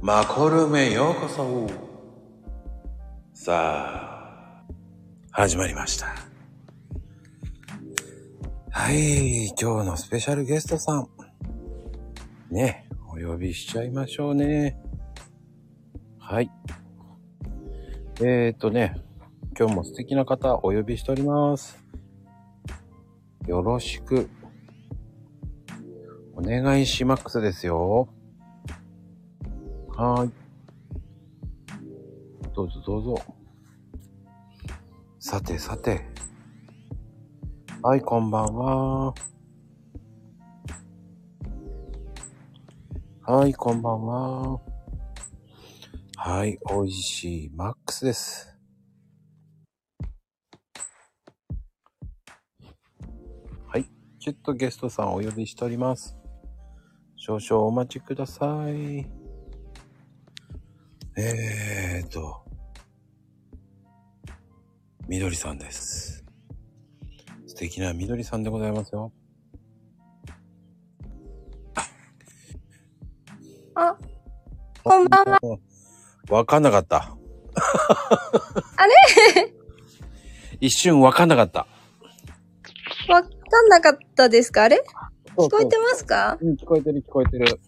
マコルームへようこそさあ、始まりました。はい、今日のスペシャルゲストさん。ね、お呼びしちゃいましょうね。はい。えー、っとね、今日も素敵な方お呼びしております。よろしく。お願いしマックスですよ。はーい。どうぞどうぞ。さてさて。はい、こんばんは。はい、こんばんは。はい、おいしいマックスです。はい、ちょっとゲストさんお呼びしております。少々お待ちください。えーと、みどりさんです。素敵なみどりさんでございますよ。 あ、こんばんは。わかんなかった。あれ 一瞬わかんなかった。わかんなかったですかあれ聞こえてますかうん、聞こえてる聞こえてる。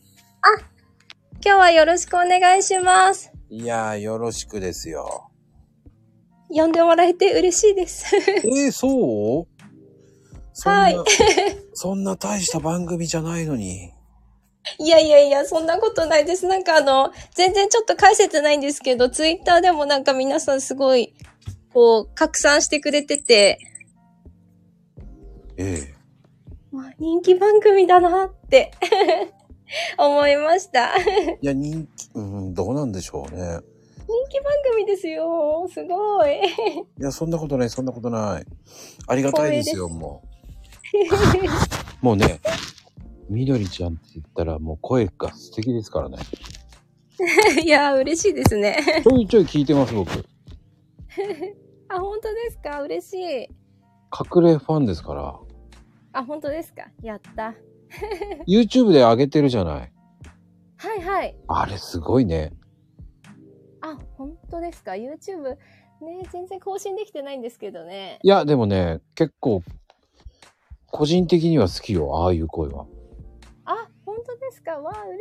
今日はよろしくお願いします。いやー、よろしくですよ。呼んでもらえて嬉しいです。 えー、そうそんなはい そんな大した番組じゃないのに。いやいやいや、そんなことないです。なんかあの、全然ちょっと解説ないんですけど、ツイッターでもなんか皆さんすごい、こう、拡散してくれてて、えまあ人気番組だなって、 思いました。人えいや、人気、うん、どうなんでしょうね。気番組ですよ。すごい。いや、そんなことない、そんなことない。ありがたいですよ、もう。もうね、みどりちゃんって言ったら、もう声が素敵ですからね。 いや、嬉しいですね。ちょいちょい聞いてます、僕。あ、本当ですか嬉しい。隠れファンですから。あ、本当ですかやった。 YouTube で上げてるじゃない。はいはい。あれ、すごいね。あ、本当ですか ?YouTube ね、全然更新できてないんですけどね。いや、でもね、結構、個人的には好きよ、ああいう声は。あ、本当ですかわあ、嬉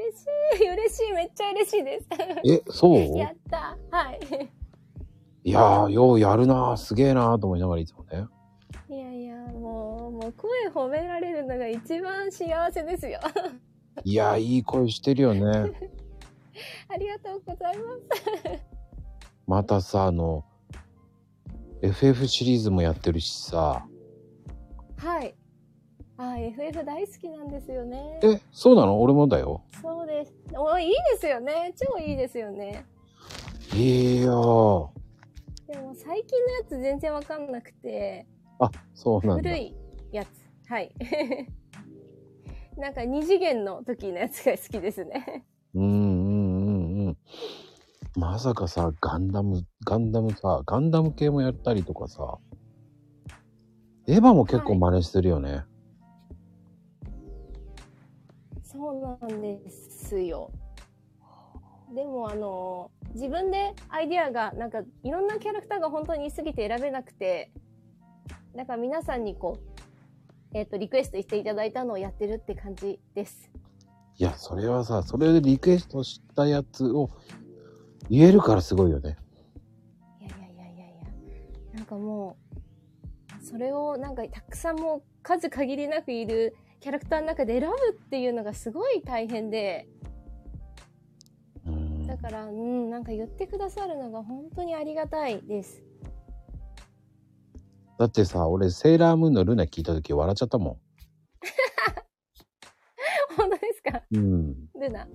しい。 嬉しい。めっちゃ嬉しいです。え、そう やった。はい。 いやー、ようやるなー、すげえなーと思いながらいつもね。いやいや、もう、もう声褒められるのが一番幸せですよ。 いやー、いい声してるよね。ありがとうございます。またさ、あの、FF シリーズもやってるしさ。はい。あ、FF 大好きなんですよね。え、そうなの俺もだよ。そうです。お、いいですよね。超いいですよね。いいよでも最近のやつ全然わかんなくて。ー。あ、そうなんだ古。いやつ。はい。 なんか二次元の時のやつが好きですね。うんうんうんうん。まさかさ、ガンダム、ガンダムさ、ガンダム系もやったりとかさ。エヴァも結構真似してるよね。 そうなんですよ。でもあの、自分でアイディアが、なんかいろんなキャラクターが本当にいすぎて選べなくて、なんか皆さんにこう、えっ、と、リクエストしていただいたのをやってるって感じです。いや、それはさ、それでリクエストしたやつを言えるからすごいよね。いやいやいやいやいや。なんかもう、それをなんかたくさんもう数限りなくいるキャラクターの中で選ぶっていうのがすごい大変で、うん。だから、うん、なんか言ってくださるのが本当にありがたいです。 だってさ、俺、セーラームーンのルナ聞いた時笑っちゃったも本当ですかん。うん。ルナ。ル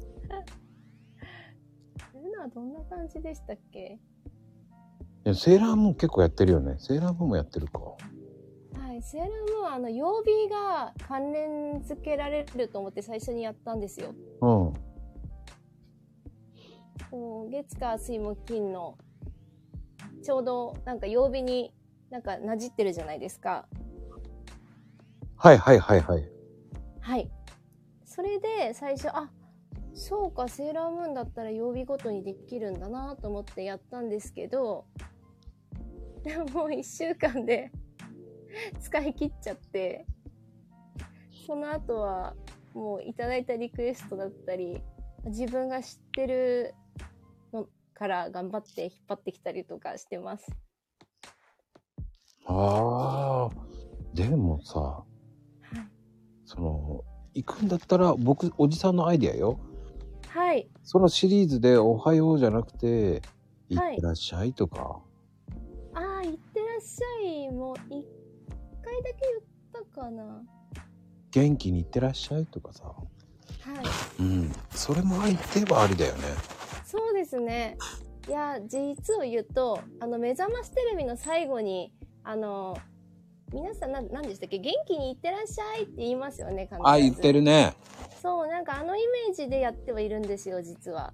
ナはどんな感じでしたっけいやセーラームーン結構やってるよね。セーラームーンもやってるか。はい、セーラームーンはあの、曜日が関連付けられると思って最初にやったんですよ。うん。こう月火水木金のちょうどなんか曜日になんかなじってるじゃないですかはいはいはいはい。はいそれで最初あそうか、セーラームーンだったら曜日ごとにできるんだなと思ってやったんですけど、でももう一週間で 使い切っちゃって、その後はもういただいたリクエストだったり、自分が知ってるのから頑張って引っ張ってきたりとかしてます。ああ、でもさ、はい。その、行くんだったら、僕、おじさんのアイデアよ。はい。そのシリーズで、おはようじゃなくて、いっはいてらっしゃいとか、ああ、いってらっしゃい。もう一回だけ言ったかな。元気にいってらっしゃいとかさ。はい。うん。それもありって言えばありだよね。そうですね。いや、実を言うと、あの、目覚ましテレビの最後に、あの、皆さん、な何でしたっけ元気にいってらっしゃいって言いますよね、必ずあ、言ってるね。そう、なんかあのイメージでやってはいるんですよ、実は。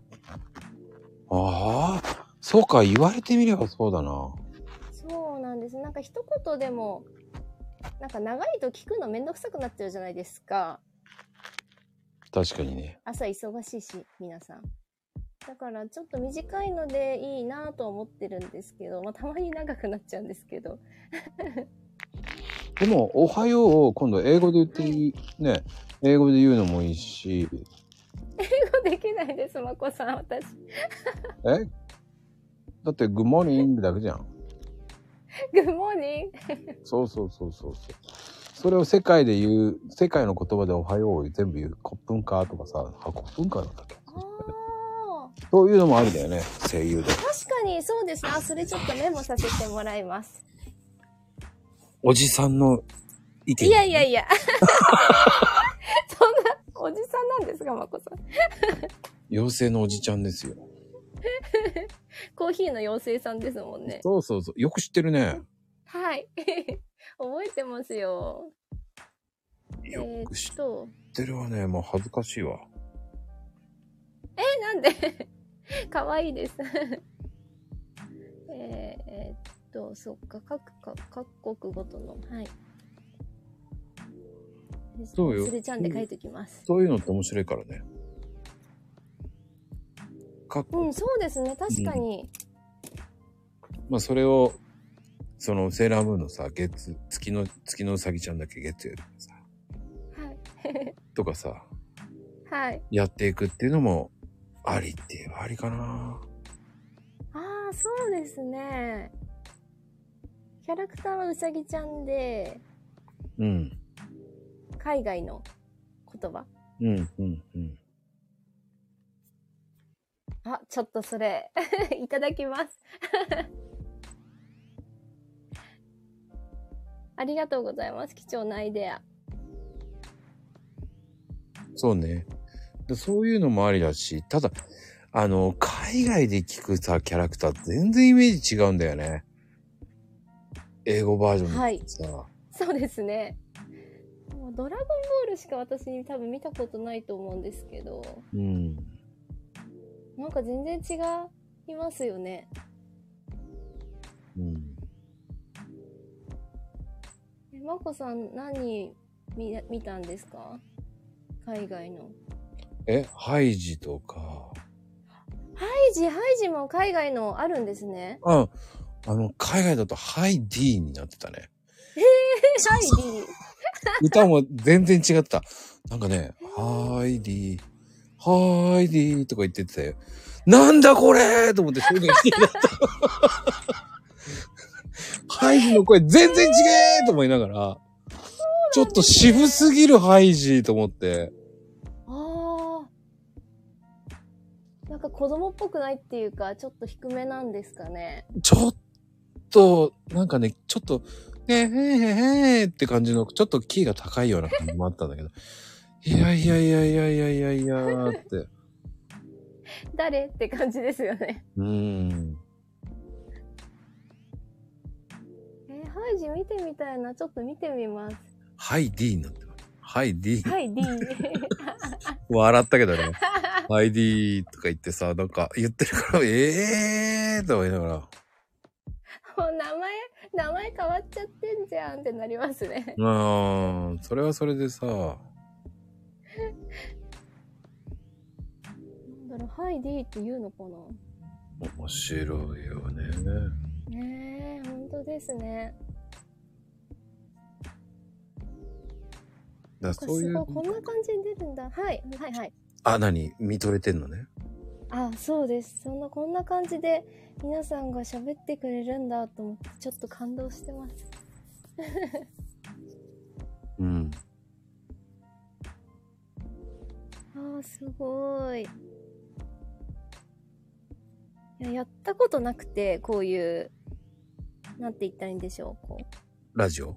ああ、そうか、言われてみればそうだな。そうなんです。なんか一言でも、なんか長いと聞くのめんどくさくなっちゃうじゃないですか。確かにね。朝忙しいし、皆さん。だからちょっと短いのでいいなと思ってるんですけど、まあたまに長くなっちゃうんですけど。でも、おはようを今度英語で言っていい、ね、英語で言うのもいいし、できないです、まこさん、私。えだって、グモーニングだけじゃん。グッモーニング。そうそうそうそうそう。それを世界で言う、世界の言葉でおはようを全部言う、コップンカーとかさ、あ、コップンカーなんだっけあーそういうのもありだよね、声優で。確かにそうですね。あ、それちょっとメモさせてもらいます。おじさんの意いやいやいや。そんな、おじさんなんですが、まこさん。妖精のおじちゃんですよ。コーヒーの妖精さんですもんね。そうそうそう。よく知ってるね。はい。 覚えてますよ。えよーく知っと、ってるわね。もう恥ずかしいわ。え、 なんでかわいいです。 えーえーっと、そっか、各か、各国ごとの、はい。そうよスレちゃんで書いておきます。そういうのって面白いからね。かっこうん、そうですね。確かに。まあそれを、そのセーラームーンのさ、月、月の、月のうさぎちゃんだっけ月曜日さ、はい。とかさ、はい。やっていくっていうのも、ありって言えばありかな。ああ、そうですね。キャラクターはうさぎちゃんで、うん。海外の言葉。うん、うん、うん。あ、ちょっとそれ、 いただきます。 ありがとうございます。貴重なアイデア。そうね。でそういうのもありだし、ただ、あの、海外で聞くさ、キャラクター、全然イメージ違うんだよね。英語バージョンはいのさ、そうですね。もうドラゴンボールしか私多分見たことないと思うんですけど、うん。なんか全然違いますよね。うん。えまこさん何見見たんですか海外の。え、ハイジとか、ハイジ、ハイジも海外のあるんですね。 あ、あの、海外だとハイディーになってたね。ハイジ。歌も全然違った。なんかね、ハイディー、ハイディーとか言ってて、なんだこれと思って衝撃的だった。ハイジの声全然違えと思いながら、ちょっと渋すぎるハイジと思って。ああ。なんか子供っぽくないっていうか、ちょっと低めなんですかね。 ちょっと、なんかね、ちょっと、ねえ、へえへえって感じの、ちょっとキーが高いような感じもあったんだけど、いやいやいやいやいやいやいやーって。誰って感じですよね。うーん。 えーハイジ見てみたいな。ちょっと見てみます。ハイディーになってます。ハイディー。ハ イ D。笑ったけど ね。ハイディーとか言ってさ、なんか言ってるから、 ええーとか言いながら。もう名前、名前変わっちゃってんじゃんってなりますね。うーん、それはそれでさ、だろう、ハイディって言うのか面白いよね。なねえ、本当ですね。だからこそういすごうい、、こんな感じに出るんだ。はい、はい、はい。あ、何見とれてんのね。あ、そうです。そんな、こんな感じで皆さんが喋ってくれるんだと思って、ちょっと感動してます。うん。あー、すごい。いや、やったことなくて、こういう、なんて言ったらいいんでしょう。こうラジオ。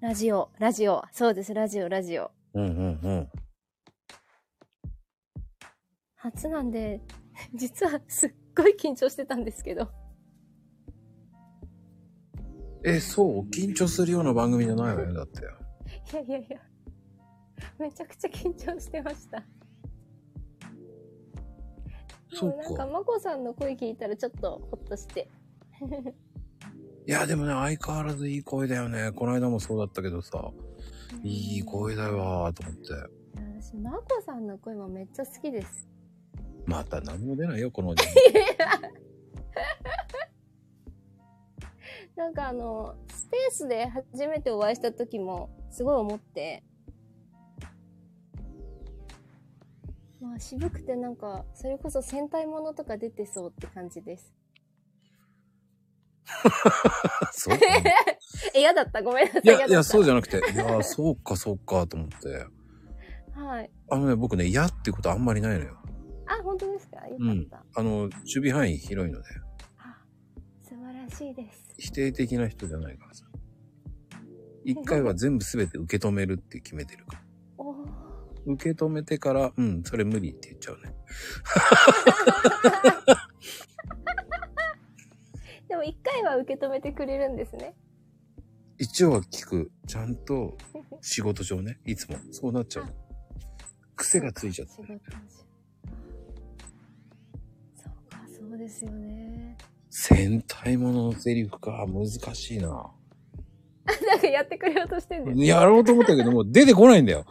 ラジオ、ラジオ。そうです、ラジオ、ラジオ。うんうんうん。初なんで、 実はすっごい緊張してたんですけど。え、そう緊張するような番組じゃないわよ、だって。いやいやいや。めちゃくちゃ緊張してました。でそもうなんか、か。まこさんの声聞いたらちょっとほっとして。いや、でもね、相変わらずいい声だよね。この間もそうだったけどさ、いい声だわーと思って。いや。私、まこさんの声もめっちゃ好きです。また何も出ないよ、この おじさん なんかあの、スペースで初めてお会いした時も、すごい思って。まあ、渋くてなんか、それこそ戦隊ものとか出てそうって感じです。そうかなえ、嫌だった。ごめんなさい。い嫌だや、っいや、たそうじゃなくて、いや、そうか、そうか、と思って。はい。あのね、僕ね、嫌っていうことあんまりないのよ。あ、本当ですかよかった。うんあの、守備範囲広いので、あ素晴らしいです。否定的な人じゃないからさ。一回は全部全て受け止めるって決めてるから。おー受け止めてから、うん、それ無理って言っちゃうね。でも一回は受け止めてくれるんですね。一応は聞く。ちゃんと、仕事上ね、いつも。そうなっちゃう。癖がついちゃって仕。事中そうか、そうですよね。 戦隊もののセリフか、難しいな。なんかやってくれようとしてるんです。やろうと思ったけど、もう出てこないんだよ。そ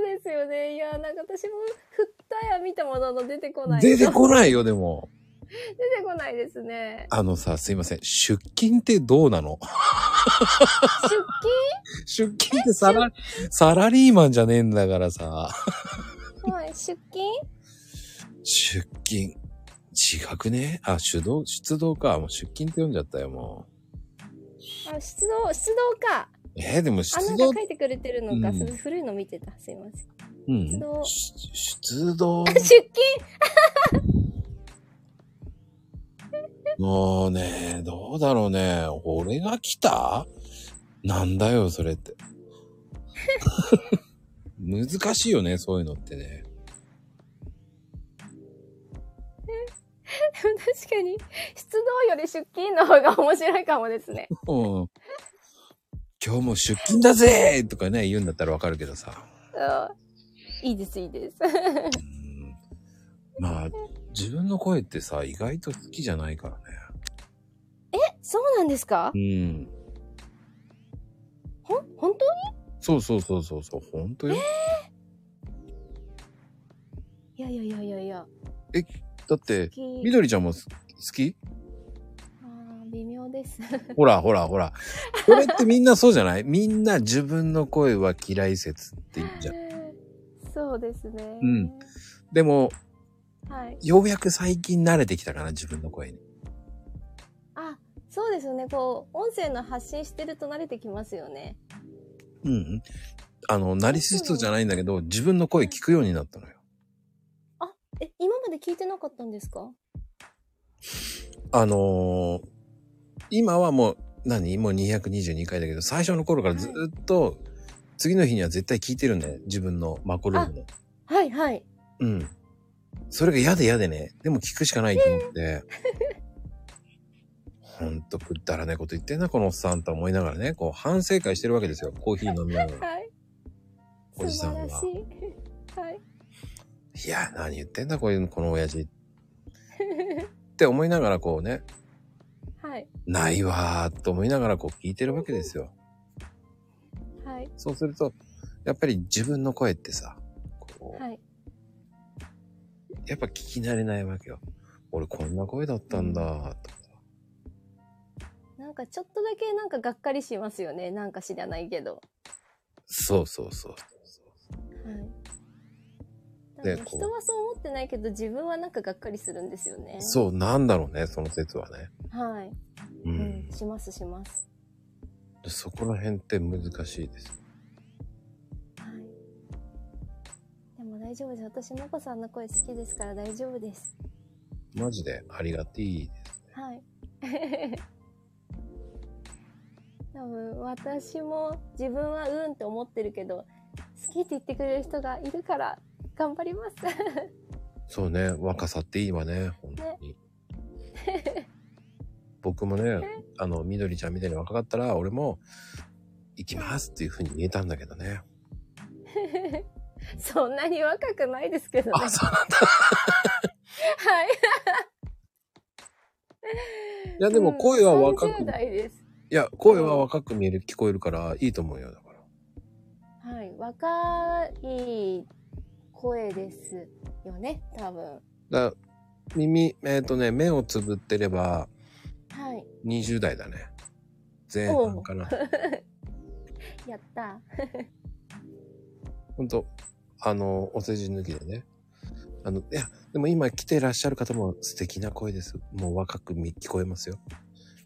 うですよね。いや、なんか私も振ったや見たものの出てこない。出てなこないよ、でも。い。出てこないですね。あのさ、すいません。出勤ってどうなの出出勤勤ってサラ、 サラリーマンじゃねえんだからさ。はい、出勤出勤。違くねあ、手動、出動か。もう出勤って読んじゃったよ、もあ、出動、出動か。う。えーでもあ、な出ん動か、書いてくれてるのか。うんそれ古いの見てた。すいません。う ん。出動し出動出勤 もうね、どうだろうね。俺が来たなんだよ、それって。難しいよね、そういうのってね。でも確かに、出動より出勤の方が面白いかもですね。うん。今日も出勤だぜとかね、言うんだったらわかるけどさ。うんいいです、いいです。 うんまあ、自分の声ってさ、意外と好きじゃないからね。そうなんですかうん。ほん、本当そうそうそうそうそう、ほんとよ。いやいやいやいやいや。だって、きみどりちゃんもす好きあー微妙です。ほらほらほら。これってみんなそうじゃないみんな自分の声は嫌い説って言うじゃん。そうですね。うんでも、はい。ようやく最近慣れてきたかな、自分の声に。あ、そうですよね。こう、音声の発信してると慣れてきますよね。うんうん。あの、ナリシストじゃないんだけど、自分の声聞くようになったのよ。え、今まで聞いてなかったんですかあのー今はもう、何もう222回だけど、最初の頃からずっと、次の日には絶対聞いてるんだよ。自分のマコルームの。はいはい。うん。それが嫌で嫌でね。でも聞くしかないと思って。ほんと、くだらねえこと言ってんな、このおっさんと思いながらね、こう、反省会してるわけですよ。コーヒー飲みな がら。はい。おじさんは素晴らしい。はい。 いや、何言ってんだ、こういう、この親父。って思いながら、こうね、はい。ないわーと思いながら、こう聞いてるわけですよ。はい。そうすると、やっぱり自分の声ってさ、こう、はい。やっぱ聞き慣れないわけよ。俺こんな声だったんだ、とかさ。なんかちょっとだけなんかがっかりしますよね。なんか知らないけど。そうそうそうそう。はい。で多分こう人はそう思ってないけど、自分はなんかがっかりするんですよね。そう、なんだろうね、その説はね。はい。う。うんん、しますします。でそこら辺って難しいです。はい。でも大丈夫です。私、のこさんの声好きですから大丈夫です。マジでありがていはい。 多分私も自分はうんって思ってるけど、好きって言ってくれる人がいるから頑張ります。 そうね、若さっていいわね、本当に。僕もね、あの、みどりちゃんみたいに若かったら、俺も、行きますっていう風に言えたんだけどね。そんなに若くないですけどね。あ、そうなんだ。はい。いや、でも声は若く、 30い代です。や、声は若く見える、聞こえるから、いいと思うよ、だから。はい。若い声ですよね、多分。だから耳、えっ、とね、目をつぶってれば、はい。 20代だね。前半かな。やった。ほんと、あの、お世辞抜きでね。あの、いや、でも今来てらっしゃる方も素敵な声です。もう若くみ聞こえますよ。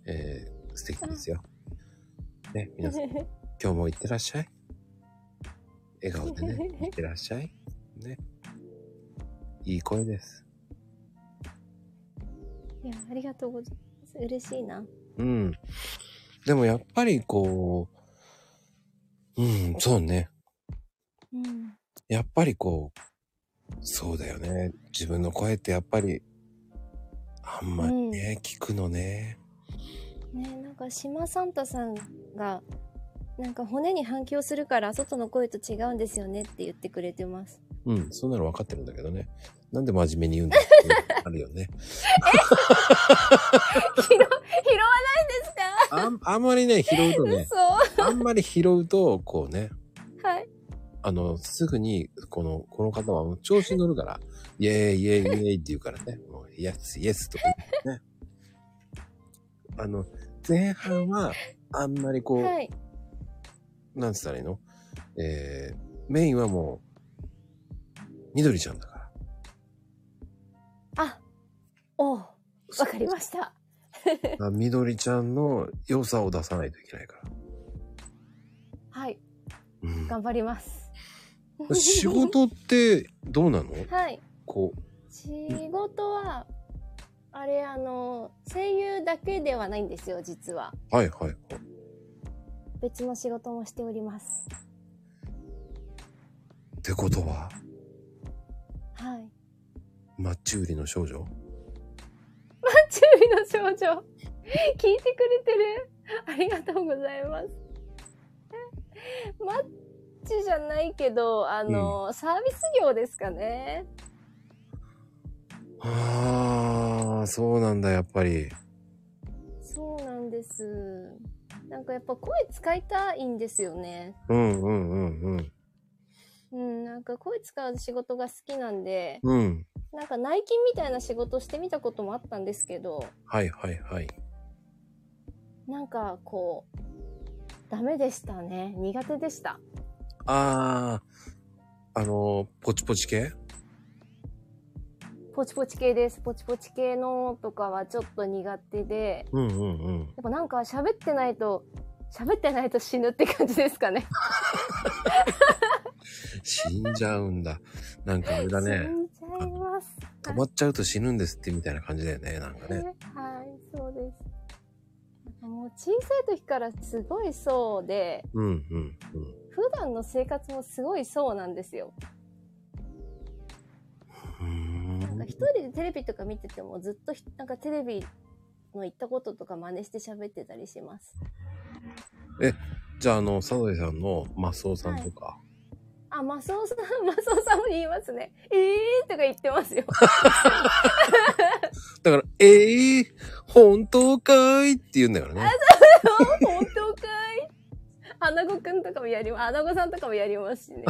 えー、素敵ですよ。ね、皆 さん、今日も行ってらっしゃい。笑顔でね、行ってらっしゃい。ね。いい声です。いや、ありがとうございます。嬉しいな。うん。でもやっぱりこう、うん、そうね。うん。やっぱりこう、そうだよね。自分の声ってやっぱり、あんまりね、聞くのね。ねなんか島サンタさんが、なんか骨に反響するから外の声と違うんですよねって言ってくれてます。うん、そんなの分かってるんだけどね。なんで真面目に言うんだっていうのあるよね。拾、拾わなあん、あんまりね、拾うといんでねす、かあんまり拾うと、こうね、嘘はい。あの、すぐに、この、この方はもう調子に乗るから、 イエーイイエーイイエーイって言うからね、もう、イエスイエスとか言ってね。 あの、前半は、あんまりこう、はい。なんつったらいいのえー、メインはもう、みどりちゃんだから。あ、おうわかりました。あみどりちゃんの良さを出さないといけないかはい。ら。頑張ります。うん、仕事ってどうなの はい。こう、仕事は、あれ、あの、声優だけではないんですよ、実は。はいはいはい。別の仕事もしております。ってことは、はい。マッチ売りの少女注意の症状。聞いてくれてるありがとうございます。マッチじゃないけど、あの、サービス業ですかね。ああ、そうなんだ、やっぱり。そうなんです。なんかやっぱ声使いたいんですよね。うんうんうんうん。うん、なんか声使う仕事が好きなんで、うん。なんか内勤みたいな仕事してみたこともあったんですけど、はいはいはい。なんかこう、ダメでしたね。苦手でした。ああ、あの、ポチポチ系ポチポチ系です。ポチポチ系のとかはちょっと苦手で、うんうんうん。やっぱなんか喋ってないと、喋ってないと死ぬって感じですかね。死んじゃうんだ。なんかあれだね。死んじゃいます。止まっちゃうと死ぬんですってみたいな感じだよね、なんかね。はい、そうです。なんかもう小さい時からすごいそうで、うんうんうん。普段の生活もすごいそうなんですよ。うーなんんか一人でテレビとか見ててもずっとひなんかテレビの言ったこととか真似して喋ってたりします。じゃあ、あの、サザエさんのマスオさんとか、あ、マスオさん、マスオさんも言いますね。えーとか言ってますよ。だから、えぇ、本当かいって言うんだからね。本当かいアナゴくんとかもやりま、アナゴさんとかもやりますしね。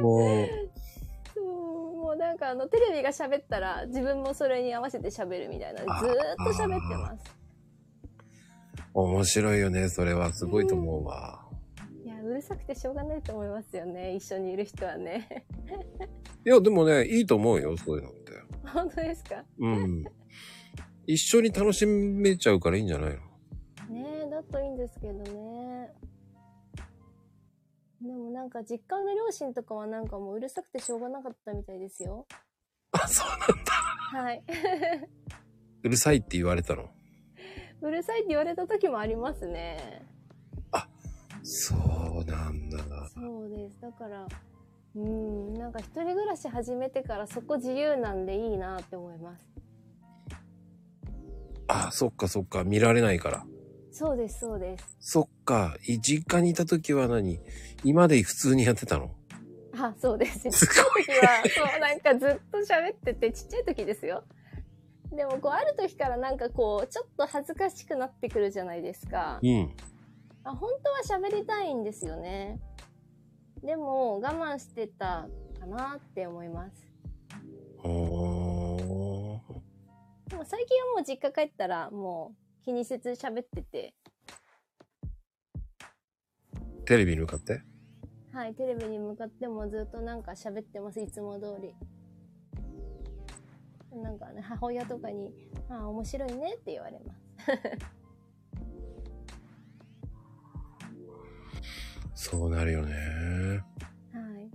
もう、の、テレビが喋ったら、自分もそれに合わせて喋るみたいな、ずーあっと喋ってます。面白いよね、それは。すごいと思うわ。いや、うるさくてしょうがないと思いますよね。一緒にいる人はね。 いや、でもね、いいと思うよ、そういうのって。本当ですかうん。一緒に楽しめちゃうからいいんじゃないのねえ、だといいんですけどね。でもなんか、実家の両親とかはなんかもううるさくてしょうがなかったみたいですよ。 あ、そうなんだ。はい。 うるさいって言われたの。うるさいって言われた時もありますね。そうなんだ。そうです。だから、うん、なんか一人暮らし始めてからそこ自由なんでいいなって思います。あ、そっかそっか、見られないから。そうです、そうです。そっか、い実家にいた時は何今で普通にやってたのあ、そうです。すごい時は、そう、なんかずっと喋ってて、ちっちゃい時ですよ。 でも、こう、ある時からなんかこう、ちょっと恥ずかしくなってくるじゃないですか。うん。あ本当は喋りたいんですよね。でも、我慢してたかなって思います。おーでも最近はもう実家帰ったら、もう気にせず喋ってて、テレビに向かってはい、テレビに向かってもずっとなんか喋ってます、いつも通り。なんかね、母親とかに、ああ、面白いねって言われます。そうなるよね。はい。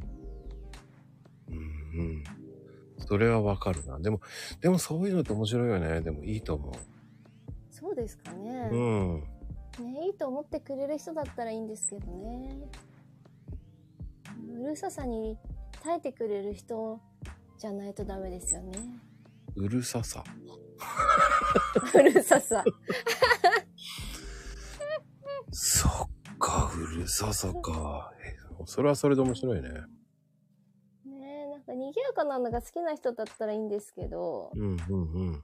うんうん。それはわかるな。でも、でもそういうのって面白いよね。でもいいと思そうですかねう。。うん。ね、いいと思ってくれる人だったらいいんですけどね。うるささに耐えてくれる人じゃないとダメですよね。 うるささ。うるささ。そっか、うるささか。えそれはそれで面白いね。ねなんか賑やかなのが好きな人だったらいいんですけど、うんうんうん。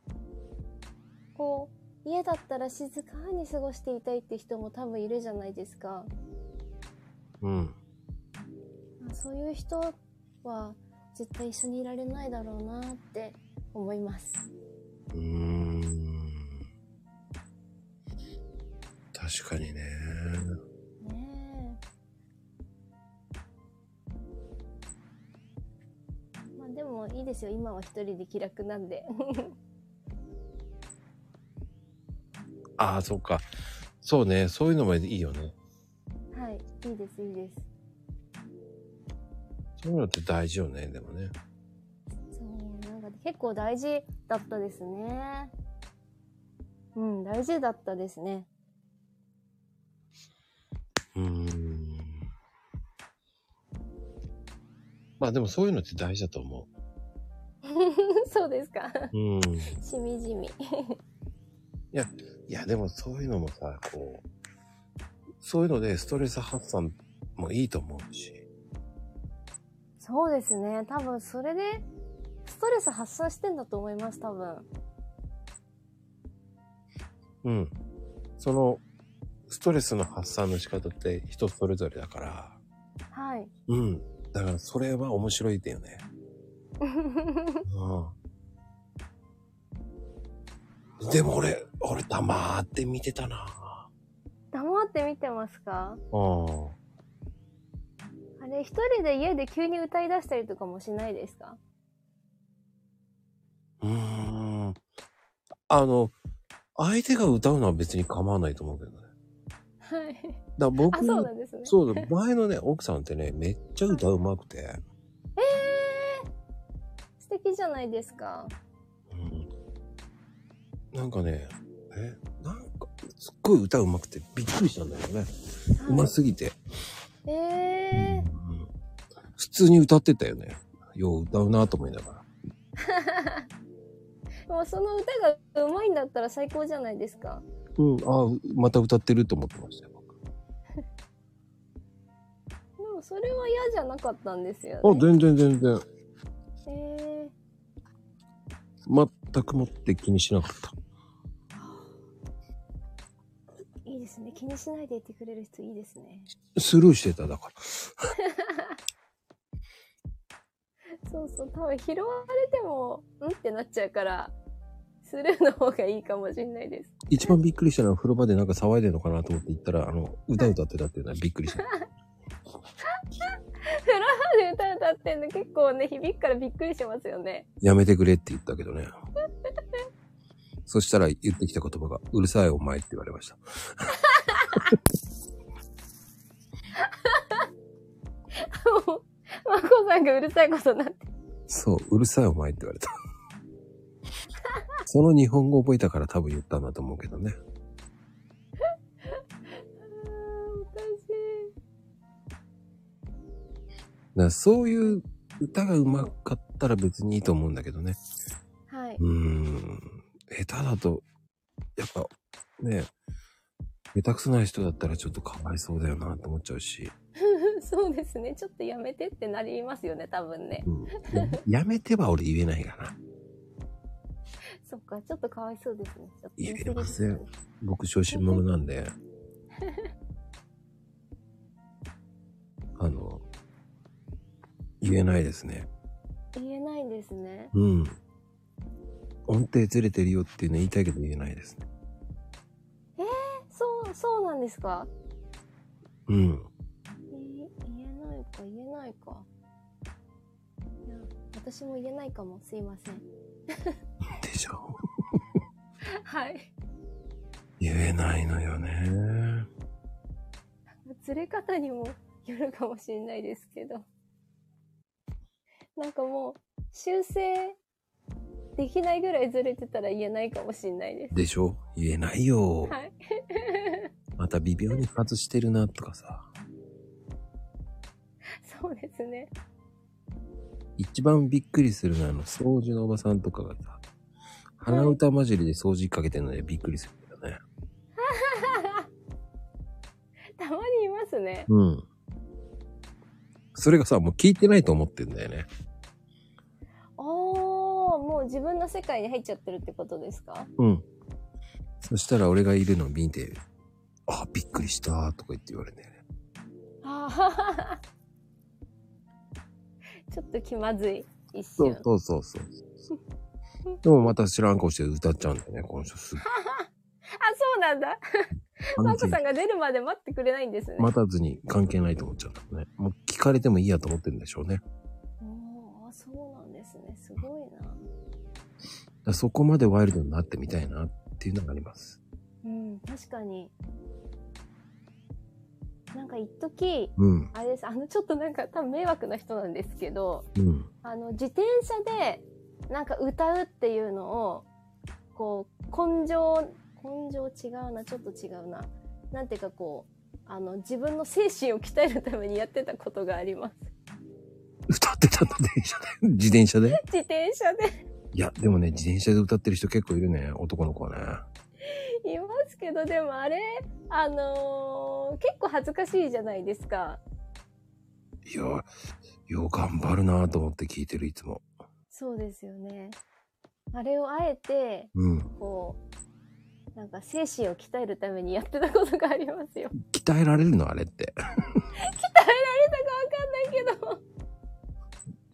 こう、家だったら静かに過ごしていたいって人も多分いるじゃないですか。うん。まあそういう人は絶対一緒にいられないだろうなって思います。うーん。確かにね。ねえ。まあでもいいですよ。今は一人で気楽なんで。ああ、そっか。そうね。そういうのもいいよね。はい。いいです、いいです。そういうのって大事よね。でもね。そう、なんか結構大事だったですね。うん、大事だったですね。うーん。まあでもそういうのって大事だと思そうですか。う。うん。しみじみ。いや、でもそういうのもさ、こう、そういうのでストレス発散もいいと思うし。そうですね。多分それで、ストレス発散してんだと思います、多分。うん。その、ストレスの発散の仕方って人それぞれだから。はい。 うん。だからそれは面白いだよね。うん。でも俺、俺黙って見てたな。黙って見てますかうん。あれ、一人で家で急に歌い出したりとかもしないですかうーんあの、相手が歌うのは別に構わないと思うけどね。はい。だから僕あ、そうなんですね。そうだ、前のね、奥さんってね、めっちゃ歌うまくて、ええー、素敵じゃないですか。うん、なんかね、え、なんか、すっごい歌うまくてびっくりしたんだよね。うますぎて、ええうん普通に歌ってたよね。よう歌うなと思いながら。ー、もうその歌が上手いんだったら最高じゃないですか。うん、ああ、また歌ってると思ってましたよ。僕でもそれは嫌じゃなかったんですよあ、ね。全然全然。ええ全くもって気にしなかった。ー、いいですね。気にしないでいてくれる人いいですね。スルーしてただから。そそうそう、多分拾われても、うんってなっちゃうから、スルーの方がいいかもしれないです。一番びっくりしたのは風呂場でなんか騒いでるのかなと思って行ったら、あの、歌歌ってたっていうのはびっくりした。フラワーで歌歌ってんの結構ね、響くからびっくりしますよね。 やめてくれって言ったけどね。そしたら言ってきた言葉が、うるさいお前って言われました。もう、まこさんがうるさいことになって。そう、うるさいお前って言われた。その日本語覚えたから多分言ったんだと思うけどね。あーおかしだからそういう歌が上手かったら別にいいと思うんだけどね。い。はい。 うーん。下手だと、やっぱ、ね、下手くそな人だったらちょっとかわいそうだよなって思っちゃうし。そうですね。ちょっとやめてってなりますよね、多分ね。うん、ややめては俺言えないかな。そっか、ちょっとかわいそうですね。ちょっといや言いや過ぎですね僕、小心者なんで。あの、言えないですね。言えないんですね。うん。音程ずれてるよってね、言いたいけど言えないですね。そう、そうなんですかうん。い言えないか、言えないか。いや、私も言えないかも、すいません。でしょ。はい。言えないのよね。ずれ方にもよるかもしれないですけど。なんかもう、修正できないぐらいずれてたら言えないかもしれないです。でしょ言えないよ。はい。 また微妙に外してるなとかさ。そうですね。一番びっくりするのはあの、掃除のおばさんとかがさ、鼻歌混じりで掃除かけてるのでびっくりするけどね。たまにいますね。うん。それがさ、もう聞いてないと思ってんだよね。おー、もう自分の世界に入っちゃってるってことですかうん。そしたら俺がいるのを見て、あ、びっくりしたとか言って言われるんだよね。ああ。 ちょっと気まずい。一そ瞬。うそうそう そう。でもまた知らん顔して歌っちゃうんだよね、この人すっあ、そうなんだ。ご マいコ。さんが出るまで待ってくれないんですね。待たずに関係ないと思っちゃうんだよね。もう聞かれてもいいやと思ってるんでしょうね。だかおーあ、そうなんですね。すごいな。らそこまでワイルドになってみたいなっていうのがあります。うん、確かに。なんか一時うん、あれです、あの、ちょっとなんか多分迷惑な人なんですけど、うん、あの、自転車で、なんか歌うっていうのを、こう、根性、根性違うな、ちょっと違うな。なんていうかこう、あの、自分の精神を鍛えるためにやってたことがあります。 歌ってたんだ、電車で。 自転車で。自転車で いや、でもね、自転車で歌ってる人結構いるね、男の子はね。いますけど、でもあれ、あのー結構恥ずかしいじゃないですか。いや、よう頑張るなと思って聞いてる、いつも。そうですよね。あれをあえて、うん。こう、なんか精神を鍛えるためにやってたことがあります よ。鍛えられるの、あれって。鍛えられたかわかんないけ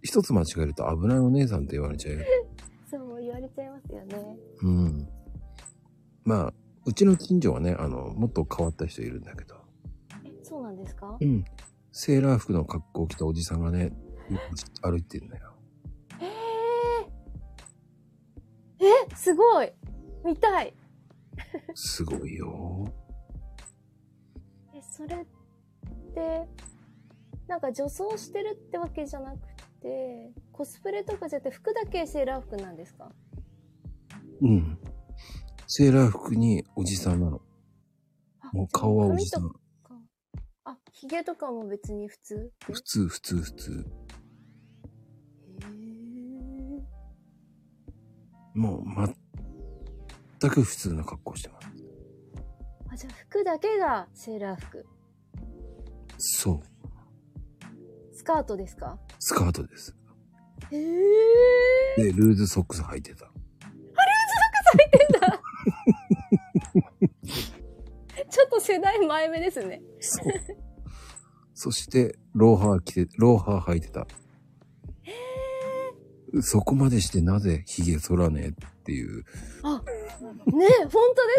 一つ間違えると危ないお姉さんって言われちゃうよ。ど、そう言われちゃいますよね。うん。まあ、うちの近所はね、あの、もっと変わった人いるんだけど。え、そうなんですかうん。セーラー服の格好を着たおじさんがね、歩いてるんだよ。えええ、すごい見たいすごいよ。え、それって、なんか女装してるってわけじゃなくて、コスプレとかじゃなくて服だけセーラー服なんですかうん。セーラー服におじさんなの。もう顔はおじさん。。あ、髭とかも別に普通って普通、普通、普通。もう、全く普通な格好してます。あ、じゃあ服だけがセーラー服。そう。スカートですかスカートです。へえ。で、ルーズソックス履いてた。ちょっと世代前目ですね。そう。そして、ローハー着て、ローハー履いてた。へえ。そこまでしてなぜ髭剃らねえっていう。ね本当で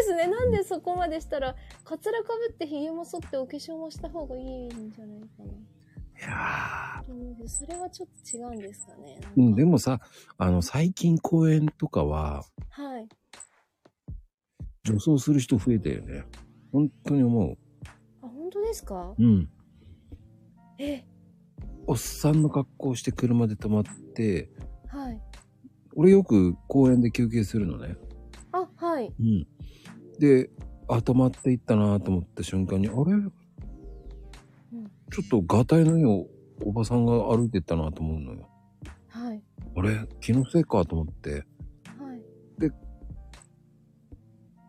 すね。なんでそこまでしたら、カツラかぶってひげも剃ってお化粧もした方がいいんじゃないかいやな。うんそれはちょっと違うんですかね。ーうん、でも。もさ、あの、最近公園とかは、はい。女装する人増えたよね。本当に思あ、本当ですかう。うん。え、おっさんの格好をして車で止まって、はい。俺よく公園で休憩するのね。あ、はい。うん。で、あ、止まっていったなと思った瞬間に、あれ、ちょっとガタイのいいおおばさんが歩いてったなと思うのよ。はい。あれ気のせいかと思って、はい。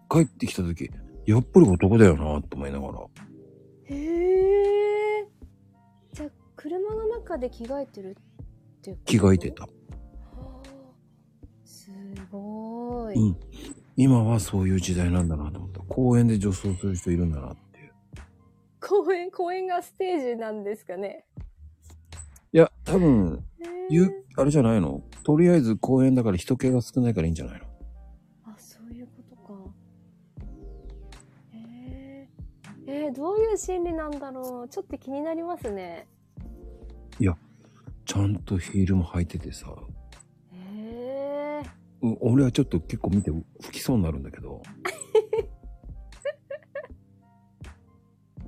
帰ってきた時、やっぱり男だよなと思いながら。へえ。じゃあ、車の中で着替えてるってこと着替えて。た。はあすごい。うん。今はそういう時代なんだなと思った。公園で女装する人いるんだなっていう。公園、公園がステージなんですかね。いや、多分、へえゆ、あれじゃないのとりあえず公園だから人気が少ないからいいんじゃないのあ、そういうことか。へええーどういう心理なんだろう。ちょっと気になりますね。ちゃんとヒールも履いててさ、へえうん俺はちょっと結構見て吹きそうになるんだけど。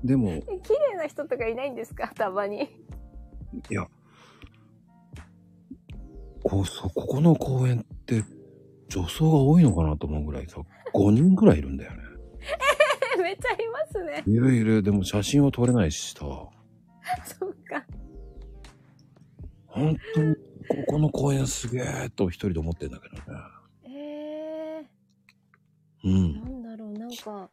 でも、綺麗な人とかいないんですかたまに。 いや、こう、そ、ここの公園って、女装が多いのかなと思うぐらいさ、5人ぐらいいるんだよね。えめっちゃいますね。 いるいる、でも写真は撮れないしさ、そっか。本当に、ここの公園すげえと一人で思ってんだけどね。ええう。なんんだろう、なんか、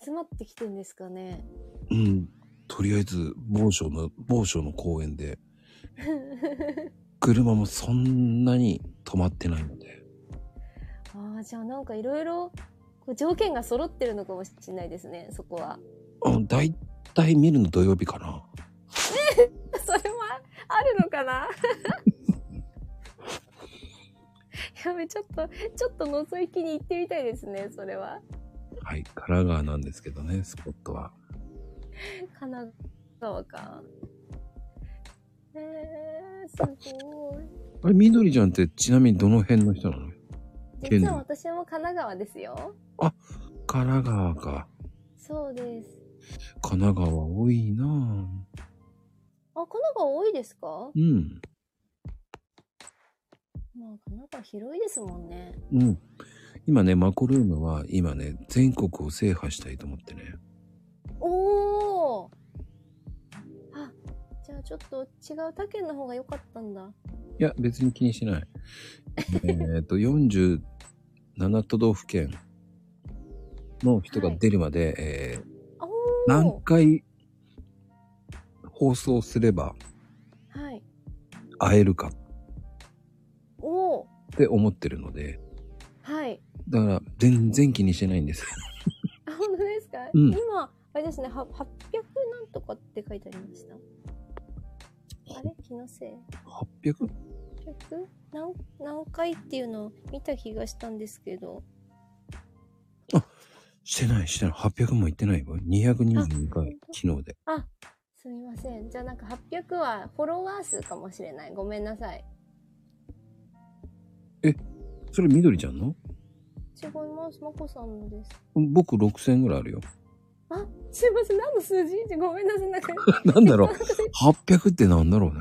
集まってきてんですかね。うん。とりあえず、某所の、某所の公園で、車もそんなに止まってないので。ああ、じゃあなんかいろいろ、こう条件が揃ってるのかもしれないですね、そこは。 うん、だいたい見るの土曜日かな。それもああるのかな やべ、ちょっと、ちょっと覗きに行ってみたいですね、それは。はい、神奈川なんですけどね、スポットは。神奈川か。えー、すごい。あれ、緑ちゃんってちなみにどの辺の人なの県実内は私も神奈川ですよ。神奈川か。そうです。神奈川多いなぁ。あ、神奈川多いですかうん。まあ、神奈川広いですもんね。うん。今ね、マコルームは今ね、全国を制覇したいと思ってね。おーあ、じゃあちょっと違う他県の方が良かったんだ。いや、別に気にしない。 えっと、47都道府県の人が出るまで、えーおー何回放送すればはい。会えるかおーって思ってるので、はい。だから全然気にしてないんです。あ、本当ですか、うん今、あれですね、は800なんとかって書いてありました。あれ気のせい 800? 100何何回っていうのを見た気がしたんですけど。してない、してない。800も行ってないわ。222回、昨日で。すみません。じゃあなんか800はフォロワー数かもしれない。ごめんなさい。それ、みどりちゃんの違います。まこさんのです。僕6000ぐらいあるよ。あ、すいません。何の数字ごめんなさい。なんか、なんだろう。800ってなんだろうね。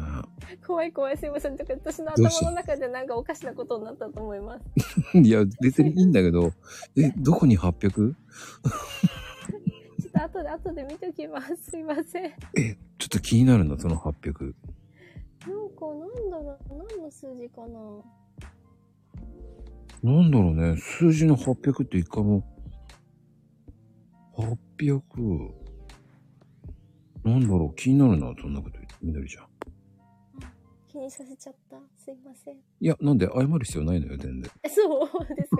怖い怖い。すいません。だから私のどうした頭の中でなんかおかしなことになったと思います。 いや、別にいいんだけど、え、どこに 800? ちょっと後で後で見ときます。すいません。なんかえ、ちょっと気になるんだ、その800。なんだろう。何の数字かな。なんだろうね。数字の800って一回も、800。なんだろう、気になるな、そんなこと言って、みどりちゃん。気にさせちゃった。すいません。いや、なんで謝る必要ないのよ、全然。えそうです か。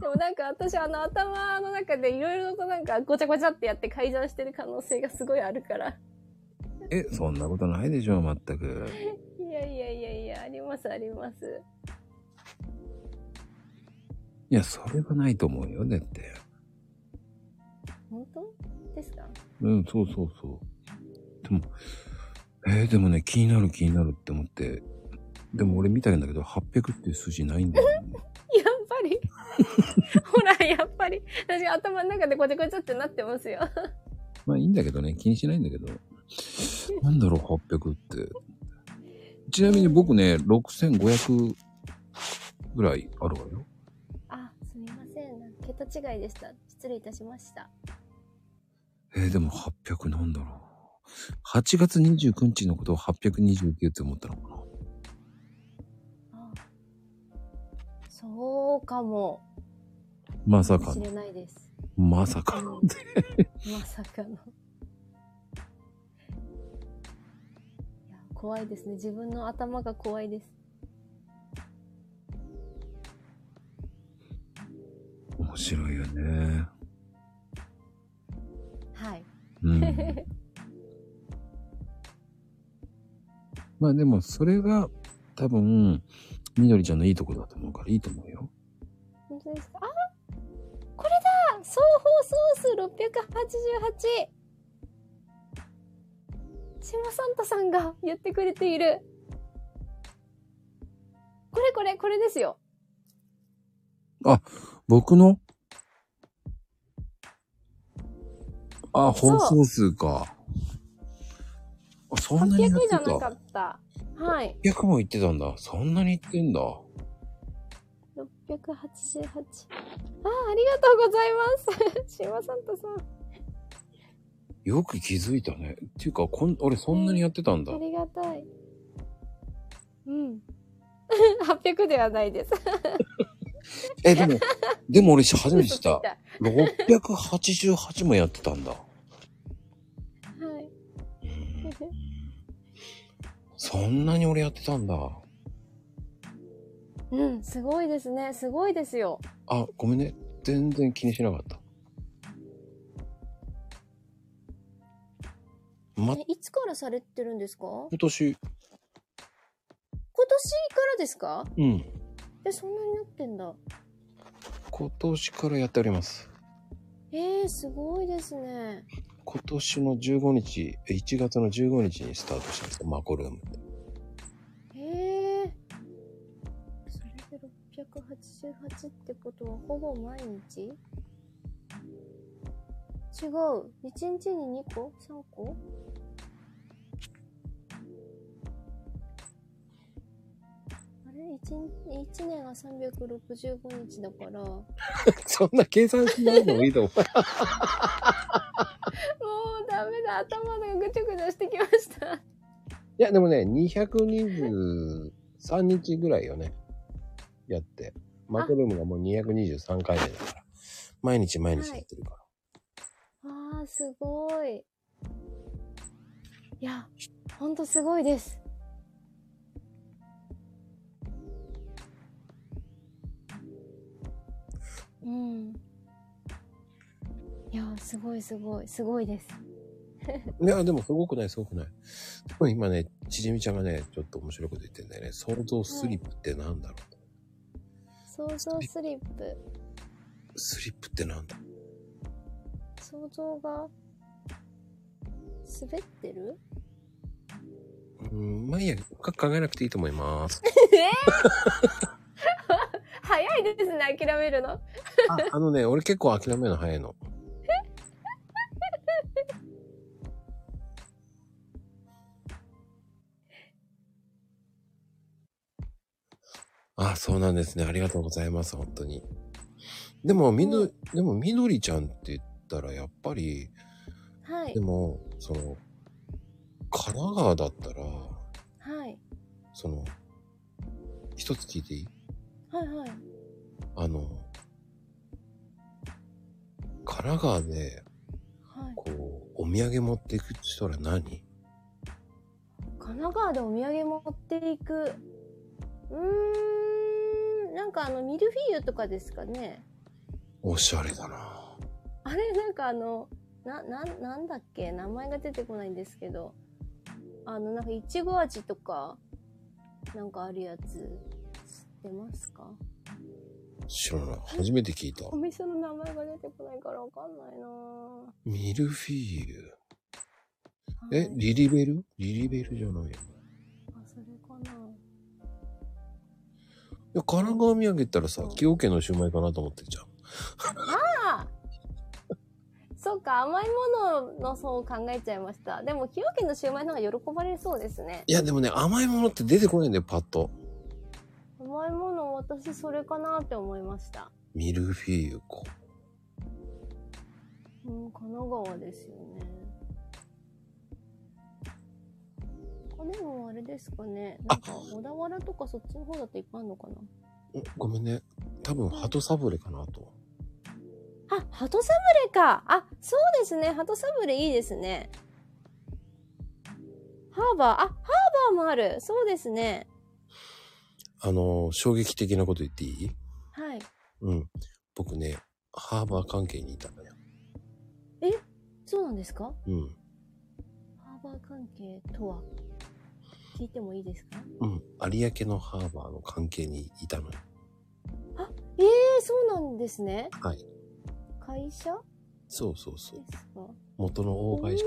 でもなんか私あの頭の中でいろいろとなんかごちゃごちゃってやって改ざんしてる可能性がすごいあるから。え、そんなことないでしょ、全く。いやいやいやいや、ありますあります。いや、それはないと思うよ、だって。本当ですかうん、そうそうそう。でも、えー、でもね、気になる気になるって思って、でも俺見たんだけど、800っていう数字ないんだよ、ね。やっぱり ほら、やっぱり。私頭の中でごちゃごちゃってなってますよ。まあいいんだけどね、気にしないんだけど。なんだろう、800って。ちなみに僕ね、6500ぐらいあるわよ。あ、すみません。なんか桁違いでした。失礼いたしました。えー、でも800なんだろう。8月29日のことを829って思ったのかな。あそうかもまさかしの。れないです。まさかの。うんまさかの。いや怖いですね。自分の頭が怖いです。面白いよね。はい。うん。 まあでもそれが多分、みどりちゃんのいいとこだと思うからいいと思うよ。本当ですかあこれだ総放送数 688! 島サンタさんが言ってくれている。これこれ、これですよ。僕のあ、そう放送数か。あ、そんなにやっ800てじゃた。なかった。はい。 800も言ってたんだ。そんなに言ってんだ。 688。あー、ありがとうございます。 島サンタさん。よく気づいたね。っていうか、こん、俺そんなにやってたんだあ。りがたい。うん。800ではないです。え、でも、でも俺初めて知っ 嘘たつい。た688もやってたんだ。はい。うんそんなに俺やってたんだ。うん、すごいですね。すごいですよ。あ、ごめんね。全然気にしなかった。ま、えいつからされてるんですか今今年、年からですかうん。え、そんなになってんだ。今年からやっております。えー、すごいですね。今年の15日、え1月の15日にスタートしたんですよ。マコルームって。えー。それで688ってことはほぼ毎日違う。1日に2個 ?3 個あれ 1, 1年が365日だから。 そんな計算しないのもい いと思う。もうダメだ、頭がぐちゃぐちゃしてきました。いや、でもね、223日ぐらいよね。やって。マコルームがもう223回目だから。毎日毎日やってるから。あー、すごい。いや、ほんとすごいです。うん。いや、すごいすごい、すごいです。いや、でもすごくない、すごくない。でも今ね、ちじみちゃんがね、ちょっと面白いこと言ってんだよね。想像スリップってなんだろう、想像スリップ。スリップってなんだ想像が、滑ってるうん、まあいいや、深く考えなくていいと思います。早いですね、諦めるの。ああのね、俺結構諦めるの早いの。あ、そうなんですね。ありがとうございます、本当に。でも、みうど、でも、みどりちゃんって言ったら、やっぱり、はいで。も、その、神奈川だったら、はい。その、一つ聞いていいはいはい。あの、神奈川で、はい。こう、お土産持っていくとしたら何神奈川でお土産持っていく。うーん、なんかあの、ミルフィーユとかですかね。おしゃれだなあれ、なんかあの、な、な、なんだっけ名前が出てこないんですけど。あの、なんか、いちご味とか、なんかあるやつ、知ってますか知らない。初めて聞いたお。店の名前が出てこないからわかんないなぁミルフィーユ。はえい、リリベルリリベルじゃないよ。あそれかないや、神奈川土産って言ったらさ、崎陽軒のシュウマイかなと思ってんじゃん。ああそうか甘いものの層を考えちゃいましたでも崎陽軒のシューマイの方が喜ばれそうですねいや、でもね、甘いものって出てこないんだよ、パッと。甘いもの私それかなって思いましたミルフィーユこうん神奈川ですよねあでもあれですかねなんか小田原とかそっちの方だといっぱいあるのかなう。ごめんね。多分、鳩サブレかなと。あ、鳩サブレか。あ、そうですね。鳩サブレいいですね。ハーバー、あ、ハーバーもある。そうですね。あのー、衝撃的なこと言っていいはい。うん。僕ね、ハーバー関係にいたのよ。そうなんですかうん。ハーバー関係とは聞いてもいいですかうん。有明のハーバーの関係にいたのよ。ええそうなんですね。はい。会社そうそうそう。ですか元の大会社、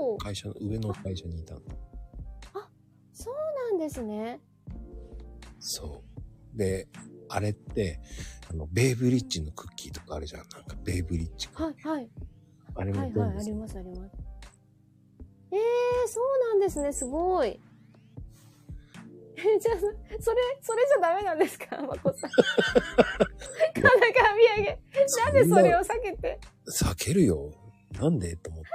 おー会社の上の会社にいたの。そうなんですね。そう。で、あれって、あの、ベイブリッジのクッキーとかあるじゃん。なんか、ベイブリッジ。はい、はい。あれもは全い、部、はい。あります、あります。ええそうなんですね。すごい。え、じゃあ、そそれ、それじゃダメなんですかまこ さん。神奈川土産。なぜそれを避けて。そんな避けるよ。なんでと思って。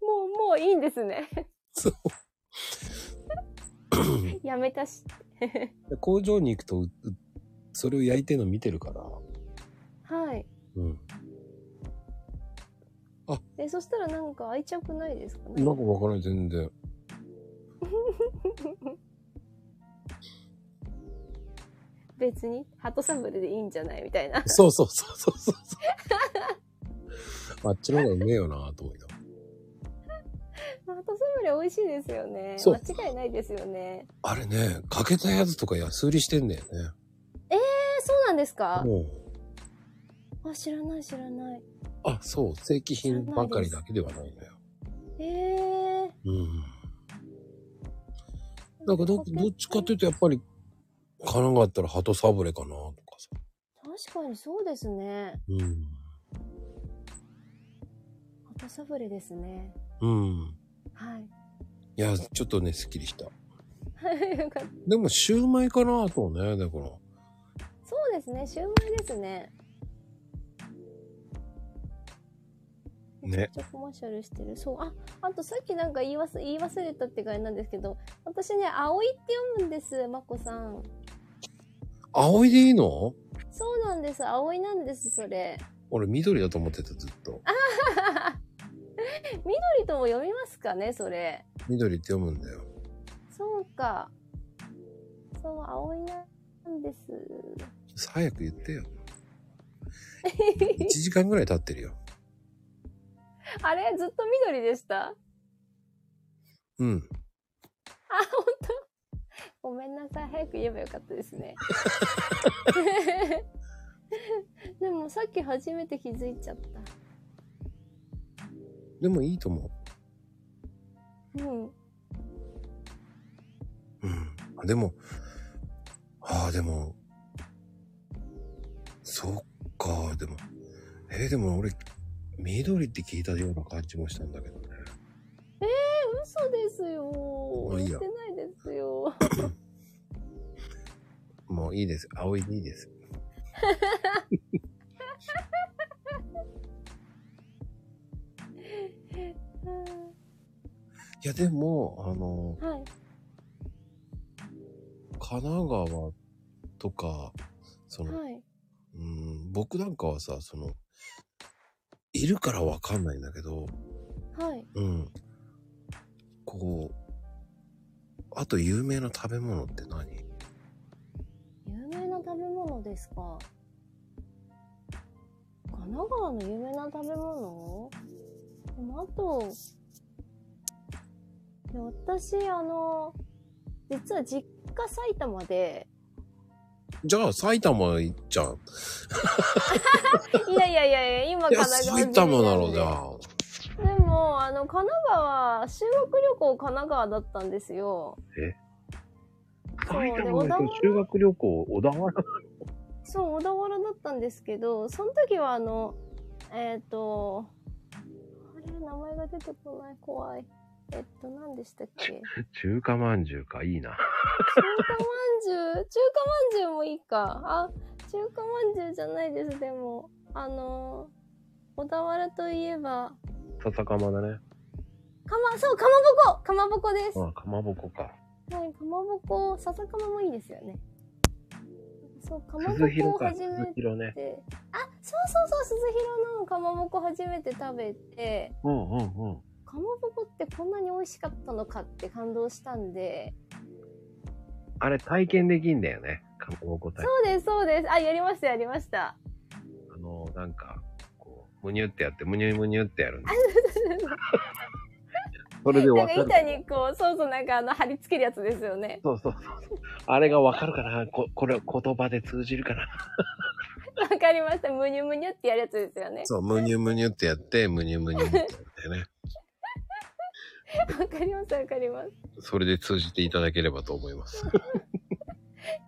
もう、もういいんですね。そう。 やめたし。で工場に行くと、ううそれを焼いてるの見てるから。はい。うん。え、そしたらなんか愛着ないですかねなんかわからない、全然。別に、鳩サブレでいいんじゃないみたいな。 そうそうそうそうそう そう。あっちの方がうめえよなと思いながら。鳩サブレ美味しいですよね。そう間違いないですよね。あれね、欠けたやつとか安売りしてんだよね。え、そうなんですかもあ、知らない、知らない。う、あ、そう、正規品ばかりだけではないのよ。ええうん。なんかど、どっちかっていうとやっぱり、神奈川だったら鳩サブレかなとかさ。確かにそうですね。うん。鳩サブレですね。うん。はい。 いや、ちょっとね、スッキリした。はいよかったでも、シューマイかなとね、だから。そうですね。シュウマイですね。ねめっちゃコマーシャルしてる。そう。あ、あとさっきなんか言い忘言い忘れたって感じなんですけど、私ね、葵って読むんです、まこさん。青いでいいのそうなんです。葵なんです、それ。俺、緑だと思ってた、ずっと。緑とも読みますかね、それ。緑って読むんだよ。そうか。そう、葵なんです。早く言ってよ。1時間ぐらい経ってるよ。あれずっと緑でしたうん。ごめんなさい。早く言えばよかったですね。 でもさっき初めて気づいちゃっでもいいと思た。うん。う。うん。あでも、ああ、でも、そっか、でも、えーでも俺、緑って聞いたような感じもしたんだけどね。嘘ですよ。まあいい言やってないですよ。もういいです。青いでいいです。いや、でも、あの、はい。神奈川とか、その、はい。うん、僕なんかはさ、その、いるからわかんないんだけど、はい。うん。こう、あと有名な食べ物って何有名な食べ物ですか神奈川の有名な食べ物でもあと、い や私、あの、実は実家埼玉で、じゃあ埼玉行っちゃう。いやいやいやいや、今い神や、奈川埼玉なののじゃで。あ。でも、あの、神奈川、修学旅行神奈川だったんですよ。そう埼ね玉小田だ原と修学旅行、小田原そう、小田原だったんですけど、その時はあの、えっ、と、あれ、名前が出てこない、怖い。えっと、何でしたっけ中中華まんじゅうか、いいな。華まんじゅう中華まんじゅうもいいか。あ、中華まんじゅうじゃないです、でも。あの、小田原といえば、笹かまだね。かま、そう、かまぼこかまぼこです。あ、かまぼこか。はい、かまぼこ、笹かまもいいですよね。そう、かまぼ鈴こを広か、初鈴め広ね。て、あ、そうそうそう、鈴広のかまぼこ初めて食べて、うんうんうん。かまぼこってこんなに美味しかったのかって感動したんで、あれ、体験できんだよね。かまぼこ体験そうです、そうです。あ、やりました、やりました。あの、なんか、こう、むにゅってやって、むにゅむにゅってやるんだ。 それでなわんかかる。板にこう、そうそう、なんかあの、貼り付けるやつですよね。そうそうそう。あれがわかるかなこ、これ、言葉で通じるかなわかりました。むにゅむにゅってやるやつですよね。そう、むにゅむにゅってやって、むにゅむにゅってやってね。わかります、わかります。それで通じていただければと思います。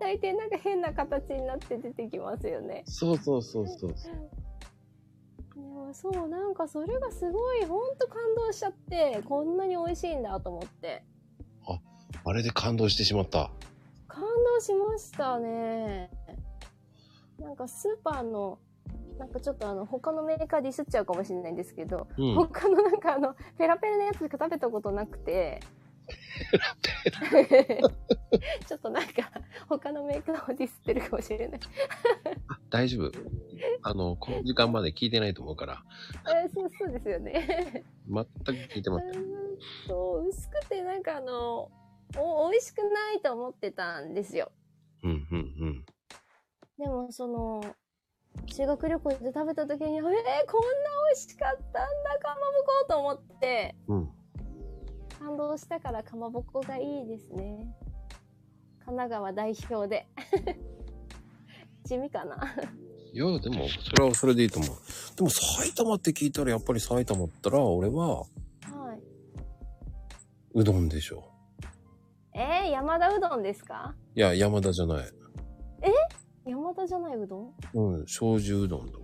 大抵なんか変な形になって出てきますよね。そうそうそうそうそう。いやそうなんかそれがすごいほんと感動しちゃってこんなに美味しいんだと思ってあれで感動してしまった。感動しましたねなんかスーパーのなんかちょっとあの他のメーカーでィスっちゃうかもしれないんですけど、うん。他のなんかあのペラペラなやつしか食べたことなくて ちょっとなんか他のメーカーをディスってるかもしれない大丈夫。あの、この時間まで聞いてないと思うから、えそうそうですよね全く聞いてません。 そう薄くてなんかあのお美味しくないと思ってたんですようんうんうん。でもその修学旅行で食べた時にえー、こんな美味しかったんだかまぼこと思ってうん。感動したからかまぼこがいいですね神奈川代表で 地味かないや、でも、それはそれでいいと思う。でも、埼玉って聞いたら、やっぱり埼玉ったら、俺は、はいうどんでしょ。えー、山田うどんですかいや、山田じゃない。山田じゃないうどんうん、醤油うどんと。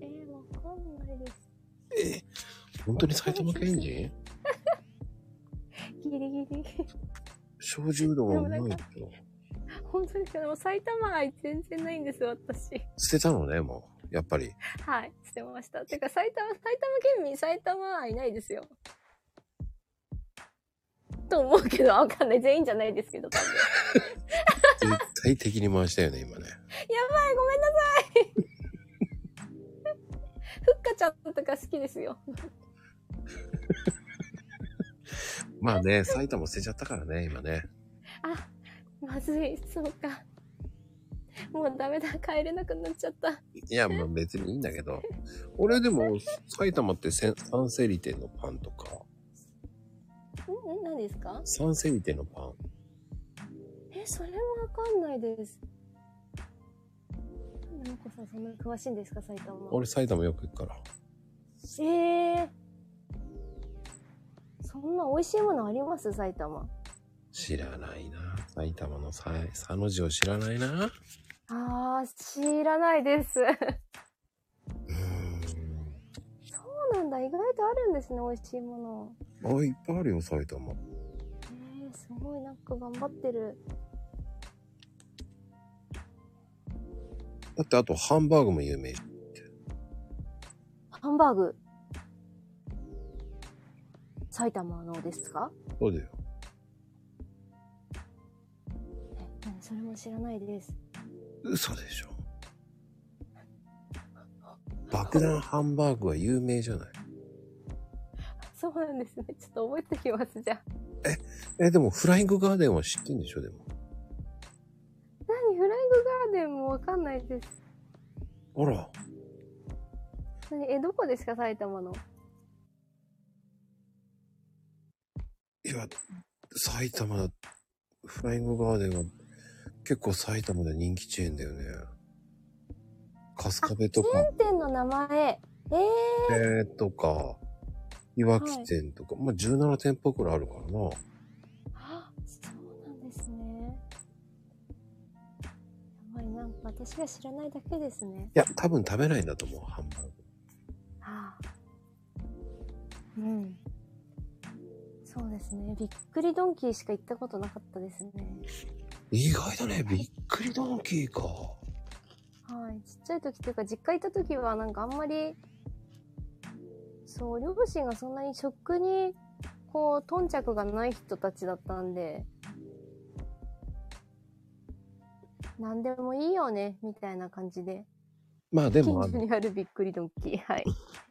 えー、わかんないですえ本当に埼玉県人ギリギリ醤油うどんはうまいでしょ。本当ですかでも埼玉愛全然ないんです私捨てたのね、もう。やっぱり。はい捨てましたてか埼玉埼玉県民埼玉愛ないですよと思うけどわかんない全員じゃないですけど多分や絶対敵に回したよね、今ね。ばいごめんなさいふっかちゃんとか好きですよまあね、埼玉捨てちゃったからね、今ね。あまずいそうかもうダメだ帰れなくなっちゃったいや、まあ別にいいんだけど。俺でも、埼玉ってせんサンセリテのパンとか、んん何ですかサンセリテのパン。えそれもわかんないですなんでもこさんそんなに詳しいんですか埼玉俺埼玉よく行くから。ええそんな美味しいものあります埼玉。知らないな。埼玉のさ、さの字を知らないな。うああ、知らないです。そーん。うなんだ。意外とあるんですね、美味しいもの。あ、いっぱいあるよ、埼玉。ええすごい、なんか頑張ってる。だってあとハンバーグも有名。ハンバーグ。埼玉のですかそうだよ。えうんそれも知らないです。嘘でしょ。爆弾ハンバーグは有名じゃない。そうなんですね。ちょっと覚えてきます、じゃあ。え、でもフライングガーデンは知ってんでしょ、でも。何フライングガーデンもわかんないです。あら。何え、どこですか埼玉の。いや、埼玉だ、フライングガーデンは、結構埼玉で人気チェーンだよね。春日部とチかェー、ン店の名前。えええーとか、いわき店とか、まあ17店舗くらいあるからな。あ、そうなんですね。やばい、なんか私が知らないだけですね。いや、多分食べないんだと思う、ハンバーグ。ああ。うん。そうですね。びっくりドンキーしか行ったことなかったですね。意外だね、びっくりドンキーか。はい。ちっちゃい時というか、実家行った時はなんかあんまり、そう、両親がそんなに食に、こう、頓着がない人たちだったんで、なんでもいいよね、みたいな感じで。まあで近も、あ所のにあるびっくりドンキー。はい。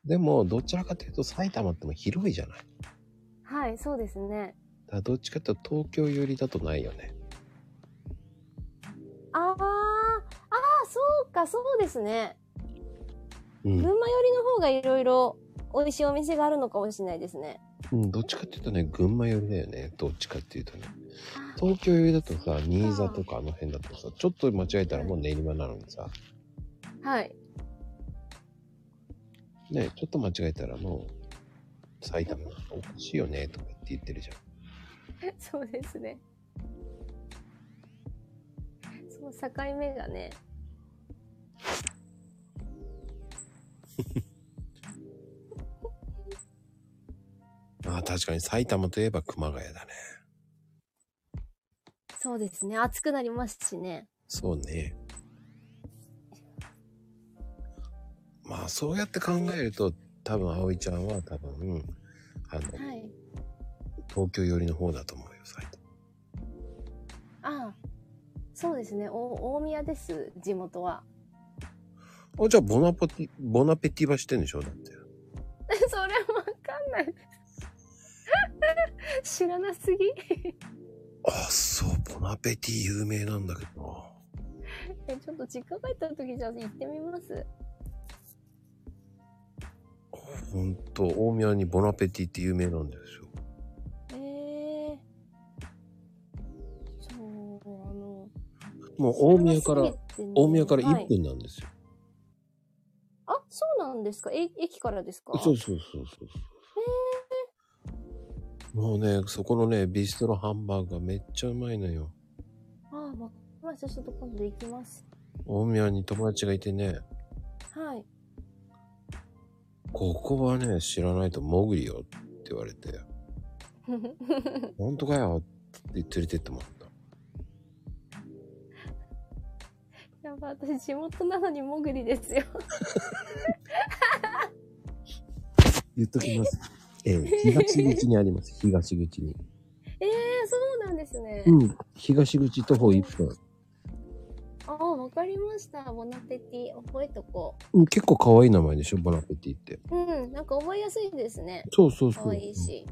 でも、どちらかというと埼玉っても広いじゃない。だかはい、そうですね。らどっちかというと東京寄りだとないよね。あー、あー、そうか、そうですね。う群ん。馬寄りの方がいろいろ美味しいお店があるのかもしれないですね。うん、どっちかというとね、群馬寄りだよね。どっちかっていうとね。あ東京寄りだとさ、新座とかあの辺だとさ、ちょっと間違えたらもう練馬なのにさ、はい。 ね、ちょっと間違えたらもう、埼玉なんかおかしいよね、とかって言ってるじゃん。そうですね。その境目がね。ああ、確かに埼玉といえば熊谷だね。そうですね。暑くなりますしね。そうね。まあ、そうやって考えると、多分、葵ちゃんは多分、あの、はい。東京寄りの方だと思うよ、埼玉。ああ。そうですね。お大宮です。地元は。 あ、じゃあ、ボナポティ、ボナペティはしてんでしょだって。それわかんない。 知らなすぎ。あ、そう、ボナペティ有名なんだけどな。えちょっと実家帰った時じゃあ行ってみます。ほんと、大宮にボナペティって有名なんですよ。ええそう、あの、もう大宮から、知らなすぎてね大宮からは1い分なんですよ。あ、そうなんですかえ駅からですかそうそうそうそうそう。もうね、そこのね、ビストロハンバーグがめっちゃうまいのよ。あ、わかりました。ちょっと今度行きます。大宮に友達がいてね、はい。 ここはね、知らないと潜りよって言われて、本当かよって連れてってもらった。やばい、私地元なのにもぐりですよ。 言っときます。 ええ東口にあります。東口に。ええそうなんですね。うん。東口徒歩1分。ああ、わかりました。ボナペティ、覚えとこうん結構可愛い名前でしょ、ボナペティって。う。うん、なんか覚えやすいですね。そうそうそう。可愛いし。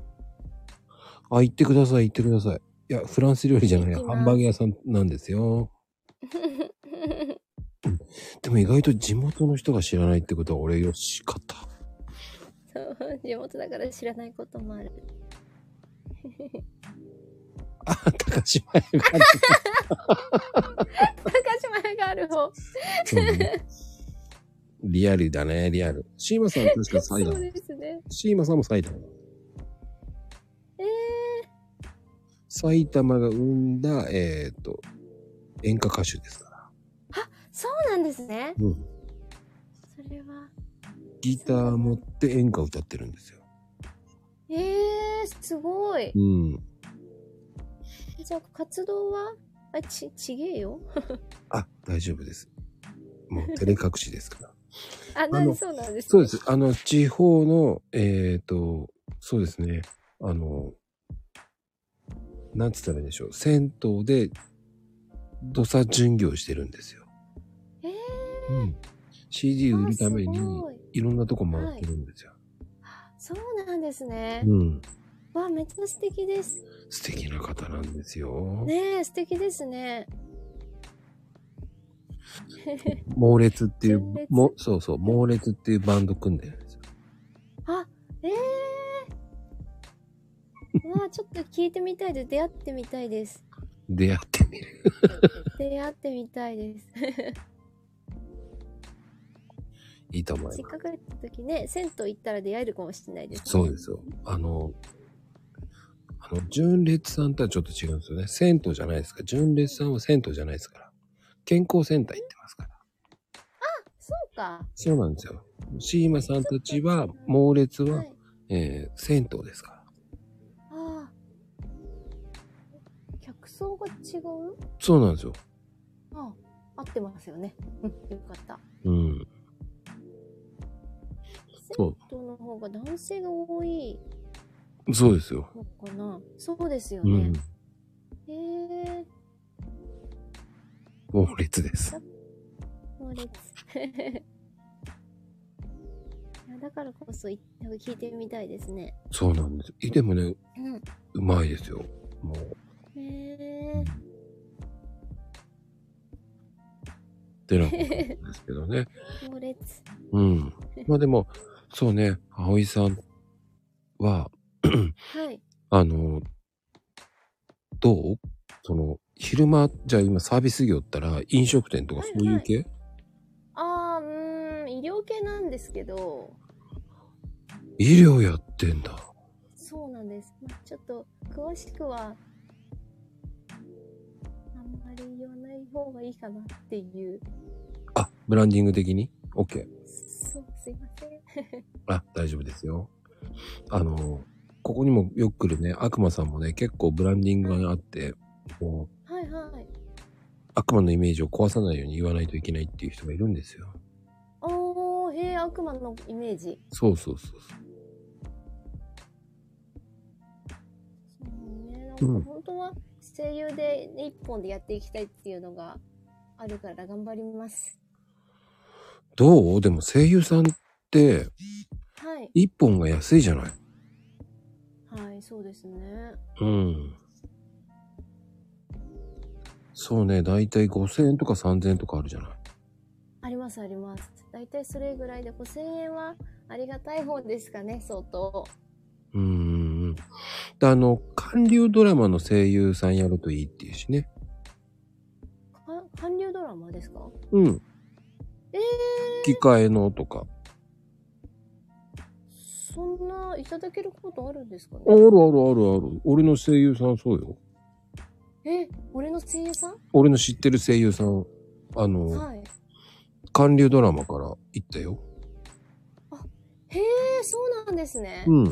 あ、行ってください、行ってください。いや、フランス料理じゃない、行きまハすンバーグ屋さんなんですよ。でも意外と地元の人が知らないってことは俺よしかった。そう地元だから知らないこともある。 あ、高島屋がある。高島屋がある方。 そうねリアルだね、リアル。シーマさんは確かそ埼う玉。ですね。シーマさんも埼玉だ。ええ埼玉が生んだ、えっ、と、演歌歌手ですから。そうなんですね。うん。それは。ギター持って演歌歌ってるんですよ。ええすごい。うん。じゃあ活動はあ、ち、ちげえよ。あ、大丈夫です。もう照れ隠しですから。あ、なあのんそうなんで す、ね。そう です。あの、地方の、えっ、と、そうですね。あの、なんつったらいいんでしょう。銭湯で、土佐巡業してるんですよ。ええうん。CD 売るためあすにごい、いろんなとこ回ってるんですよ。そうなんですね。うん。わ、めっちゃ素敵です。素敵な方なんですよ。ねえ、素敵ですね。猛烈っていう純烈、も、そうそう、猛烈っていうバンド組んでるんですよ。あ、ええ ー。わあ、ちょっと聞いてみたいです。出会ってみたいです。出会ってみる。出会ってみたいです。いいと思いますせっ。かくった時ね、銭湯行ったら出会えるかもしれないです、ね。そうですよ。あの、あの、純烈さんとはちょっと違うんですよね。銭湯じゃないですか。純烈さんは銭湯じゃないですから。健康センター行ってますから。そうか。そうなんですよ。シーマさんたちは、猛烈は、はい。えー、銭湯ですから。ああ。客層が違うそうなんですよ。ああ、合ってますよね。うん、よかった。うん。銭湯の方が男性が多いそうですよ。のかな。そうですようねん。。へえ猛烈です。ー、猛烈。 いやだからこそい聞いてみたいですね。そうなんです。いてもね、うん。うまいですよ。もう。へえってなことなんですけどね。ー、猛烈。うん。まあでも、そうね、葵さんは、 はい。あの、どうその、昼間、じゃあ今サービス業ったら飲食店とかそういう系、ああ、うーん、医療系なんですけど、医療やってんだ。そうなんです。まあ、ちょっと、詳しくは、あんまり言わない方がいいかなっていう。あ、ブランディング的に ?OK。そう、すいません。あ、大丈夫ですよ。あの、ここにもよく来るね、悪魔さんもね、結構ブランディングがあって、もう、はいはい。悪魔のイメージを壊さないように言わないといけないっていう人がいるんですよ。おー、へえ、悪魔のイメージ。そうそうそうそう。そうね、なんうんか本当は声優でね一本でやっていきたいっていうのがあるから頑張ります。どうでも声優さんって、はい。一本が安いじゃない。はい、そうですね。うん。そうね、だいたい5000円とか3000円とかあるじゃない。ありますあります。だいたいそれぐらいで5000円はありがたい方ですかね、相当。うんうんうん。であの、韓流ドラマの声優さんやるといいっていうしね。か韓流ドラマですかうん。え吹き替えのとか。ー、そんないただけることあるんですかねああるあるあるある。俺の声優さんそうよ。え、俺の声優さん俺の知ってる声優さん、あの、はい。韓流ドラマから行ったよ。へえ、そうなんですね。うん。え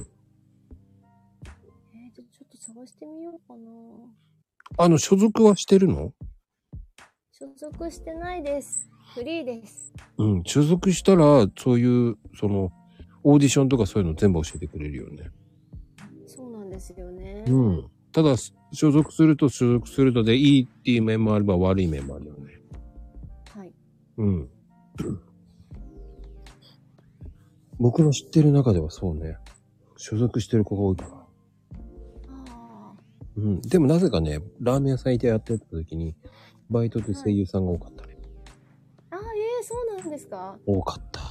ー、ちょちょっと探してみようかな。あの、所属はしてるの所属してないです。フリーです。うん。所属したら、そういう、その、オーディションとかそういうの全部教えてくれるよね。そうなんですよね。うん。ただ、所属すると所属するとでいいっていう面もあれば悪い面もあるよね。はい。うん。僕の知ってる中ではそうね。所属してる子が多いかな。ああ、うん。でもなぜかね、ラーメン屋さんいてやってた時に、バイトで声優さんが多かったね。あーえー、そうなんですか多かった。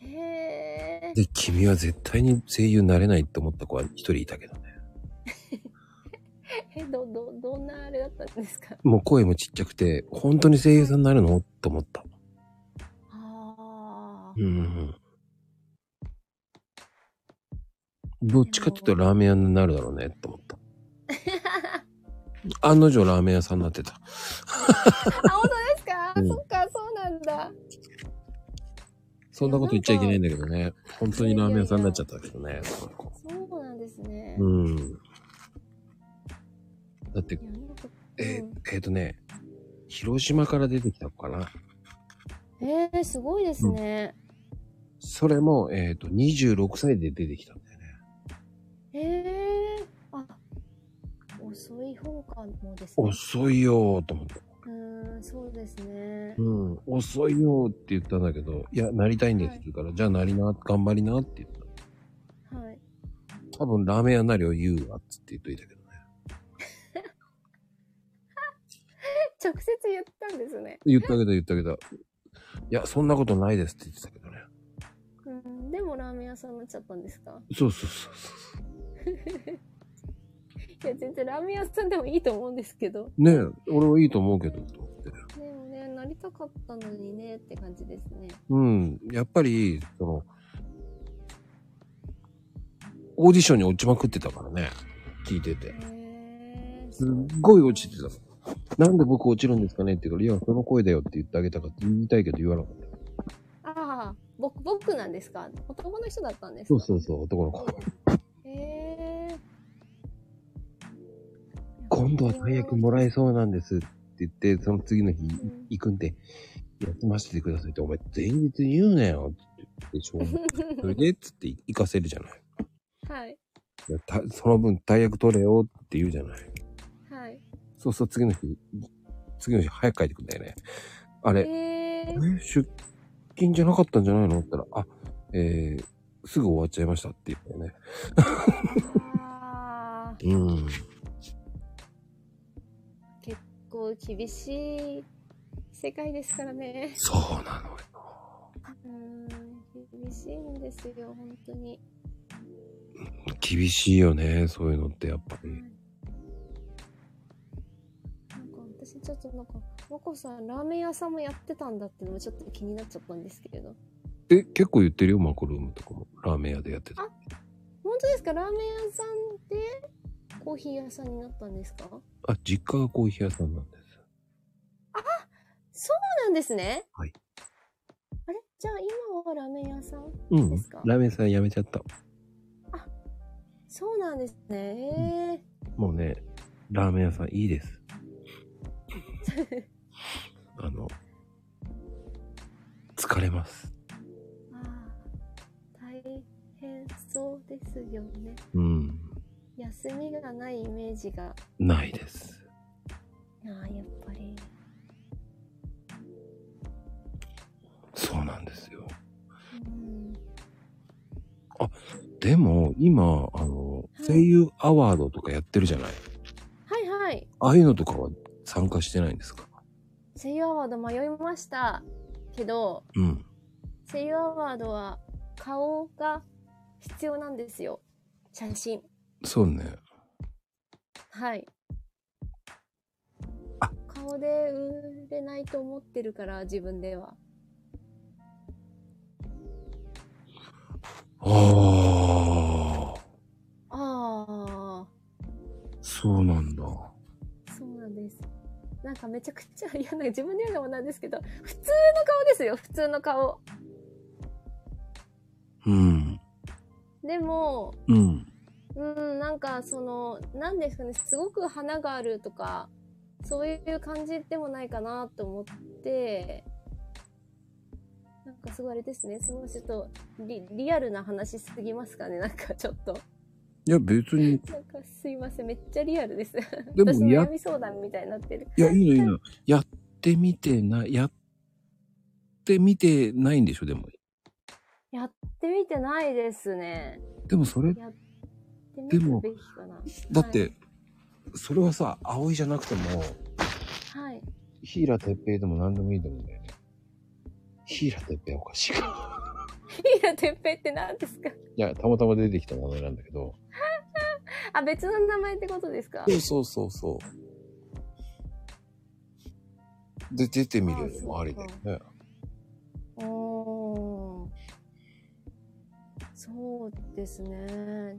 へえ。で、君は絶対に声優になれないって思った子は一人いたけどね。え、ど、ど、どんなあれだったんですかもう声もちっちゃくて、本当に声優さんになるのと思った。ああう。ん。どっちかって言ったらラーメン屋になるだろうねって思 った。案の定ラーメン屋さんになってた。あ、本当ですか、うんそっか、そうなんだ。そんなこと言っちゃいけないんだけどね。本当にラーメン屋さんになっちゃったけどね。そうなんですね。うん。だってい、やなんかえうんーえっ、とね、広島から出てきたのかな。えー、すごいですね。それも、えっ、と、26歳で出てきたんだよね。えー、あ、遅い方かもですね。遅いよーと思った。うーん、そうですねう。ん、遅いよーって言ったんだけど、いや、なりたいんですって言うから、じゃあなりな、頑張りなって言った。はい。多分ラーメン屋なりを言うわっつって言っといたけどね。直接言ったんですね。言ったけど言ったけど。いや、そんなことないですって言ってたけどね。うん、でもラーメン屋さんになっちゃったんですかそうそうそうそう。いや、全然ラーメン屋さんでもいいと思うんですけど。ねえ、俺はいいと思うけど、と思って。でもね、なりたかったのにねって感じですね。うん。やっぱり、その、オーディションに落ちまくってたからね。聞いてて。へえ。すっごい落ちてたの。なんで僕落ちるんですかねって言うから、いや、その声だよって言ってあげたかって言いたいけど言わなかった。ああ、僕、僕なんですか男の人だったんですそかうそうそう、男の子。へえ。今度は最悪もらえそうなんですって言って、その次の日ん行くんで、休ませてくださいって、お前前日に言うなよって言って、しょうがないそれでっつって行かせるじゃない。はい。いやたその分大役取れよって言うじゃない。はい。そうそう、次の日、次の日早く帰ってくんだよね。あれ、へえ。え出勤じゃなかったんじゃないのって言ったら、あ、えー、すぐ終わっちゃいましたって言ったよね。ああ、うん。結構厳しい世界ですからね。そうなのよ。うーん、厳しいんですよ、本当に。厳しいよね、そういうのってやっぱり。なんか私ちょっとなんか、もこさんラーメン屋さんもやってたんだってのもちょっと気になっちゃったんですけれど。え、結構言ってるよ、マコルームとかも。ラーメン屋でやってた。本当ですかラーメン屋さんでコーヒー屋さんになったんですかそうあ、実家がコーヒー屋さんなんです。なんですね。はい。あれじゃあ今はラーメン屋さんうでんすか。ラーメン屋さん辞めちゃった。そうなんですね。もうね、ラーメン屋さんいいです。あの、疲れます。ああ、大変そうですよね。うん。休みがないイメージが。ないです。ああ、やっぱり。そうなんですよ。うん。でも、今、あの、い声優アワードとかやってるじゃない。はいはい。ああいうのとかは参加してないんですか声優アワード迷いましたけど、うん。声優アワードは顔が必要なんですよ。写真。そうね。はい。あ顔で売れないと思ってるから、自分では。ああ、あそうなんだ。あ、そうなんです。なんかめちゃくちゃ嫌な、自分で言うのもなんですけど、普通の顔ですよ、普通の顔。うん。でも、うん。うん、なんかその、なんですかね、すごく花があるとか、そういう感じでもないかなと思って、なんかすごいあれですね、すごいちょっとリリアルな話すぎますかね、なんかちょっと。いや、別に、なんかすいません、めっちゃリアルです。でも私のや悩み相談みたいになってる。いや、いいのいいの。やってみてな、やってみてないんでしょ、でも。やってみてないですね。でもそれ、やってみるでもべきかな。だって、それはさ、葵じゃなくても、はい。はい。平哲平でも何でもいいと思うんだよね。平哲平おかしいか。 いや、てっぺいって何ですかいや、たまたま出てきた名前なんだけど。あ、別の名前ってことですかそうそうそうそう。で、出てみるのもありだよね。おーそうですね。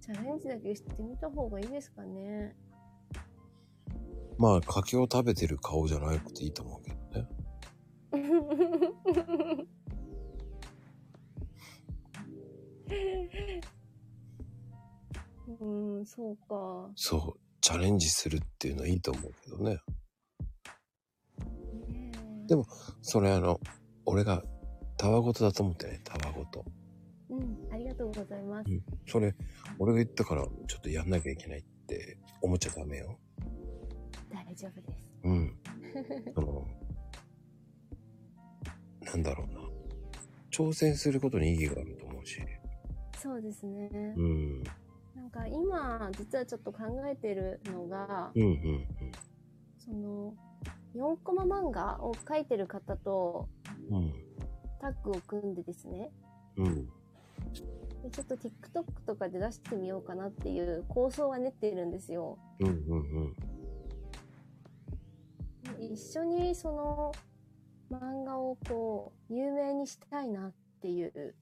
チャレンジだけしてみた方がいいです かね。まあ、柿を食べてる顔じゃなくていいと思うけどね。うん、そうか。そう、チャレンジするっていうのはいいと思うけどね。ねえでもそれあの、俺が、たわごとだと思ってね、たわごと。うん、ありがとうございます。それ、俺が言ったから、ちょっとやんなきゃいけないって思っちゃダメよ。大丈夫です。うん。あの、なんだろうな。挑戦することに意義があると思うし。そうですね。うん。なんか今、実はちょっと考えてるのがうん、うんその、4コマ漫画を書いてる方とうん。タッグを組んでですね、うん。うん。でちょっと TikTok とかで出してみようかなっていう構想は練ってるんですよ。うんうんうん。一緒にその漫画をこう有名にしたいなっていう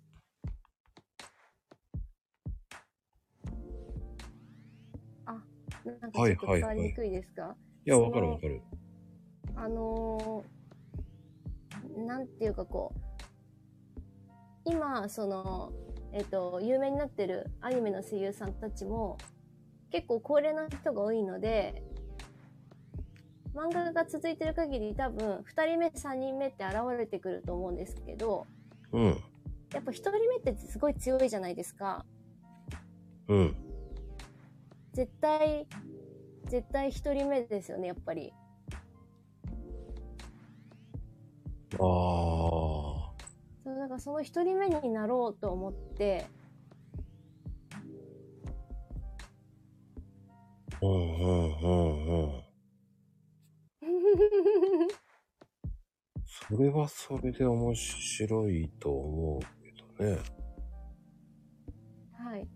あなんかちょっとはいはい伝わりにくいですか、いや、そのわかるわかる。あのーなんていうかこう今そのえっ、と有名になってるアニメの声優さんたちも結構高齢な人が多いので漫画が続いてる限り多分2人目3人目って現れてくると思うんですけどうん。やっぱ1人目ってすごい強いじゃないですかうん。絶対絶対1人目ですよねやっぱりああ。そうだからその一人目になろうと思って うんうんうんうん。それはそれで面白いと思うけどね。はい。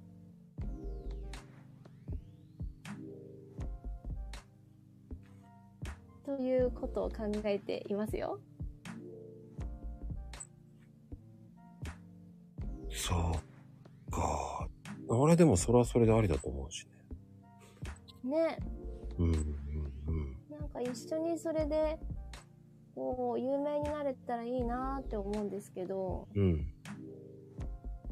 ということを考えていますよ。そうか。あれでもそれはそれでありだと思うしね。ね。うんうんなんか一緒にそれで、こう、有名になれたらいいなって思うんですけど、うん。うん。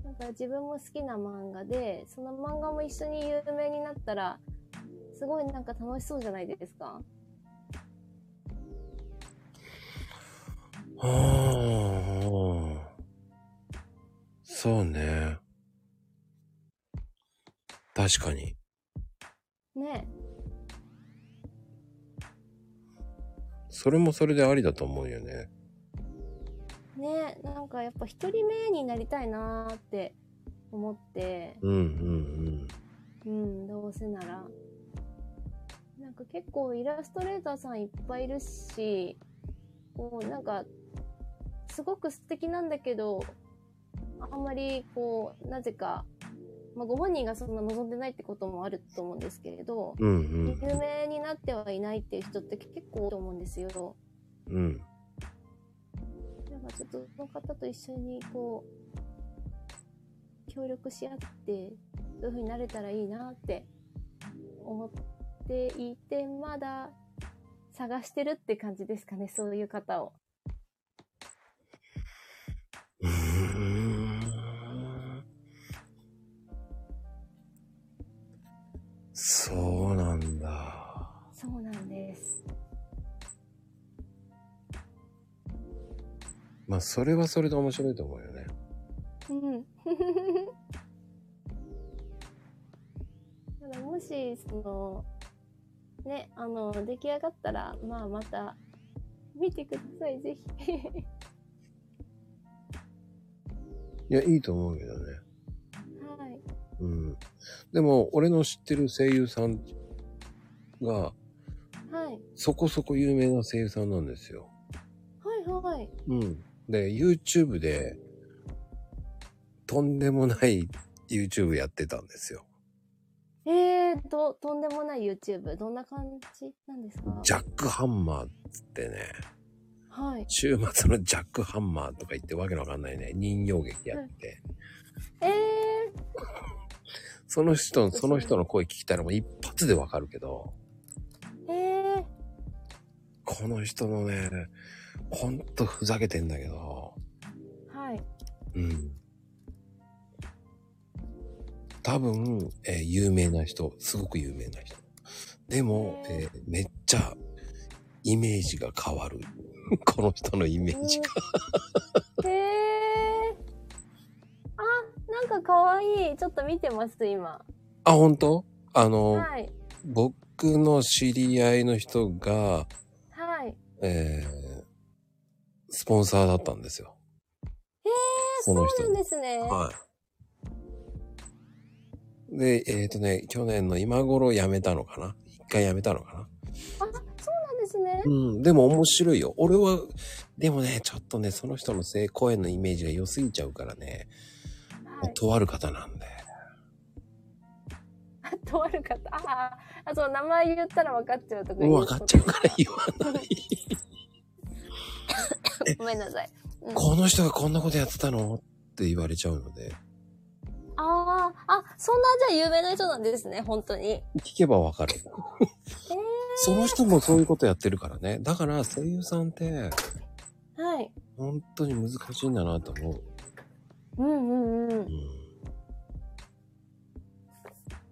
なんか自分も好きな漫画で、その漫画も一緒に有名になったら、すごいなんか楽しそうじゃないですか。ああ。そうね。確かに。ね。それもそれでありだと思うよね。ね。なんかやっぱ一人目になりたいなって思って、うんうんうん、どうせなら。なんか結構イラストレーターさんいっぱいいるし、こうなんか、すごく素敵なんだけど、あんまりこう、なぜか、まあご本人がそんな望んでないってこともあると思うんですけれど、うん。うん有名になってはいないっていう人って結構多いと思うんですよ。うん。うん。なんかちょっとその方と一緒にこう、協力し合って、そういう風になれたらいいなって思っていて、まだ探してるって感じですかね、そういう方を。うーんそうなんだ。そうなんです。まあ、それはそれで面白いと思うよね。 うん。ただもし、その、ね、あの、出来上がったら、まあまた、見てください、ぜひ。いや、いいと思うけどね。はい。うん。でも、俺の知ってる声優さんが、はい。そこそこ有名な声優さんなんですよ。はいはい。うん。で、YouTube で、とんでもない YouTube やってたんですよ。えーと、とんでもない YouTube。どんな感じなんですかジャックハンマーっつってね。はい。週末のジャックハンマーとか言ってわけのわかんないね、人形劇やってて、えその人、その人の声聞きたらもう一発でわかるけど、ー、えこの人のね、ほんとふざけてんだけど、ー、はい。うん。多分、えー有名な人、すごく有名な人。でも、えーめっちゃ、イメージが変わる。 この人のイメージが。えー、えー、あ、なんか可愛い。ちょっと見てます、今。あ、本当あの、はい。僕の知り合いの人が、はい。えー、スポンサーだったんですよ。えー、このそう人なんですね。はい。で、えっ、とね、去年の今頃辞めたのかな一回辞めたのかなあ、そうなんですね。うん、でも面白いよ。俺は、でもね、ちょっとね、その人の声、声のイメージが良すぎちゃうからね、はい。とある方なんで。とある方。ああ、あそう、名前言ったら分かっちゃうとか言うもうこ分かとっちゃうから言わない。ごめんなさい。うんこの人がこんなことやってたのって言われちゃうので、ああ、あ、そんなじゃあ有名な人なんですね、本当に。聞けばわかる。その人もそういうことやってるからね。だから声優さんって、はい。本当に難しいんだなと思う。うんうんう。うんん、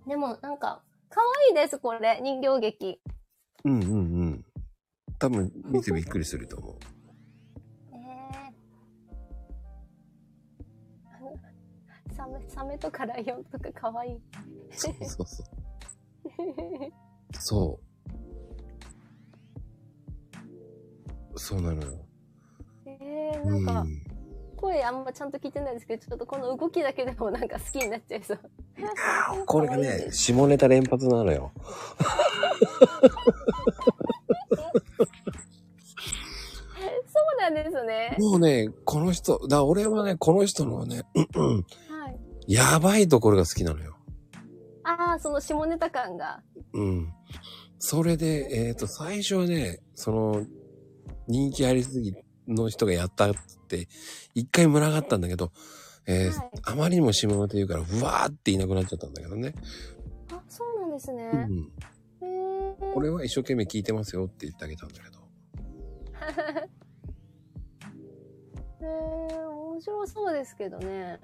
でも、なんか、可愛いです、これ。人形劇。うん、うんうん。多分、見てびっくりすると 思う。えー、サメ、サメとかライオンとか可愛い。そうそうそう。そう。そうなのよ。えー、うん。なんか、声あんまちゃんと聞いてないですけど、ちょっとこの動きだけでもなんか好きになっちゃいそう。これが可愛いねで、す下ネタ連発なのよ。そうなんですね。もうね、この人、だ俺はね、この人のね、はい。やばいところが好きなのよ。ああ、その下ネタ感が。うん。それで、えっ、と、最初はね、その、人気ありすぎの人がやったって、一回群がったんだけど、えーはいあまりにも下ネタ言うから、うわーっていなくなっちゃったんだけどね。あ、そうなんですねう。ん。へー俺は一生懸命聞いてますよって言ってあげたんだけど。 えー、面白そうですけどね。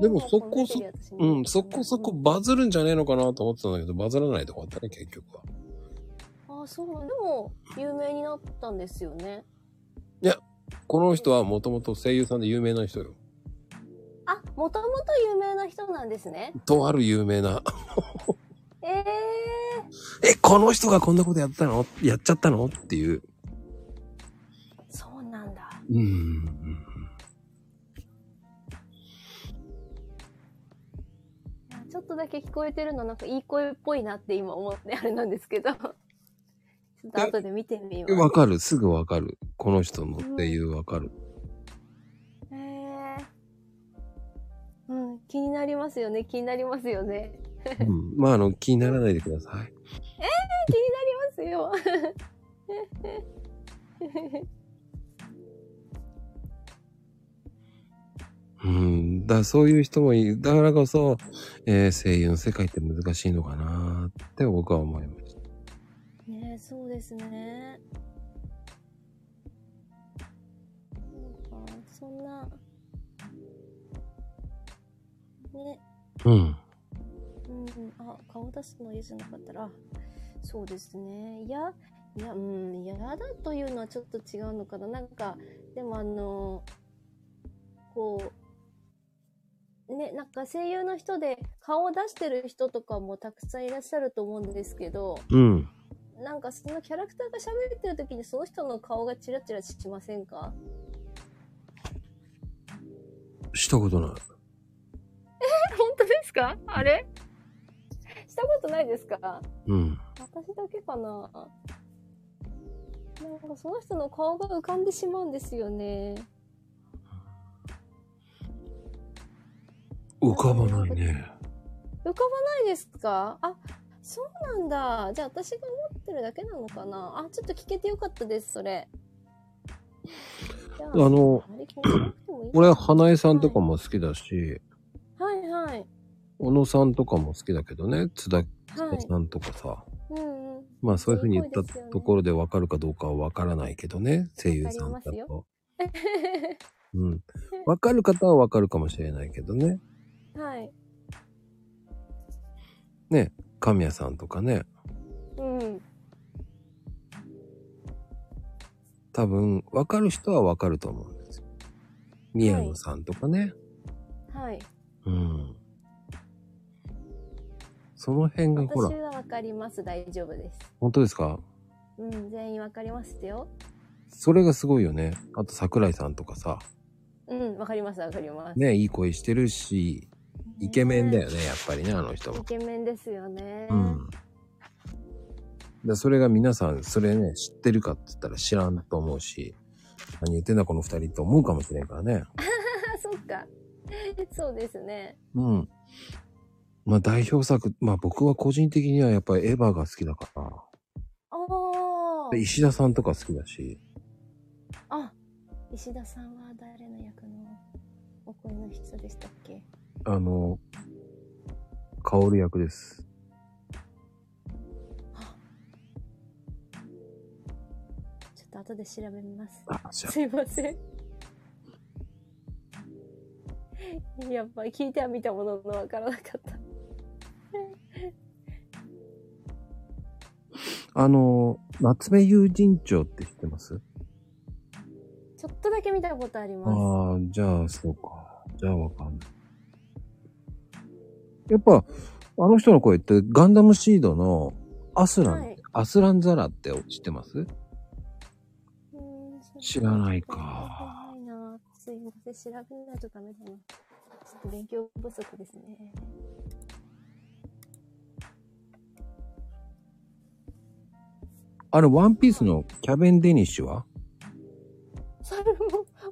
でもそこそ今のテレビ私見たうん、そこそこ。バズるんじゃねえのかなと思ってたんだけど、バズらないとこあったね、結局は。あ、そう。でも、有名になったんですよね。この人はもともと声優さんで有名な人よ。あ、もともと有名な人なんですね。とある有名な、 ええ、えこの人がこんなことやったのやっちゃったのっていう。ー、そうなんだ。うんうんうん。ちょっとだけ聞こえてるの、なんかいい声っぽいなって今思ってあれなんですけど。ち ょっと後で見てみえまわす。かる、すぐわかる。この人のっていうわかる。えー、うん、気になりますよね、気になりますよね。うん、まあ、あの、気にならないでください。気になりますよ。うん、だそういう人もいる。だからこそ、えー声優の世界って難しいのかなって僕は思いました。ねえそうですね。なんか、そんな、ね、うん。うん、あ、顔出すの嫌じゃなかったら、あそうですね。いや、いや、うん、嫌だというのはちょっと違うのかな。なんか、でもあの、こう、ね、なんか声優の人で顔を出してる人とかもたくさんいらっしゃると思うんですけど、うん。なんかそのキャラクターが喋ってる時にその人の顔がチラチラしませんかしたことない。 本当ですかあれしたことないですかうん。私だけかななんかその人の顔が浮かんでしまうんですよね。浮かばないね。浮かばないですかあ、そうなんだ。じゃあ私が思ってるだけなのかなあ、ちょっと聞けてよかったです、それ。じゃあ、あの、あまり気にしなくてもいい。俺、花江さんとかも好きだし、はいはい。小野さんとかも好きだけどね、津田はい。さんとかさ、うんうん。まあそういうふうに言ったすごいですよねところでわかるかどうかはわからないけどね、声優さんわだかりますと。うん。わかる方はわかるかもしれないけどね、はい。神谷さんとかね、うん。多分わかる人はわかると思うんですよ。宮野さんとかね、はい。うん。その辺がほら私、はわかります。大丈夫です。本当ですかうん、全員わかりますよ。それがすごいよね。あと桜井さんとかさ、うん、わかります、わかります。ね、いい声してるし、イケメンだよね、やっぱりね、あの人ね。イは。ケメンですよね。うん。でそれが皆さん、それね、知ってるかって言ったら知らんと思うし、何言ってんだこの二人って思うかもしれんからね。 あ、そっか。そうですね。うん。まあ代表作、まあ僕は個人的にはやっぱりエヴァが好きだから。あでー石田さんとか好きだし。あ。石田さんは誰の役のお声の人でしたっけあの、薫役です。ちょっと後で調べます。あ、じゃすいません。やっぱり聞いては見たもののわからなかった。あ、あの、夏目友人帳って知ってますちょっとだけ見たことありああます。ー、じゃあ、そうか。じゃあわかんない。やっぱ、あの人の声ってガンダムシードのアスラン、はいアスランザラって知ってますうーん知らないか。知らないな。すいません。調べないとダメだな。ちょっと勉強不足ですね。あれ、ワンピースのキャベン・デニッシュはそれも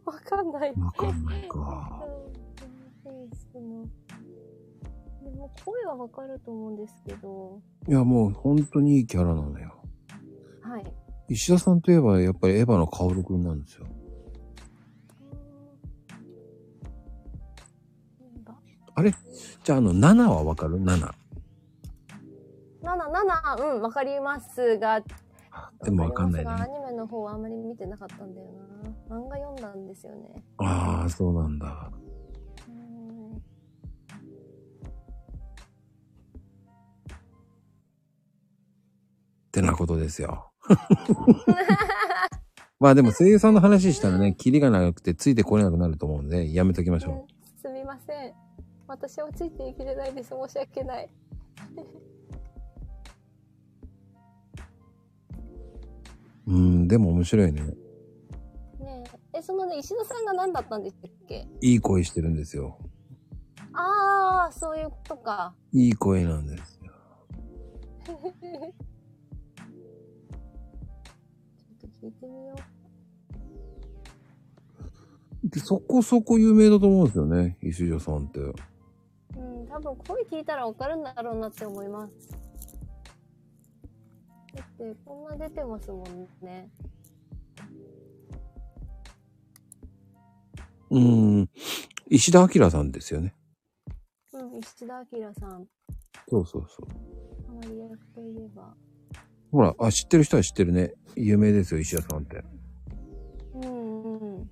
わかんない。わかんないうんか。そのでも声はわかると思うんですけど、いや、もう本当にいいキャラなのよ。はい。石田さんといえばやっぱりエヴァのカオルくんなんですよ。じゃああの7はわかる ?7。七七うんわかりますがでもわかんないわね。かりますがアニメの方はあんまり見てなかったんだよな漫画読んだんですよねああ、そうなんだ。うんってなことですよ。 まあでも声優さんの話したらね、キリが長くてついてこれなくなると思うんで、やめときましょ。すみません私はついていけれないです申し訳ないううん、でも面白いね。ねええそのね石田さんが何だったんでしたっけいい声してるんですよ。ああそういうことかいい声なんですよ。ちょっと聞いてみようで、そこそこ有名だと思うんですよね、石田さんって。うん、多分声聞いたらわかるんだろうなって思います。だって、こんな出てますもんね。うん、石田明さんですよね。うん、石田明さん、そうそうそう。あまり役といえば。ほら、あ、知ってる人は知ってるね。有名ですよ、石田さんって。うんうん。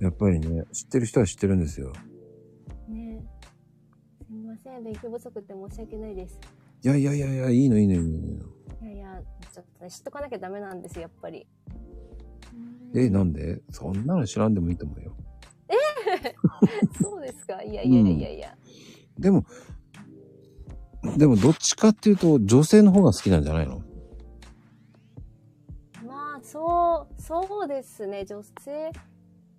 やっぱりね、知ってる人は知ってるんですよ。ねえすみません、勉強不足って申し訳ないです。いやいやいやいや、いいのいいのいいのいいの。いやいや、ちょっとね、知っとかなきゃダメなんです、やっぱり。え、なんんでそんなの知らんでもいいと思うよ。そうですかいやいやいやいや。でも、でもどっちかっていうと、女性の方が好きなんじゃないのまあ、そう、そうですね、女性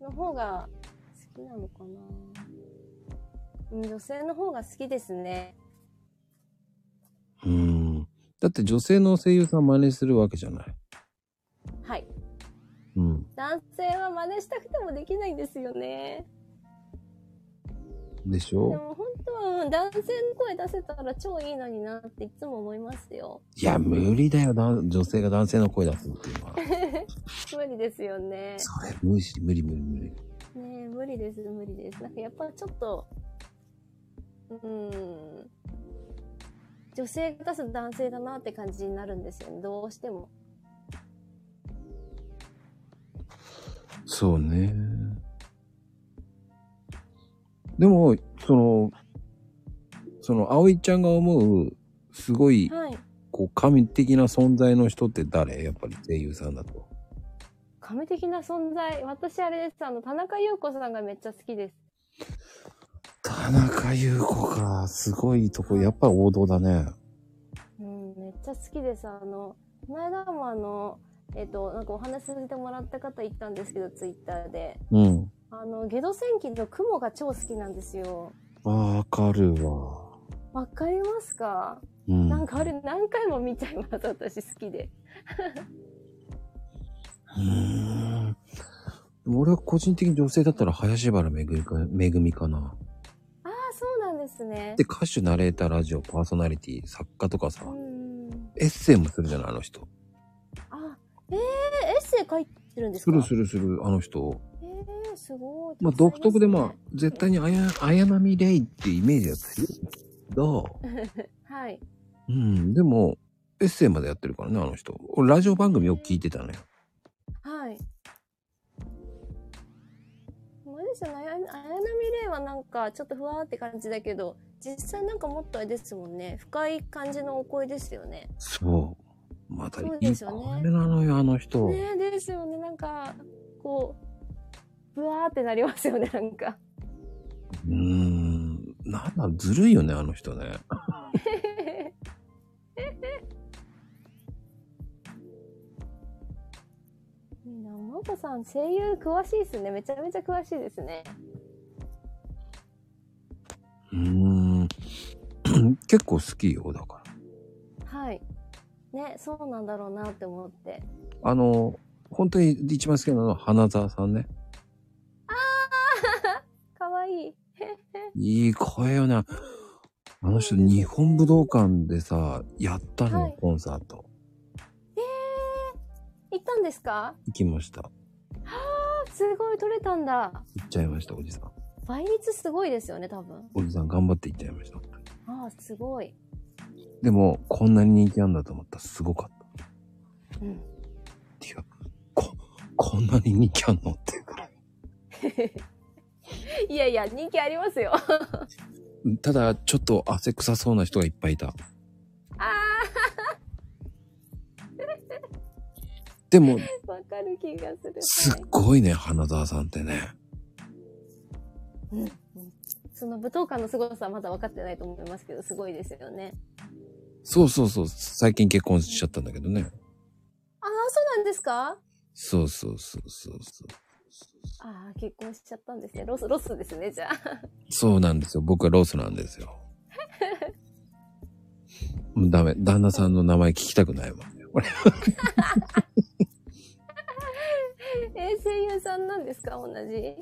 の方が好きなのかな。うん女性の方が好きですね。うーん。だって女性の声優さん真似するわけじゃない。はい。うん。男性は真似したくてもできないんですよね。でしでょも本当は、うん、男性の声出せたら超いいのになっていつも思いますよ。いや、無理だよ、だ女性が男性の声出すっていうのは。無理ですよね。それ、無理し、無理無理無理。ねえ無理です、無理です。なんかやっぱちょっと、うん、女性が出す男性だなって感じになるんですよね。どうしても。そうね。でも、その、その、葵ちゃんが思う、すごい、はい。こう、神的な存在の人って誰やっぱり声優さんだと。神的な存在。私あれです。あの、田中優子さんがめっちゃ好きです。田中優子か。すごいとこ、やっぱ王道だね。うん、めっちゃ好きです。あの、この間もあの、えっと、なんかお話しさせてもらった方いたんですけど、ツイッターで。うん。あの、ゲド戦記の雲が超好きなんですよ。わかるわ。わかりますかうん。なんかあれ何回も見ちゃいます。私好きで。うーんでも俺は個人的に女性だったら林原めぐみかめぐみかな。ああ、そうなんですね。で、歌手、ナレーター、ラジオ、パーソナリティ、作家とかさう、ん。エッセイもするじゃない、あの人。あ、ええエッセイ書いてるんですすかるするする、あの人。ええすごい。まあ、多独彩すね特で、まあ、絶対にあや、あやなみれいってイメージが強いけど、はい。うん、でも、エッセイまでやってるからね、あの人。俺、ラジオ番組を聞いてたのよ。はい。まあ、ですよね。あやあやなみれいはなんか、ちょっとふわーって感じだけど、実際なんかもっとあれですもんね。深い感じのお声ですよね。そう。またいそういですよね声なのよ、あの人。ねえ、ですよね。なんか、こう、ぶわーってなりますよね、なんか。うーん、なんだ、ずるいよね、あの人ね。 いいな、もこさん、声優詳しいですね。めちゃめちゃ詳しいですね。うーん、 結構好きよ、だから。はい。ね、そうなんだろうなって思って。あの、本当に一番好きなのは花沢さんね。かわいい。いい声よね。あの人、日本武道館でさ、やったのはよい、コンサート。行ったんですか行きました。あすごい、撮れたんだ。行っちゃいました、おじさん。倍率すごいですよね、多分。おじさん頑張って行っちゃいました。ああ、すごい。でも、こんなに人気なんだと思ったらすごかった。っうん。ていうか、こ、こんなに人気あんのっていうくらい。いやいや、人気ありますよ。ただ、ちょっと汗臭そうな人がいっぱいいた。 あで も、あ、わかる気がする。すっごいね、花沢さんってね。うんうんその舞踏館の凄さはまだ分かってないと思いますけど、すごいですよね。そうそうそう、最近結婚しちゃったんだけどね。ああ、そうなんですかそうそうそうそうそう。ああ、結婚しちゃったんですね。ロス、ロスですね、じゃあ。 そうなんですよ。僕はロースなんですよ。 もうダメ。旦那さんの名前聞きたくないもん。えー声優さんなんですか同じ。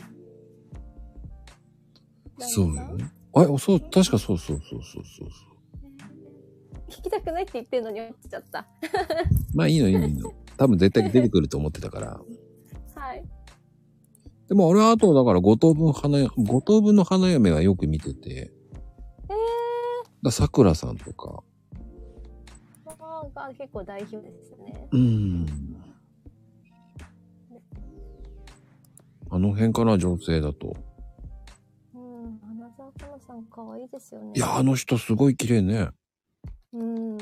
そうよ旦那さん。ね。あれ、そう、確かそうそうそうそうそうそう。聞きたくないって言ってんのに落ちちゃった。まあいいのいいのいいの。多分絶対出てくると思ってたから。はい。でも俺はあとだから五等分花嫁、五等分の花嫁はよく見てて、えださくらさんとか、ー、まあが結構代表ですね。うん。あの辺かな、女性だと。うん、花澤香菜さん可愛いですよね。いや、あの人すごい綺麗ね。うん。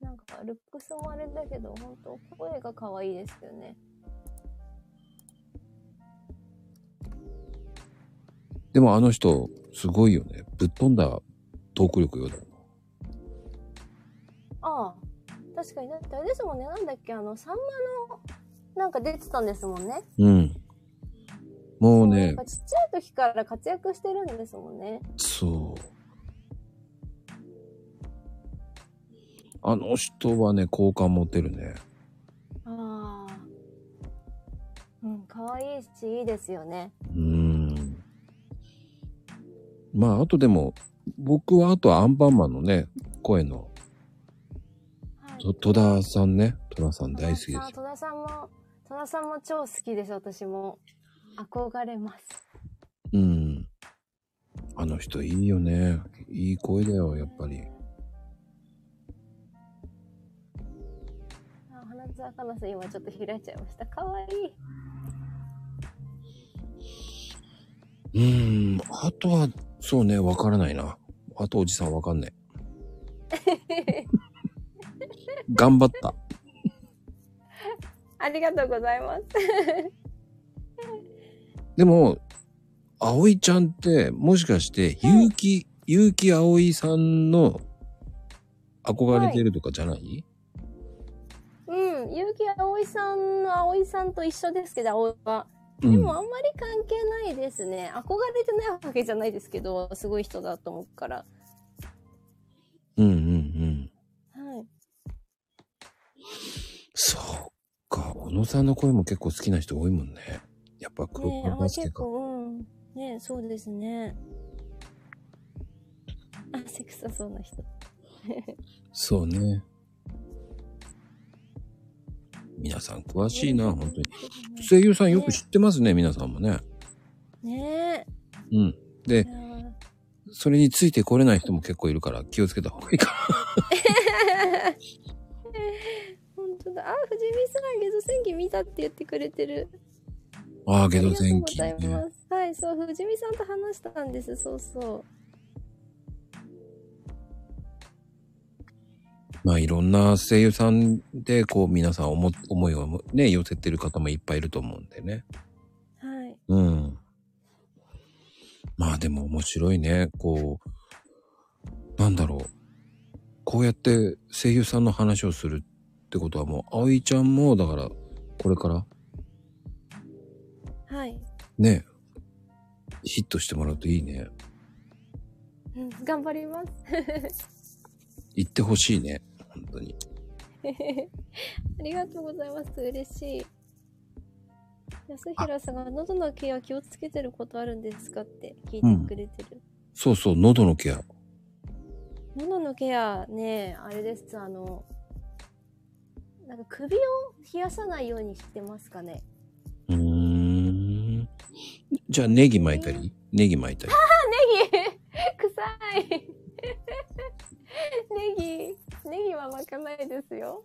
なんか、ルックスもあれだけど、本当声が可愛いですよね。でもあの人、すごいよね。ぶっ飛んだトーク力よだ。ああ、確かに。だってあれですもんね。なんだっけ、あの、サンマの、なんか出てたんですもんね。うん。もうなねん、かちっちゃい時から活躍してるんですもんね。そう。あの人はね、好感持てるね。ああ。うん、可愛いし、いいですよね。うーん。まあ、あとでも、僕はあとアンパンマンのね、声の、はいと戸田さんね。戸田さん戸田大好きですさん。戸田さんも、戸田さんも超好きです、私も。憧れます。うん。あの人いいよね。いい声だよ、やっぱり。あ花澤香菜さん、今ちょっと開いちゃいました。可愛い。うーん。あとは、そうね、わからないな。あとおじさんわかんない。頑張った。 ありがとうございます。でも、葵ちゃんって、もしかして、はい結城、結城葵さんの憧れてるとかじゃない、うん、結城葵さんの葵さんと一緒ですけど、葵は。うでん。もあんまり関係ないですね。憧れてないわけじゃないですけど、すごい人だと思うから。はうんうんうん。い。そうか。小野さんの声も結構好きな人多いもんね。やっぱ空ねえ、間があ好結きか。構、うん。ねえ、そうですね。汗臭そうな人。そうね。皆さん詳しいな、本当に。声優さんよく知ってますね、皆さんもね。ねうん。え。でい、やーそれについてこれない人も結構いるから気をつけた方がいいか。本当だ。あ、藤見さん、ゲド戦記見たって言ってくれてる。 ああ、あゲりドがとう前ご期ざいね。ます。はい、そう、藤見さんと話したんです。そうそまあいろんな声優さんで、こう皆さん思思いをね、寄せてる方もいっぱいいると思うんでね。う。はい。うん。まあでも面白いね。こう、なんだろう。こうやって声優さんの話をするってことはもう、葵ちゃんも、だから、これからはい。ね、ヒットしてもらうといいね。うん頑張ります。言ってほしいね。本当に。 ありがとうございます。嬉しい。安弘さんが喉のケア気をつけてることあるんですかって聞いてくれてる。そうそう、喉のケア。喉のケアね、あれです。あの、なんか首を冷やさないようにしてますかね。うーん。じゃあ、ネギ巻いたりネギ巻いたり。ネギ臭い ネギネギは巻かないですよ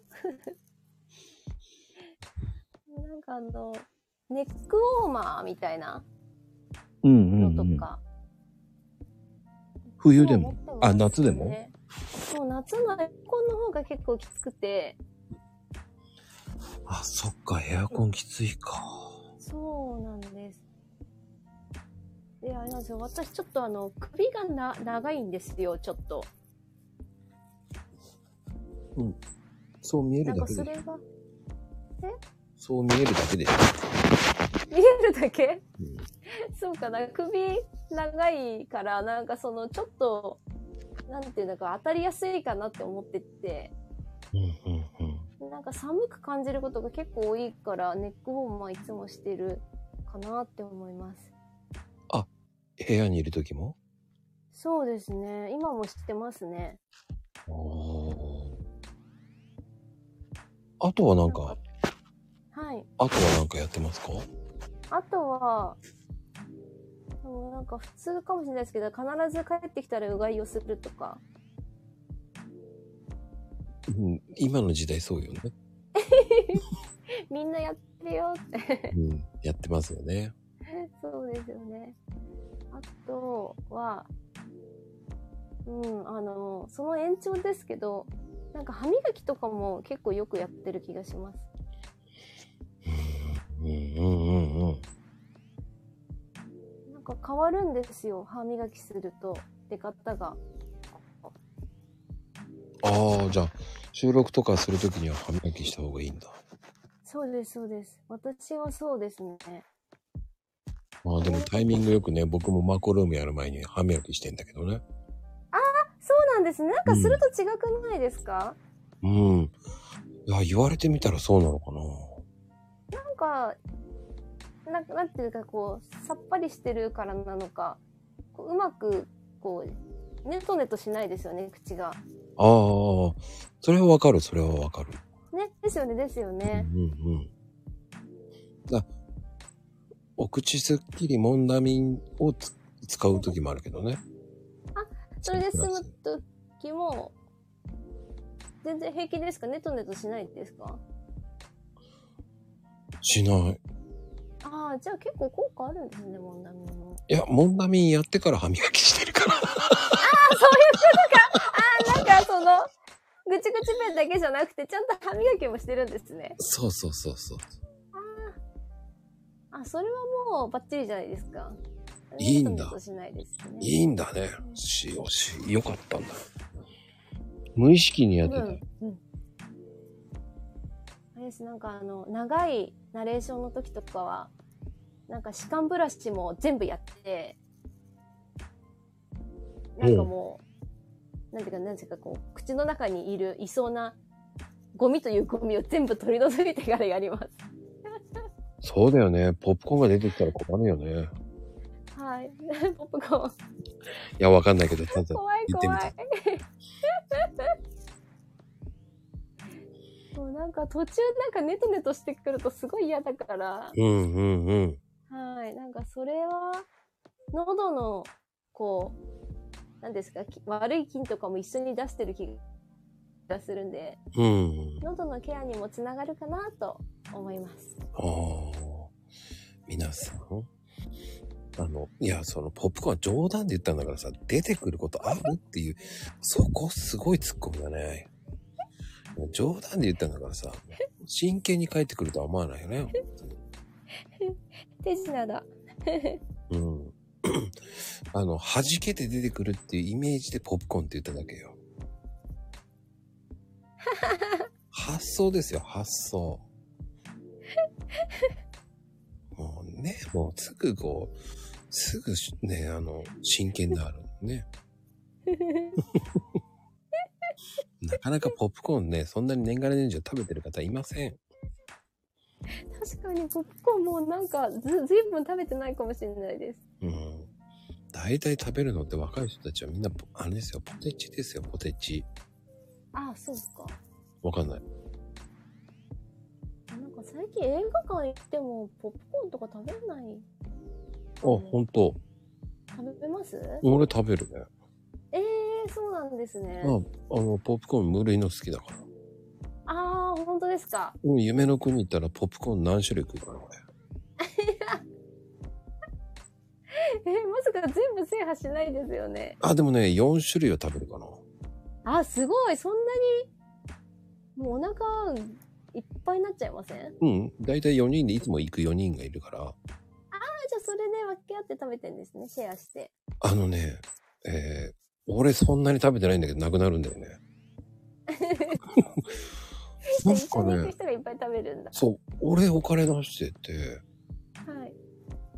なんかあのネックウォーマーみたいなうんのうん、うとん。か、冬でもそう持ってますあ、夏でもねそう夏のエアコンの方が結構きつくてあ、そっか、エアコンきついか。そうなんですであれなんですよ私ちょっとあの首がな長いんですよちょっとそう見えなるんだかけそでれがそう見えるだけで見えるだけ うんそうかな、首長いから、なんかそのちょっと、なんていうのか、当たりやすいかなって思ってて、うんうんうん。なんか寒く感じることが結構多いから、ネックウォーマーいつもしてるかなって思います。部屋にいる時もそうですね、今もしてますね。あとはなんか、はい。あとはなんかやってますかあとは、でもなんか普通かもしれないですけど、必ず帰ってきたらうがいをするとか。うん、今の時代そうよね。みんなやってるよって。うん、やってますよね。そうですよね。あとは、うん、あの、その延長ですけど、なんか歯磨きとかも結構よくやってる気がします。うんうんうんうん。なんか変わるんですよ、歯磨きすると、出方が。ああ、じゃあ、収録とかするときには歯磨きした方がいいんだ。そうです、そうです。私はそうですね。まあでもタイミングよくね、僕もマコルームやる前に歯磨きしてんだけどね。そうなんですね。なんかすると違くないですか、うん。いや、言われてみたらそうなのかな。なんか、なんかなんていうかこう、さっぱりしてるからなのか、こううまく、こう、ネトネトしないですよね、口が。ああ、それはわかる、それはわかる。ね、ですよね、ですよね。うんうんうん。だお口すっきりモンダミンをつ使う時もあるけどね。それで済む時も、全然平気ですかネトネトしないですかしない。ああ、じゃあ結構効果あるんですね、モンダミンも。いや、モンダミンやってから歯磨きしてるから。なんかその、ぐちぐちペンだけじゃなくて、ちゃんと歯磨きもしてるんですね。 そうそうそうそう。あ、それはもうバッチリじゃないですか。いいんだネトネトしないですね。いいんだね。しよし、よかったんだ。無意識にやっ多てた。分、うん。あれです、なんかあの、長いナレーションの時とかは、なんか歯間ブラシも全部やって、なんかもう、なんていうか、なんていうか、こう、口の中にいる、いそうな、ゴミというゴミを全部取り除いてからやります。そうだよね。ポップコーンが出てきたら困るよね。はい。 ポップコーン。いや、わかんないけど、ただ、怖い行ってみ怖たい。 もうなんか途中なんかネトネトしてくるとすごい嫌だから。うんうんうん。はい。なんかそれは、喉の、こう、なんですか、き悪い菌とかも一緒に出してる気がするんで、うん。喉のケアにもつながるかなと思います。ああ。皆さん。あの、いや、その、ポップコーンは冗談で言ったんだからさ、出てくることあるっていう、そこすごい突っ込みだね。冗談で言ったんだからさ、真剣に帰ってくるとは思わないよね。手品だ。 うん。あの、弾けて出てくるっていうイメージでポップコーンって言っただけよ。発想ですよ、発想。もうね、もうすぐこう、すぐしね、あの、真剣であるね。なかなかポップコーンね、そんなに年がら年中食べてる方いません。確かにポップコーンもうなんかず、ずいぶん食べてないかもしれないです。うん。大体食べるのって若い人たちはみんな、あれですよ、ポテチですよ、ポテチ。ああ、そうか。わかんない。なんか最近映画館行ってもポップコーンとか食べない。あ、ほんと。食べます俺食べるね。ええー、そうなんですね。ああの、ポップコーン無類の好きだから。ああ、本当ですか。うん夢の国行ったらポップコーン何種類食うから、俺。えー、まさか全部制覇しないですよね。あ、でもね、4種類は食べるかな。あ、すごい、そんなに、もうお腹いっぱいになっちゃいませんあ、じゃうん。だいたい4人でいつも行く4人がいるから。あそれで分け合って食べてんですね、シェアして。あのね、えー、俺そんなに食べてないんだけど、なくなるんだよね。一なん緒かに行くね、人がいっぱい食べるんだ。そう、俺お金出してて、はい。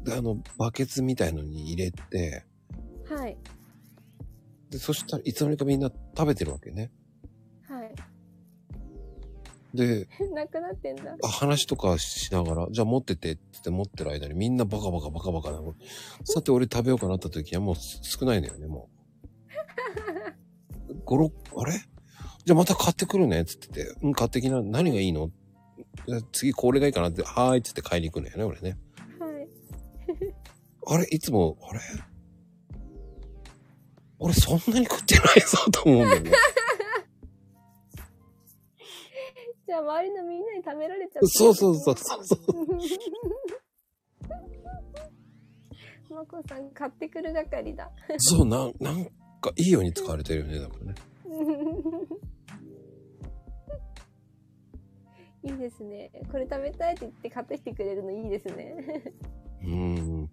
で、あの、バケツみたいのに入れて、はい。で、そしたらいつの間にかみんな食べてるわけね。はい。 で、なくなってんだ。あ話とかしながら、じゃあ持っててって言って持ってる間にみんなバカバカバカバカな。さて俺食べようかなった時にはもうす少ないのよね、もう。5、6、あ れじゃあまた買ってくるねっつってて、うん、買ってきな、何がいいのじゃあ次これがいいかなって、はーいっつって買いに行くのよね、俺ね。はい。あれいつも、あれ俺そんなに食ってないぞと思うんだよね。じゃあ周りのみんなに食べられちゃった。そうそうそうそうそう。マコさん買ってくる係だ。そう、なん、なんかいいように使われてるよね、だからね。いいですね。これ食べたいって言って買ってきてくれるのいいですね。 うーん。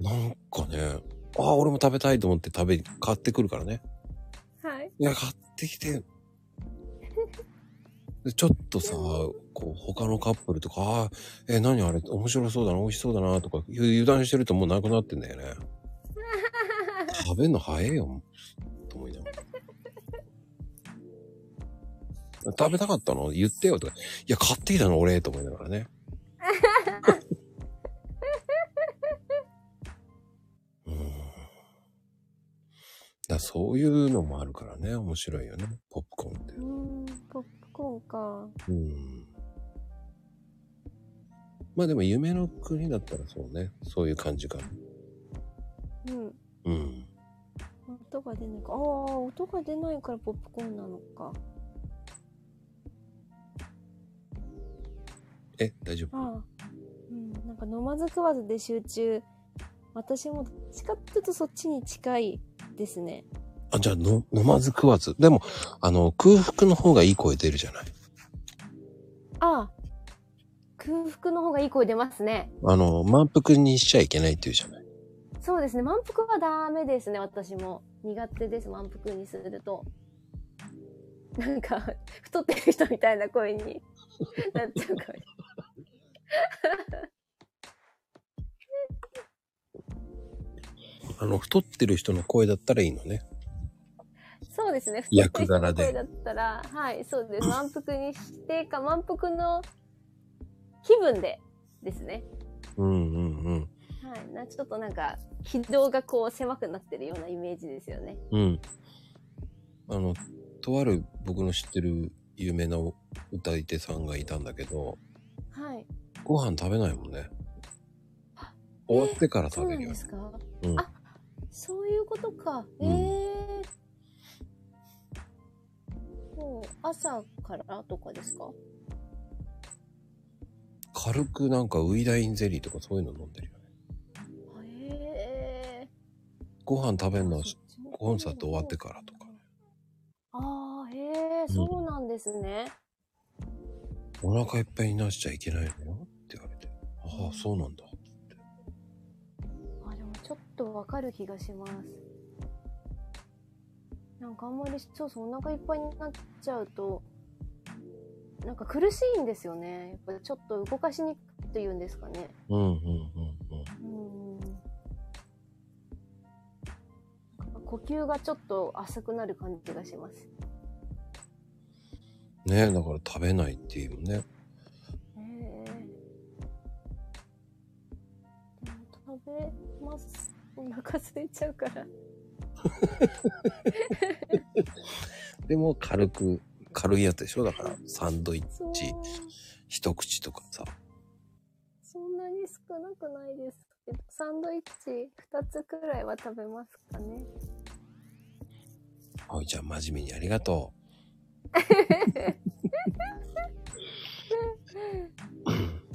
なんかね、ああ、俺も食べたいと思って食べ、買ってくるからね。はい。いや、買ってきて。でちょっとさ、こう、他のカップルとか、ああ、え、何あれ、面白そうだな、美味しそうだな、とか、ゆ油断してるともうなくなってんだよね。食べんの早いよ、と思いながら。食べたかったの言ってよ、とか。いや、買ってきたの俺、と思いながらね。うんだそういうのもあるからね、面白いよね、ポップコーンってう。ん、ポップコーンか。うん。まあでも夢の国だったらそうね、そういう感じかな。うん。うん。音が出ないか。ああ、音が出ないからポップコーンなのか。え、大丈夫ああ。うん、なんか飲まず食わずで集中。私もどっちかっていうとそっちに近いですね。あ、じゃあの飲まず食わず。でも、あの、空腹の方がいい声出るじゃない。ああ。空腹の方がいい声出ますね。あの、満腹にしちゃいけないっていうじゃない。そうですね。満腹はダメですね、私も。苦手です、満腹にすると。なんか、 太ってる人みたいな声に なっちゃうから。あの、太ってる人の声だったらいいのね。そうですね。役柄で太ってる人の声だったら、はい、そうです。満腹にしてか、満腹の気分でですね。うんうんうん。はい。なちょっとなんか、軌道がこう狭くなってるようなイメージですよね。うん。あの、とある僕の知ってる有名な歌い手さんがいたんだけど、はい。ご飯食べないもんねあ。終わってからそう食なべんるよでね。すかうんあそういうことか。うえんえー。もう、朝からとかですか軽くなんかウイダインゼリーとかそういうの飲んでるよね。ええご飯食べー。るのはそっちのコンサート終わってからとか。ああ、へえ、そうなんですね。お腹いっぱいになっちゃいけないのよって言われて。ああ、そうなんだ。あ、でもちょっとわかる気がします。なんかあんまり、そうそう、お腹いっぱいになっちゃうと、なんか苦しいんですよね。やっぱりちょっと動かしにくいっていうんですかね。うんうんうんうん。うん。なんか呼吸がちょっと浅くなる感じがします。ねえ、だから食べないっていうね。へえ。でも食べます。お腹空いちゃうから。でも軽く、軽いやつでしょだからサンドイッチそう。一口とかさ。そんなに少なくないですけど、サンドイッチ2つくらいは食べますかね。葵ちゃん真面目にありがと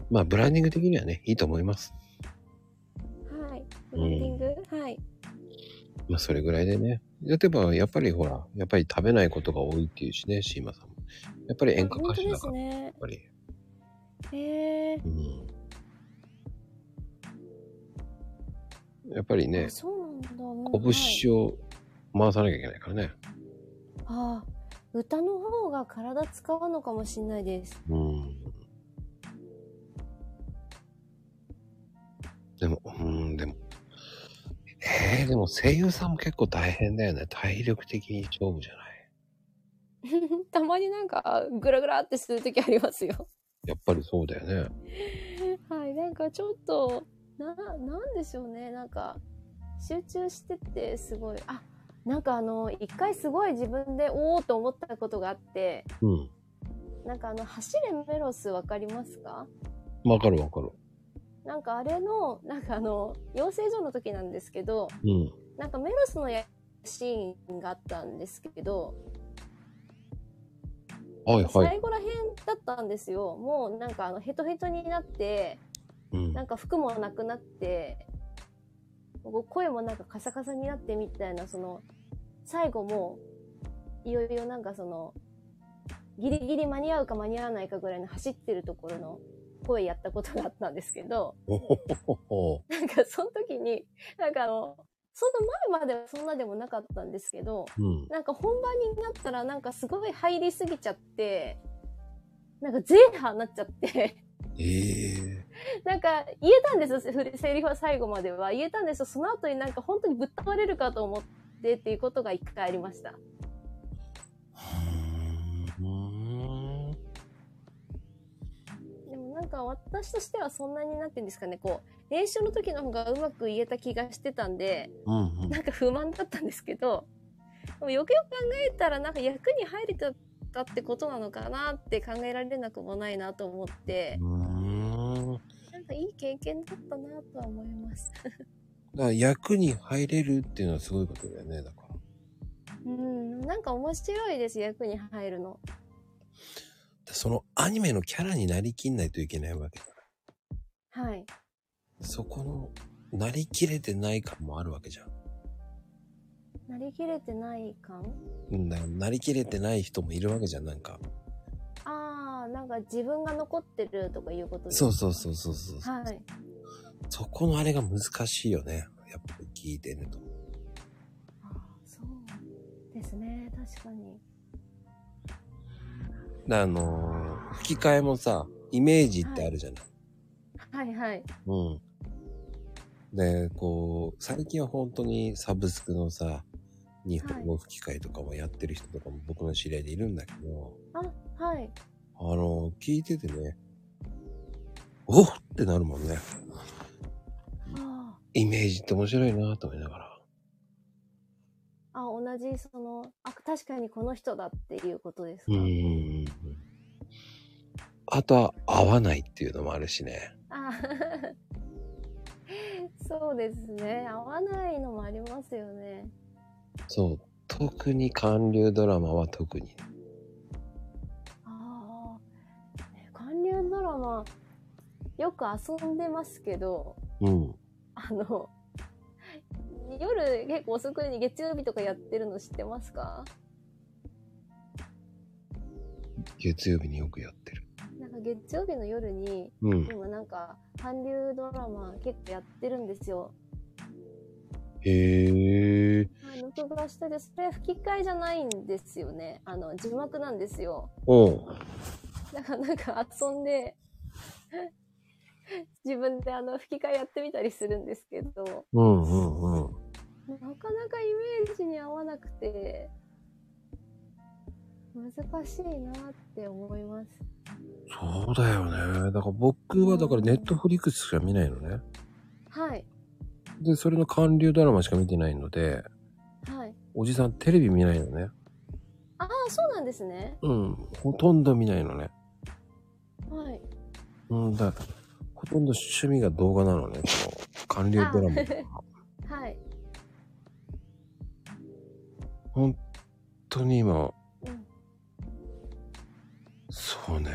う。まあ、ブランディング的にはね、いいと思います。はい。ブランディング、はい。まあ、それぐらいでね。例えば、やっぱりほら、やっぱり食べないことが多いっていうしね、シーマさんも。やっぱり演歌あ本歌当手でだかすら、やねっ。ぱり。へえ。うん。やっぱりねあ、そうなんだ。うんはい拳を回さなきゃいけないからね。ああ、歌の方が体使うのかもしれないです。うん。でも、うん、でも、えー、でも声優さんも結構大変だよね。体力的に勝負じゃない。たまになんか、グラグラってするときありますよ。やっぱりそうだよね。 はい、なんかちょっと、な、なんでしょうね。なんか、集中してて、すごい。あ、なんかあの、一回すごい自分で、おおと思ったことがあって、うん。なんかあの、走れメロスわかりますかわかるわかる。なんかあれの、なんかあの、養成所の時なんですけど、うん。なんかメロスのやシーンがあったんですけど、はいはい。最後ら辺だったんですよ。もうなんかあのヘトヘトになって、うんな。んか服もなくなって、こう声もなんかカサカサになってみたいな、その、最後も、いよいよなんかその、ギリギリ間に合うか間に合わないかぐらいの走ってるところの声やったことがあったんですけど、おほほほなんかその時に、なんかあの、その前まではそんなでもなかったんですけど、うん。なんか本番になったらなんかすごい入りすぎちゃって、なんかゼーハーになっちゃって、え えなんか言えたんですよ、ふセリフは最後までは。言えたんですよ、その後になんか本当にぶっ倒れるかと思ってっていうことが一回ありました。うーん。でもなんか私としてはそんなになっていうんですかね、こう、練習の時の方がうまく言えた気がしてたんで、うんうん。なんか不満だったんですけど、でもよくよく考えたらなんか役に入れてたってことなのかなって考えられなくもないなと思って、うーん。なんかいい経験だったなとは思います。だから役に入れるっていうのはすごいことだよね。だから。うん、なんか面白いです、役に入るの。でそのアニメのキャラになりきんないといけないわけだ。はい。そこの、なりきれてない感もあるわけじゃん。なりきれてない感うんだからなりきれてない人もいるわけじゃん、なんか。ああ、なんか自分が残ってるとかいうことですかそうそうそうそうそう。はい。そこのあれが難しいよね。やっぱり聞いてると。ああ、そうですね、確かに。であのー吹き替えもさ、イメージってあるじゃない。はいはい。うん。で、こう、最近は本当にサブスクのさ、日本語吹き替えとかもやってる人とかも僕の知り合いでいるんだけど、あ、はい。あの、聞いててね、おっってなるもんね。あイメージって面白いなと思いながら。あ、同じ、その、あ、確かにこの人だっていうことですうか。ん。あとは合わないっていうのもあるしね。あ そうですね。合わないのもありますよね。そう。特に韓流ドラマは特に。ああ、ね韓流ドラマ、よく遊んでますけど、うん。あの、夜結構遅くに月曜日とかやってるの知ってますか月曜日によくやってる。なんか月曜日の夜に、うん。今なんか韓流ドラマ結構やってるんですよ。へえ。はい録画してて、それ吹き替えじゃないんですよね。あの、字幕なんですよ。うん。だからなんか遊んで、自分であの吹き替えやってみたりするんですけど、うんうんうん。なかなかイメージに合わなくて、難しいなって思います。そうだよね。だから僕はだからネットフリックスしか見ないのね。はい、で、それの韓流ドラマしか見てないので、はい。おじさんテレビ見ないのね。ああ、そうなんですね。うん。ほとんど見ないのね。はい。うんだ。ほとんど趣味が動画なのね。その韓流ドラマとか。 はい。本当に今、うん。そうね。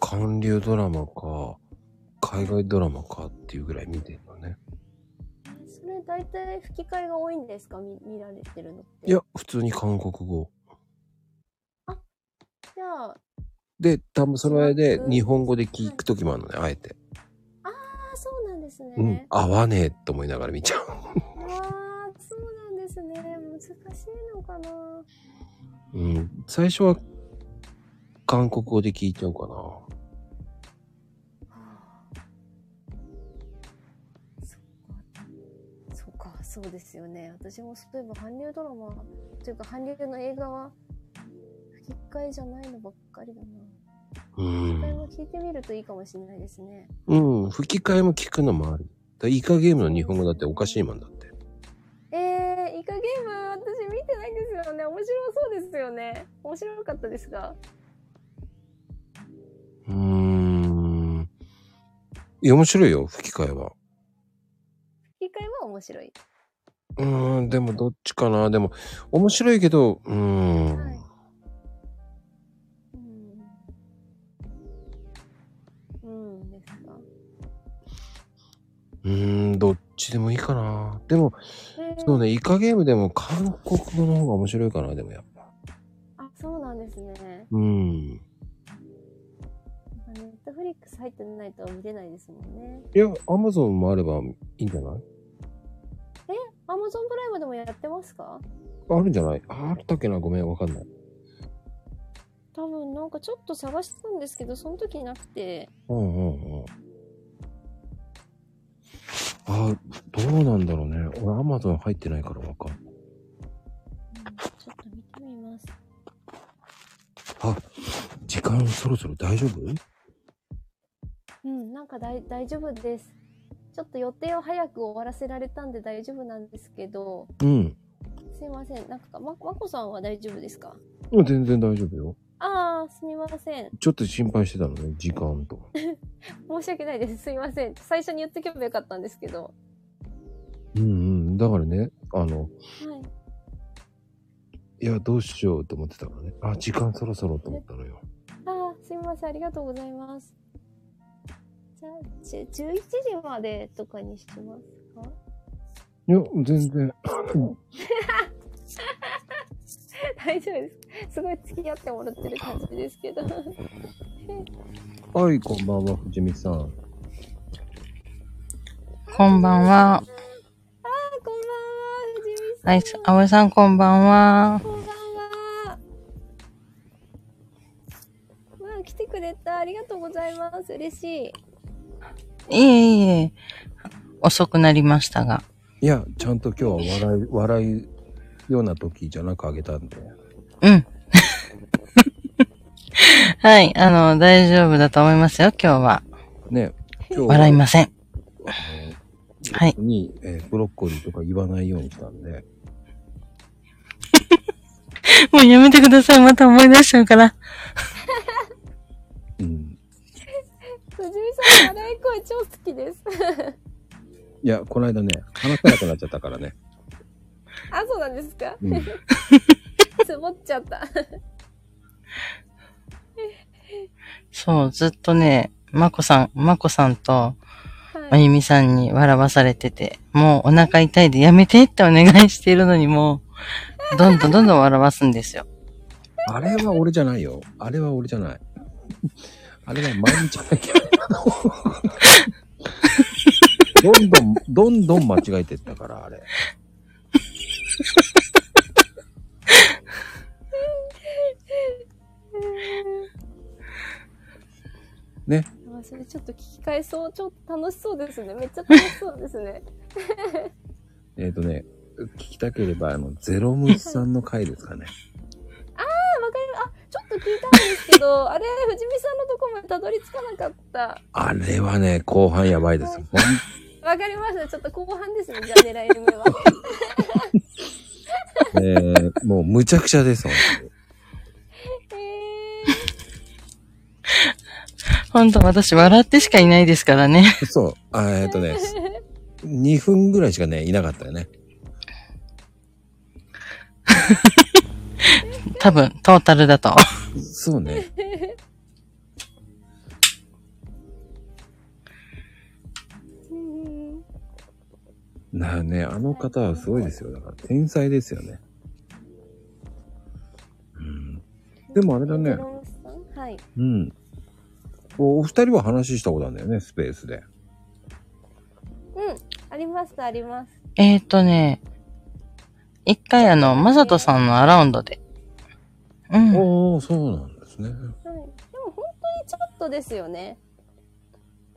韓流ドラマか、海外ドラマかっていうぐらい見てるのね。えそれ大体吹き替えが多いんですか見見られてるのって。いや、普通に韓国語。じゃあ、で、多分その間でうん日本語で聞くときもあるのね、あえて。あそうなんですね。うん、合わねえと思いながら見ちゃう。ああ、そうなんですね。難しいのかな。うん、最初は韓国語で聞いちゃうかな。そっか。そうか、そうですよね。私もそういえば韓流ドラマというか韓流の映画は吹き替えじゃないのばっかりだな。う吹き替えん。も聞いてみるといいかもしれないですね。うん、吹き替えも聞くのもある。だイカゲームの日本語だっておかしいもんだって。えー、イカゲーム私見てないんですよね。面白そうですよね。面白かったですが。うーん。いや、面白いよ、吹き替えは。吹き替えは面白い。うーん、でもどっちかな。でも、面白いけど、うーん。はいうん。うんですか。うーん、どっちでもいいかな。でも、えーそうね、イカゲームでも韓国語の方が面白いかな、でもやっぱ。あ、そうなんですね。うん。ネットフリックス入ってないと見れないですもんね。いや、アマゾンもあればいいんじゃないアマゾンプライムでもやってますかあるんじゃないああったっけなごめん、わかんない。多分なんかちょっと探してたんですけど、その時なくて。うんうんうん。あ、どうなんだろうね。俺、アマゾン入ってないからわかんない。うんちょっと見てみます。時間そろそろ大丈夫うん、なんか大大丈夫です。ちょっと予定を早く終わらせられたんで大丈夫なんですけど、うん。すいません。なんか、ま、まこさんは大丈夫ですかもう全然大丈夫よ。ああ、すみません。ちょっと心配してたのね、時間と。申し訳ないです。すいません。最初に言ってけばよかったんですけど。うんうん。だからね、あの、はい。いや、どうしようと思ってたからね。あ、時間そろそろと思ったのよ。ああ、すいません。ありがとうございます。じゃあ、じ11時までとかにしますか いや、全然。 大丈夫です。すごい付き合ってもらってる感じですけど。 はい、こんばんは、藤見さん。こんばんは。あ、こんばんは、藤見さん。はい、あおさんこんばんは。こんばんは。わあ、来てくれた。ありがとうございます。嬉しい。いえいえ、遅くなりましたが。いや、ちゃんと今日は笑い、笑いような時じゃなくあげたんで。うん。 はい、あの、大丈夫だと思いますよ、今日は。ね、今日は笑いません。あのはい僕に、えーブロッコリーとか言わないようにしたんで、もうやめてください。また思い出しちゃうから。うん。藤井さん、笑い声超好きです。 いや、この間ね、話せなくなっちゃったからね。あ、そうなんですか うん。つぼっちゃった。そう、ずっとね、まこさん、まこさんと、まはい。ゆみさんに笑わされてて、もうお腹痛いでやめてってお願いしているのにもう、どんどんどんどん笑わすんですよ。あれは俺じゃないよ。あれは俺じゃない。あれは毎日じゃなきゃ。どんどん、どんどん間違えてったから、あれ。ね。あそれちょっと聞き返そう。ちょっと楽しそうですね。めっちゃ楽しそうですね。えっ、とね、聞きたければ、あの、ゼロムスさんの回ですかね。あ、わかりまあ、ちょっと聞いたんですけど、あ れ、藤見さんのとこまでたどり着かなかった。あれはね、後半やばいですよ。ほんわかりました。ちょっと後半ですね。じゃあ狙い 目は。えーもうむちゃくちゃです、本当にえほんと私笑ってしかいないですからね。 そう、あーえっ、とね、2分ぐらいしかね、いなかったよね。多分、トータルだと。 そうね。ーうんなあね、あの方はすごいですよ。だから天才ですよね。うん。でもあれだねゼロムスさんはい。うん。おお二人は話したことあるんだよね、スペースで。うん。あります、あります。えー、とね、一回あの、まさとさんのアラウンドで。うん。おおそうなんですね。はい。でも本当にちょっとですよね。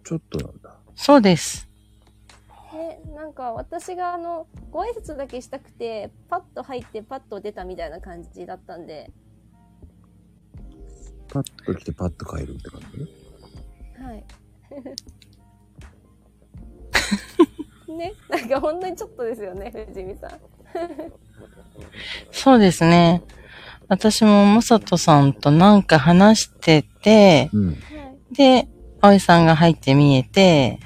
ちょっとなんだ。そうです。ね、なんか私があの、ご挨拶だけしたくて、パッと入ってパッと出たみたいな感じだったんで、パッと来てパッと帰るって感じね。 はい。ね、なんか本当にちょっとですよね、藤見さん。そうですね。私もまさとさんとなんか話してて、うん。はい。で、葵さんが入って見えて、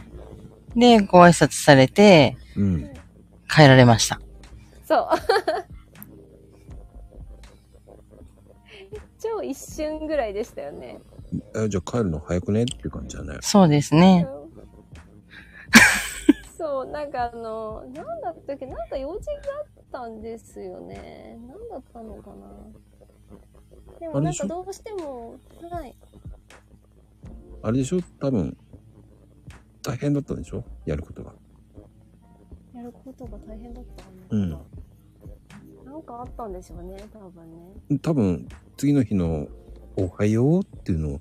で、ご挨拶されて、うん。帰られました。そう。 超一瞬ぐらいでしたよね。えじゃあ帰るの早くねっていう感じだね。そうですね。 そう、なんかあの、なんだったっけ、なんか用事があったんですよね。なんだったのかな。であれもなんでしかょどうしても、はい。あれでしょ多分、大変だったんでしょやることが。やることが大変だったかうな。んなんかあったんでしょうね、多分ね。多分、次の日の、おはようっていうのを、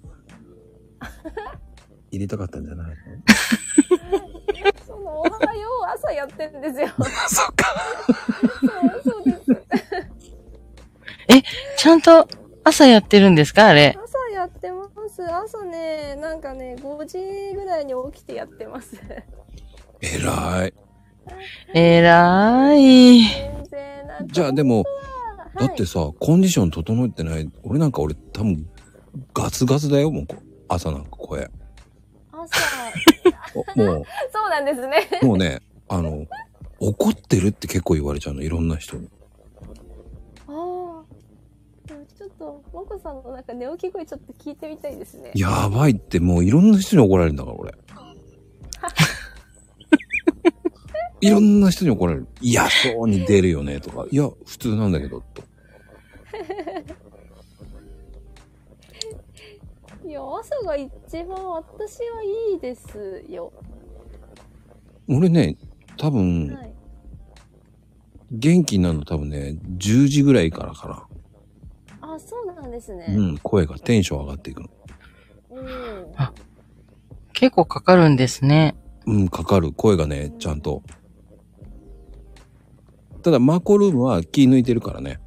入れたかったんじゃないのそのおはよう朝やってる んですよ。 そっか。そう、そうです。ちゃんと朝やってるんですかあれ。朝やってます。朝ね、なんかね、5時ぐらいに起きてやってます。えらい。えらい。全然なんかじゃあでも、はだいってさ、コンディション整えてない。俺なんか俺多分、ガツガツだよ、もうこ。朝なんか声。 朝、おもそうなんですね。う、もうね、あの、怒ってるって結構言われちゃうの、いろんな人に。ああ。でもちょっと、もこさんのなんか寝起き声ちょっと聞いてみたいですね。やばいって、もういろんな人に怒られるんだから、俺。いろんな人に怒られる。嫌そうに出るよね、とか。いや、普通なんだけど、と。いや、朝が一番私はいいですよ。俺ね、多分は、い。元気になるの多分ね、10時ぐらいからかあ、そうなんですねな。。うん、声がテンション上がっていくの。おー結構かかるんですね。うん、かかる。声がね、ちゃんと。ただ、マコルームは気抜いてるからね。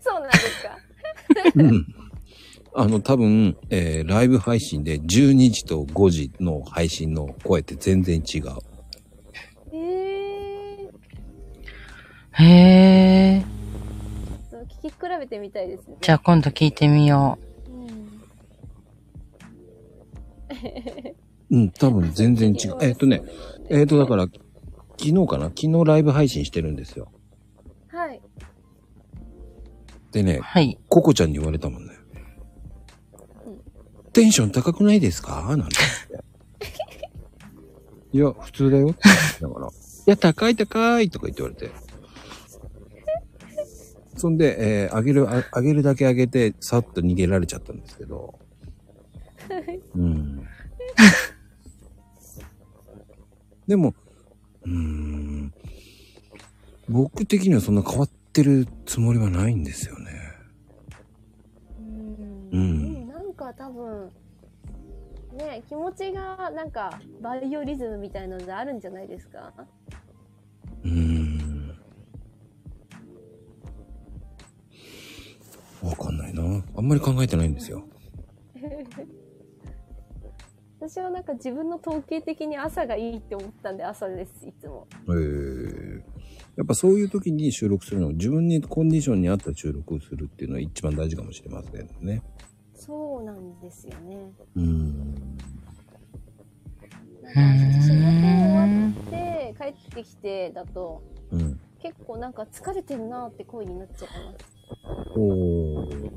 そうなんですか。うん。あの、多分、えーライブ配信で12時と5時の配信の声って全然違う。えー、へえ。ちょっと聞き比べてみたいですね。じゃあ今度聞いてみよううんん、多分全然違う。えっ、とね、えっ、と、だから、昨日かな昨日ライブ配信してるんですよ。はい。でねう。、はい。ココちゃんに言われたもんねうん。テンション高くないですかなんて言って。 いや、普通だよって言いながら。いや、高い高いとか言って言われて。そんで、えー、あげる、ああげるだけあげて、さっと逃げられちゃったんですけど。うん。 でも、うーん。僕的にはそんな変わってるつもりはないんですよね。うんうんでもなんか多分、ね、気持ちがなんかバイオリズムみたいなのであるんじゃないですかうーん。わかんないな。あんまり考えてないんですよ。私はなんか自分の統計的に朝がいいって思ったんで朝です、いつも。えー、やっぱそういう時に収録するの、自分にコンディションに合った収録をするっていうのは一番大事かもしれませんね。そうなんですよね。うーん。なんうーか仕事ん。終わって帰ってきてだと、うん。結構なんか疲れてるなって声になっちゃいます。おー。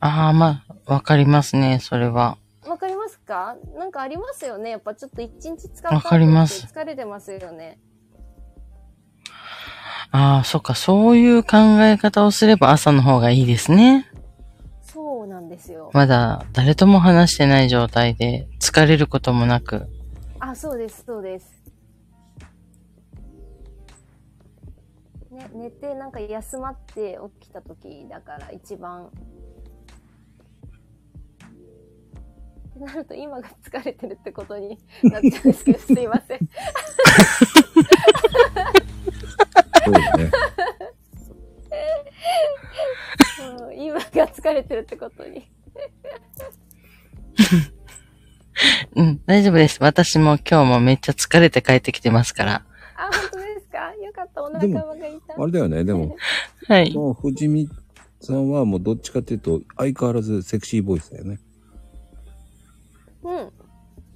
ああ、まあ、わかりますね、それは。わかりますかなんかありますよねやっぱちょっと一日使った後わかりますって疲れてますよね。ああ、そっか、そういう考え方をすれば朝の方がいいですね。そうなんですよ。まだ誰とも話してない状態で、疲れることもなく。あ、そうです、そうです。ね、寝てなんか休まって起きた時だから一番。ってなると今が疲れてるってこ とになっちゃうんですけど、すいません。そうだね。うん今が疲れてるってことに。うん、大丈夫です。私も今日もめっちゃ疲れて帰ってきてますから。あ、本当ですかよかった、おで仲も間がいた。あれだよね。でも、はい。もう藤見さんはもうどっちかっていうと、相変わらずセクシーボイスだよね。うん。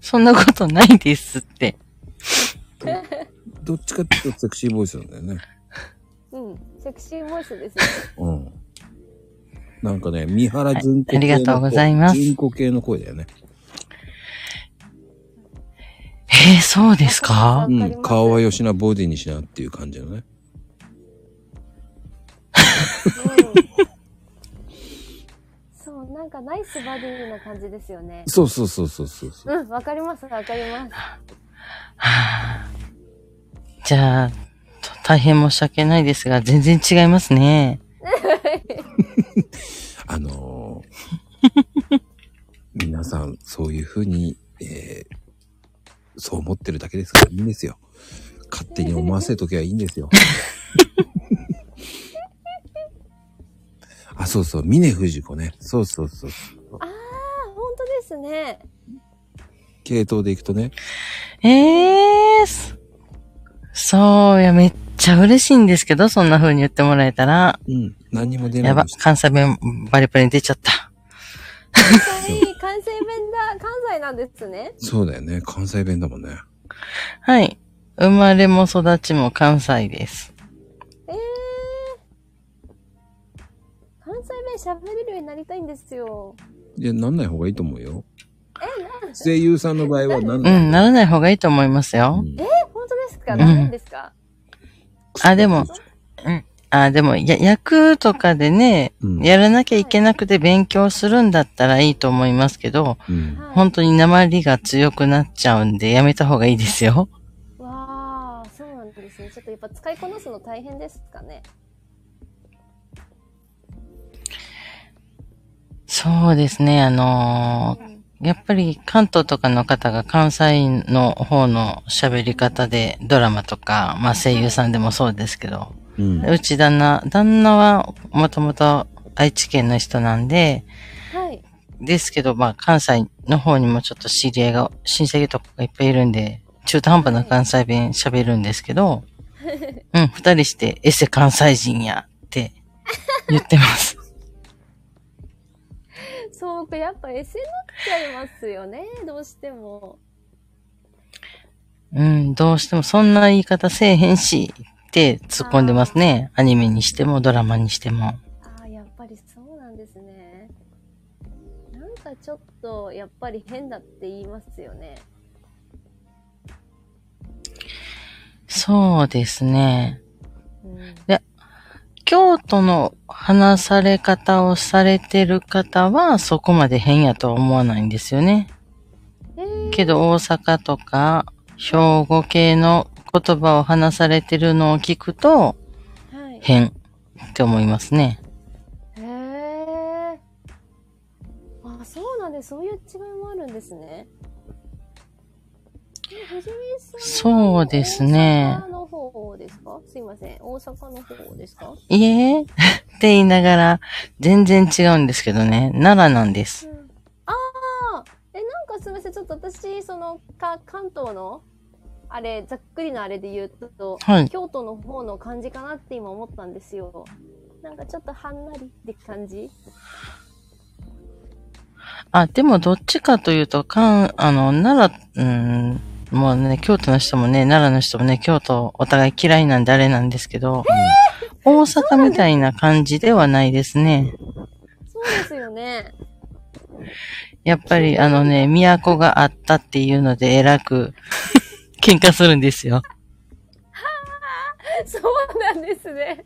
そんなことないですって。どっちかっていうとセクシーボイスなんだよね。うん。セクシーボイスです よ。うん。なんかね、三原純子系の声、はいありがとうございます純子系の声だよね。えー、そうですかうわかりん。ます顔はよしな、ボディにしなっていう感じのね。うんそう、なんかナイスバディな感じですよね。そうそうそうそうそうそう。うん、わかります、わかります。はあじゃあ、と大変申し訳ないですが、全然違いますね。あのー 皆さん、そういうふうに、えーそう思ってるだけですからいいんですよ。勝手に思わせときゃいいん ですよ。あ、そうそう、峰藤子ね。そうそうそう。ああ、本当です ね。系統でいくとね。ええーす、そう、いや、めっちゃ嬉しいんですけど、そんな風に言ってもらえたら。うん。何にも出ないやばにし、て関西弁バリバリ出ちゃった。関西、関西弁だ、関西なんですね。そうだよね。関西弁だもんね。はい。生まれも育ちも関西です。ええ関西弁喋れるようになりたいんですよ。いや、なんない方がいいと思うよ。声優さんの場合はなんうない。ん、ならない方がいいと思いますよ。うんえ、本当ですかダメですか、あ、でも、うん。あ、でも、や、役とかでね、うんやらなきゃいけなくて勉強するんだったらいいと思いますけど、うんはい。本当に鉛が強くなっちゃうんで、やめた方がいいですよ。わあ、そうなんですね。ちょっとやっぱ使いこなすの大変ですかね。そうですね、あのうんーやっぱり関東とかの方が関西の方の喋り方でドラマとか、まあ声優さんでもそうですけど、うん。うち旦那、旦那はもともと愛知県の人なんで、はい。ですけど、まあ、関西の方にもちょっと知り合いが、親戚とかがいっぱいいるんで、中途半端な関西弁喋るんですけど、うん、二人して、エセ関西人やって言ってます。そうか、やっぱエセになっちゃいますよね、どうしても。うん、どうしてもそんな言い方せえへんし、って突っ込んでますね。アニメにしても、ドラマにしても。ああ、やっぱりそうなんですね。なんかちょっと、やっぱり変だって言いますよね。そうですね。うん。京都の話され方をされてる方は、そこまで変やとは思わないんですよね。えーけど大阪とか兵庫系の言葉を話されてるのを聞くとはい。変って思いますね。へえ。あ、そうなんです。そういう違いもあるんですね。え藤井さんそうですね大阪の方ですかすいません。大阪の方ですかいえ って言いながら全然違うんですけどね。奈良なんです。ああえ、なんかすみません。ちょっと私、その、か、関東の、あれ、ざっくりのあれで言うと、はい。京都の方の感じかなって今思ったんですよ。なんかちょっとはんなりって感じあ、でもどっちかというと、かん、あの、奈良、うん、もうね、京都の人もね、奈良の人もね、京都お互い嫌いなんであれなんですけど、大阪みたいな感じではないですね。そうですよね。やっぱりあのね、都があったっていうので偉 く喧嘩するんですよ。 そうなんですね。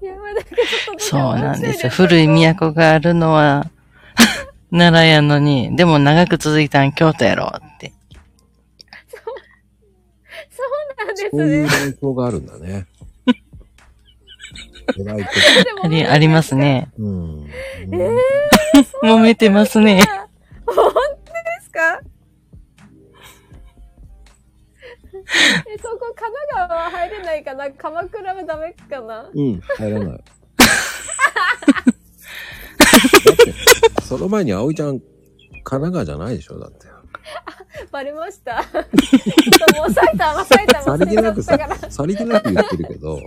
いや、まあなんかちょっとそうなんですよ。古い都があるのは 奈良やのに、でも長く続いたん京都やろって。そうなんですそういうね。伝統があるんだね。偉いでもありありますね。と。うん。えー、揉めてますね。本当です かえ、そこ、神奈川は入れないかな鎌倉はダメかなうん、入らない。だって、その前に葵ちゃん、神奈川じゃないでしょだって。バレま した。ちょっともう埼玉、埼さ玉、りげなく埼 さ玉だから。、さりげなく言ってるけど。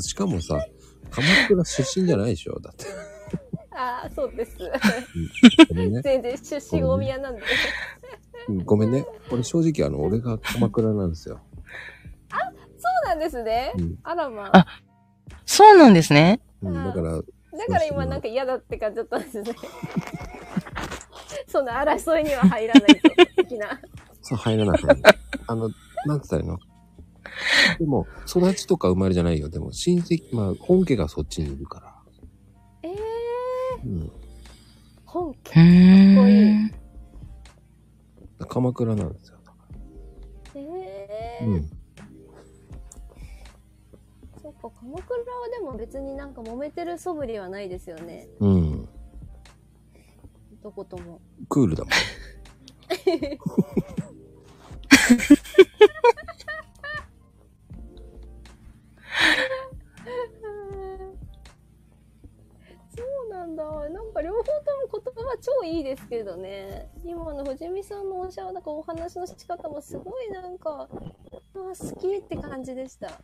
しかもさ、鎌倉出身じゃないでしょだって。ああ、そうです。ごめんね。全然出身大宮なんうで。んごめんね。俺正直あの、俺が鎌倉なんですよ。そうなんですねうん。あらまああ。そうなんですね。うん、だから、だから今なんか嫌だって感じだったんですね。その争いには入らないと、的な。そう、入らなくなる。 あの、なんつったらいいのでも、育ちとか生まれじゃないよ。でも、親戚、まあ、本家がそっちにいるから。 えー、うん。本う家。ーん。鎌倉なんですよ。えー、うん。そっか、鎌倉はでも別になんか揉めてる素振りはないですよね。うん。どことも。クールだもん。そうなんだ。なんか両方とも言葉は超いいですけどね。今の藤見さんのおしゃなんかお話の仕方もすごいなんか、あー好きって感じでした。あ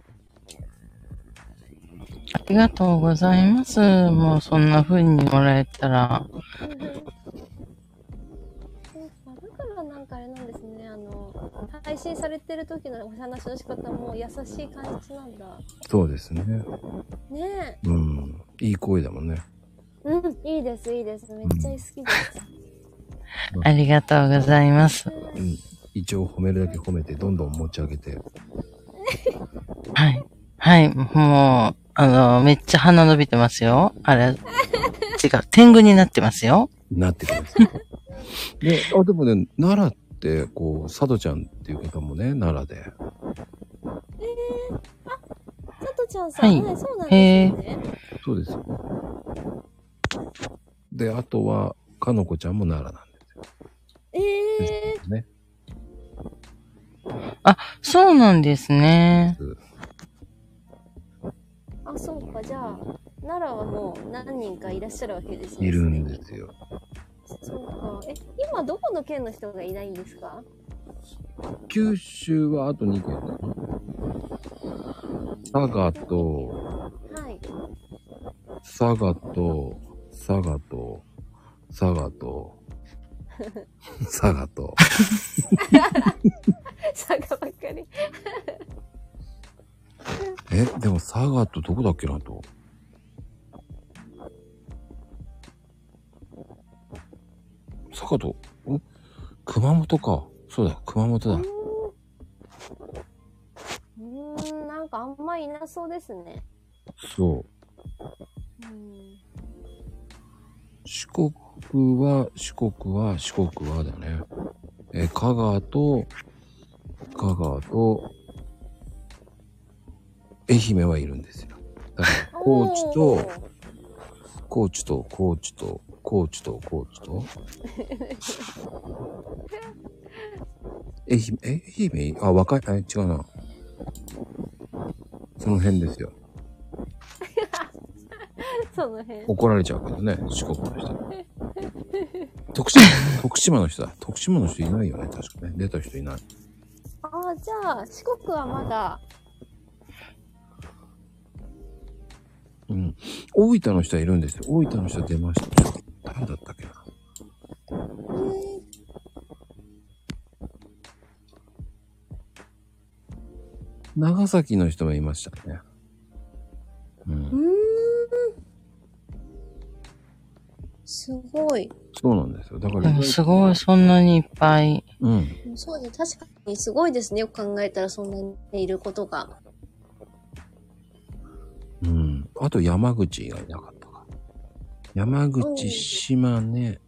りがとうございます。もうそんな風にもらえたら。うんうんまあだからなんかあれなんですね、あの、配信されてる時のお話の仕方も優しい感じなんだ。そうですね。ねえ。うん。いい声だもんね。うん、いいです、いいです。めっちゃ好きです。ありがとうございます。うん。一応褒めるだけ褒めて、どんどん持ち上げて。はい。はい。もう、あの、めっちゃ鼻伸びてますよ。あ れ、違う。天狗になってますよ。なってきますよ。で、あ、でもね、奈良って、こう、佐渡ちゃんっていう方もね、奈良で。さとちゃんさん、ははいい、そうなんですよね。そうですよ。で、あとは、かのこちゃんも奈良なんでええすね。そうなんですね。ー、あ、そうか、じゃあ、奈奈良はもう何人かいらっしゃるわけですよね。いるんですよ。そうか。え、今どこの県の人がいないんですか九州はあと2県だな。佐賀と、はい。 佐賀と、佐賀と、佐賀と、佐賀と、佐賀ばっかり。え、でも佐賀とどこだっけなと。佐賀と、ん熊本か。そうだ、熊本だ。うーん、なんかあんまいなそうですね。そう。うん。四国は、四国は、四国はだね。えー、香川と、香川と、愛媛はいるんですよ。だから、高知おと、ー 高知と、高知と、高知と、高知と。愛媛、え、愛媛あ、若い、え、違うな。その辺ですよ。その辺。怒られちゃうけどね、四国の人。徳島、 徳島の人だ。徳島の人いないよね、確かね。出た人いない。ああ、じゃあ、四国はまだ。うん。大分の人はいるんですよ。大分の人出ましたよ。誰だったっけな。長崎の人もいましたね。うんう。ーん。すごい。そうなんですよ。だから、でもすごい、そんなにいっぱい。うん。そうね、確かにすごいですね。よく考えたらそんなにいることが。うん。あと山口がいなかったか。山うん口、島根。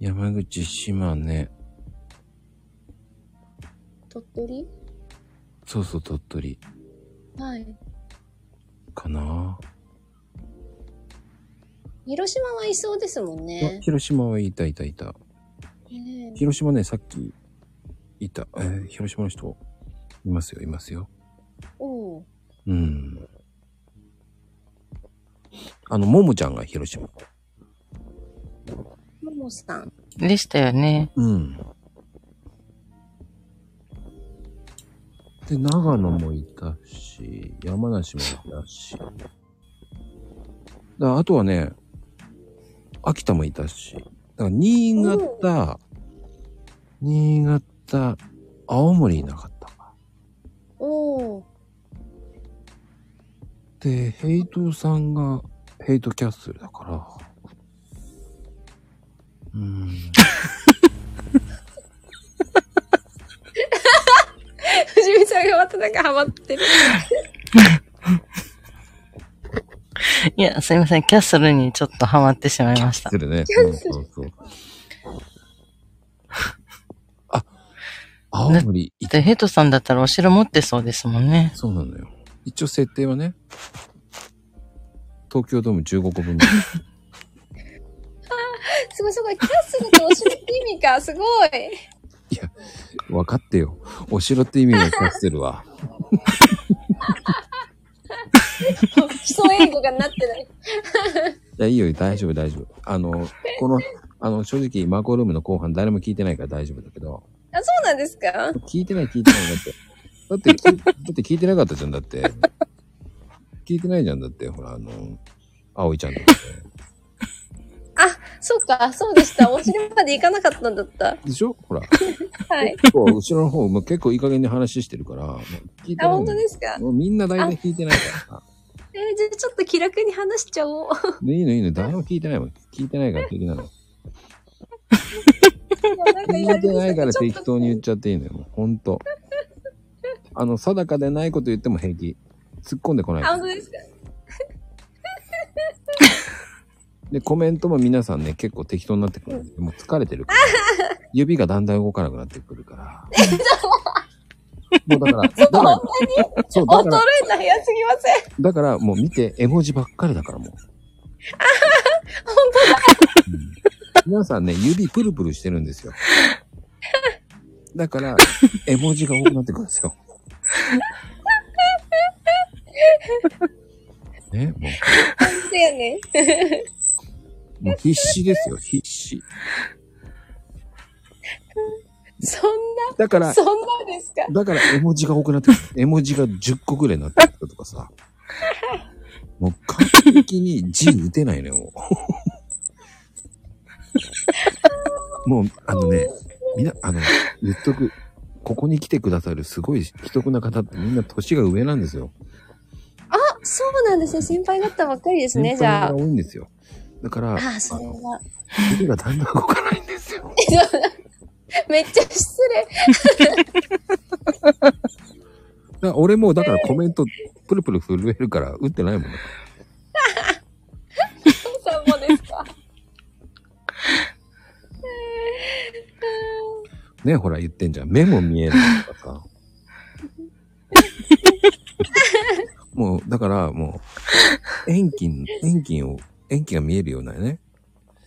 山口、島根。鳥取そうそう、鳥取はい。かな。広島はいそうですもんね。広島はいたいたいた。ねえ広島ね、さっき、いた。えー広島の人、いますよ、いますよ。おううん。あの、ももちゃんが広島。ももさん。でしたよね。うん。で、長野もいたし、山梨もいたし。だあとはね、秋田もいたし。だから新潟、新潟、青森いなかったか。おうで、ヘイトさんがヘイトキャッスルだから。うーん。藤見さんがまたなんかハマってる。いや、すいません。キャッスルにちょっとハマってしまいました。するね。そうそうそう。 あ、青森いで、ヘトさんだったらお城持ってそうですもんね。そうなのよ。一応設定はね、東京ドーム15個分だ。すごいすごい。キャッスルとお城って意味か。す ごい。いや、分かってよ。お城って意味をキャッスルは。基礎英語がなってない。いや、いいよ、大丈夫、大丈夫。あの、この、あの、正直、マコルームの後半誰も聞いてないから大丈夫だけど、あ、そうなんですか聞いてない、聞いてない、だって。だって聞い、だって聞いてなかったじゃん、だって。聞いてないじゃん、だって、ほら、あの、葵ちゃんとかね。そうか、そうで した。お城まで行かなかったんだった。でしょ ほら。はい。結構、後ろの方、も結構いい加減に話してるから、もう聞いてあ、ない。本当ですか。もうみんな大体聞いてないからえー、じゃあちょっと気楽に話しちゃおう。さ。でいいのいいの、誰も聞いてないもん。聞いてないから平気なの。なんか 言わ聞れいてないてましたかけどらちょっ適当に言っちゃっていいのよ。もうほんと。あの、定かでないこと言っても平気。突っ込んでことなあ、い。本当ですか。で、コメントも皆さんね、結構適当になってくるんで、もう疲れてるから。指がだんだん動かなくなってくる から。もうだから、だから、そう、だ衰から、えた早すぎません。だからもう見て、絵文字ばっかりだからもう。本うん皆さんね、指プルプルしてるんですよ。だから、絵文字が多くなってくるんですよ。ね、もだよね。う、もう必死ですよ、必死。そんだかな、ら、そんなですか。だから絵文字が多くなってきて、絵文字が10個ぐらいになってきたとか さ。もう完璧に字打てないのよ、も う。もう、あのね、みんな、あの、言っとく。ここに来てくださるすごい奇特な方ってみんな年が上なんですよ。あ、そうなんですね。先輩だったばっかりですね、先じ輩ゃあが。多いんですよ。だから、あ、それは。指がだんだん動かないんですよ。めっちゃ失礼。だから 俺もうだからコメントプルプル震えるから打ってないもん。父さんもですか。ねほら言ってんじゃん。目も見えないとかさ。もう、だからもう、遠近、遠近を、遠近が見えるようなね、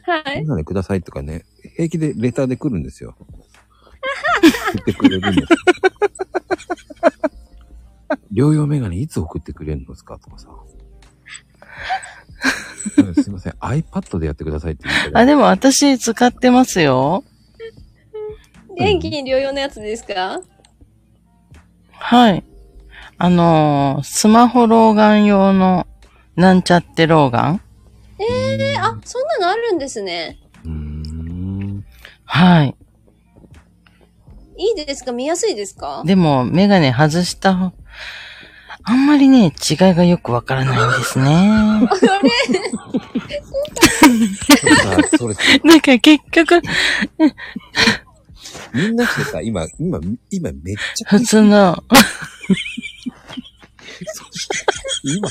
は眼い。鏡くださいとかね、平気でレターで来るんですよ。送ってくれるんですよ。療養メガネいつ送ってくれるんですかとかさ。うんすいません、iPad でやってくださいって言ってあ、でも私使ってますよ。電気に療養のやつですかはい。あのースマホ老眼用の、なんちゃって老眼え、あ、そんなのあるんですね。うーん。はい。いいですか見やすいですかでも、メガネ外した方、あんまりね、違いがよくわからないんですね。ちょっとさそれ なんか結局、みんなしてさ、今、今、今めっちゃ、普通の、今、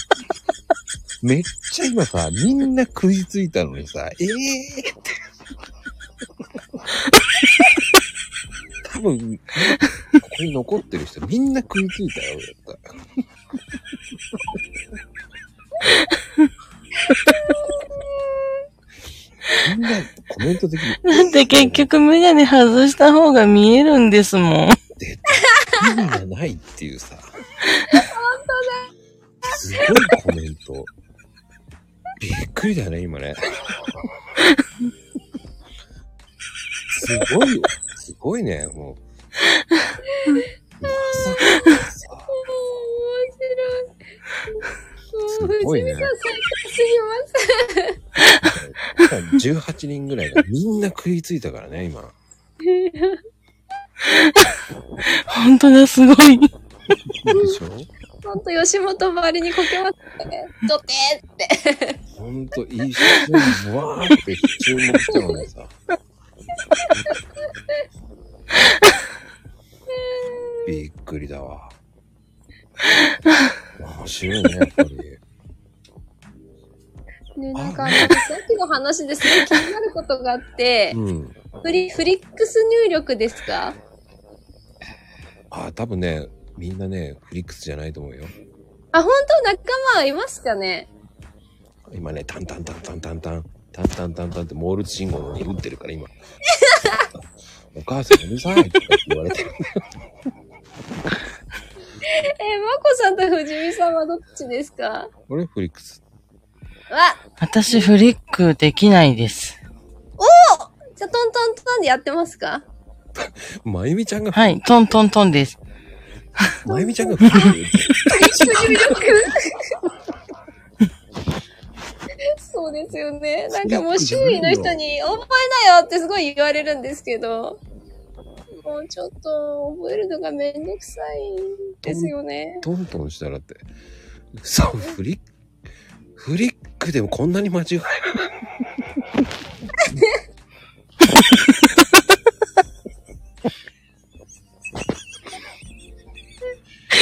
めっちゃ今さ、みんな食いついたのにさ、ええー、って。多分、ここに残ってる人みんな食いついたよ、だったらみんなコメント的に、だって結局メガネ外した方が見えるんですもん。絶対意味がないっていうさ。本当だ。すごいコメント。びっくりだよね、今ね。すごいよ。すごいね、もう。まさかさ面白い。もうすごいね藤見さん最高すぎます。 18人ぐらいがみんな食いついたからね、今。本当だ、すごい。でしょほんと吉本周りにこけますね。ちょてーって。ほんと、一瞬、わーって注目したのにさ。びっくりだわ。面白いね、やっぱり。ね、なんかあの、さっきの話ですごい気になることがあって、うん。フリフリックス入力ですかあ、多分ね、みんなね、フリックスじゃないと思うよ。あ、本当仲間いますかね今ね、タンタンタンタンタンタン、タンタンタンタンってモールス信号に打ってるから、今。お母さんうるさいとかって言われてる。えー、まこさんと藤見さんはどっちですか俺、フリックス。わ私、フリックできないです。じゃあトントントンでやってますかまゆみちゃんが、はい、トントントンです。まゆみちゃんがフリックス打ってる。藤見力 そうですよね。なんかもう周囲の人に、覚えなよってすごい言われるんですけど、もうちょっと覚えるのがめんどくさいですよね。トントンしたらって。そう、フリック、フリックでもこんなに間違える。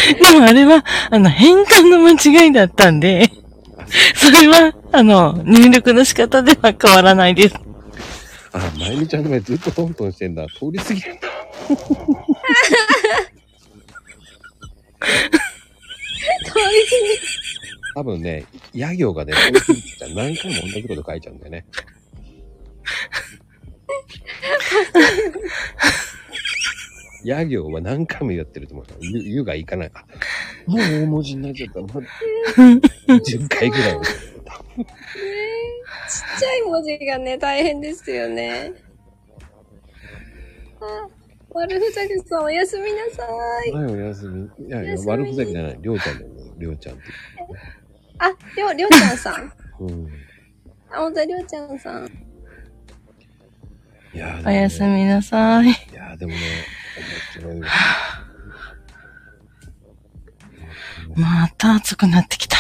で もあれは、あの、変換の間違いだったんで、 それは、あの、入力の仕方では変わらないです。あ、まゆみちゃんの前ずっとトントンしてんだ。通り過ぎるんだ。通り多分ね、野行がね、通り過ぎてたら何回も同じこと書いちゃうんだよね。や行は何回も言ってると思う。ゆ、ゆがいかない。あもう大文字になっちゃった。ま10回ぐらい。ちっちゃい文字がね、大変ですよね。あ、悪ふざけさん、おやすみなさい。はい、おやすみ。いやいおやや、すみ悪ふざけじゃない。りょうちゃんだよね。りょうちゃんって。あ、りょう、りょうちゃんさん。うん。あ、本当だりょうちゃんさ ん。いやー、でもねおやす。みなさい。いやー、でもね、面白いわ。また暑くなってきた。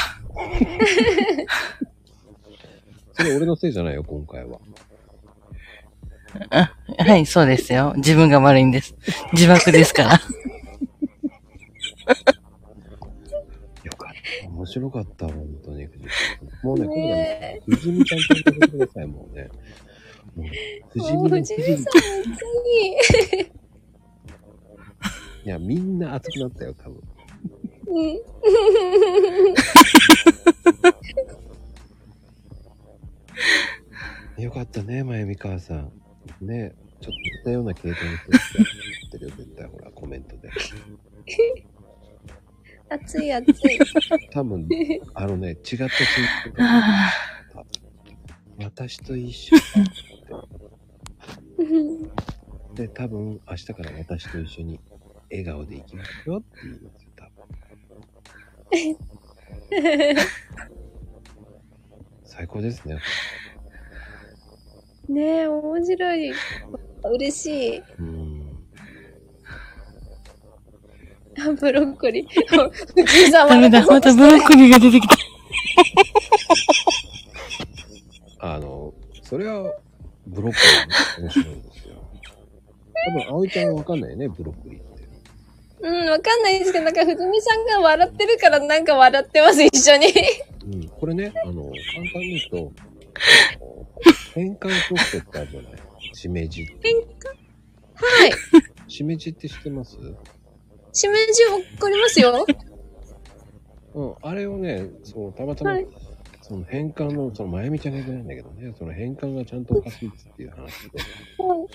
それ俺のせいじゃないよ、今回は。はい、そうですよ。自分が悪いんです。自爆です から。よかった。面白かった、本当に。藤井君もうね、今度はね、ね藤井ちゃんと呼んでください、もうね。もう、え。藤井もうの藤藤井井さん、めいっちゃいい。や、みんな熱くなったよ、多分。うん。よかったね、まゆみ母さん。ね、ちょっと似たような経験をしてるよ、絶対、ほら、コメントで。暑い暑い。 多分、あのね、違った瞬間 は私と一緒うんで、多分、明日から私と一緒に笑顔で行きますよって言いますよ、多分。最高ですね。ねえ、面白い。嬉しい。うん。あブロッコリー。藤井さあん ダメだ、またブロッコリーが出てきた。あの、それは、ブロッコリーね、面白いですよ。多分、葵ちゃんはわかんないよね、ブロッコリーって。うん、わかんないですけど、なんか、藤見さんが笑ってるから、なんか笑ってます、一緒に。うん、これね、あの、簡単に言うと、あの変換ソフトってあるじゃないしめじ。変換はい。しめじって知ってますしめじわかりますよ。うん、あれをね、そう、たまたま、はいその変換の、その、まゆみちゃんがいけないんだけどね、その変換がちゃんとおかしいっていう話で、そこ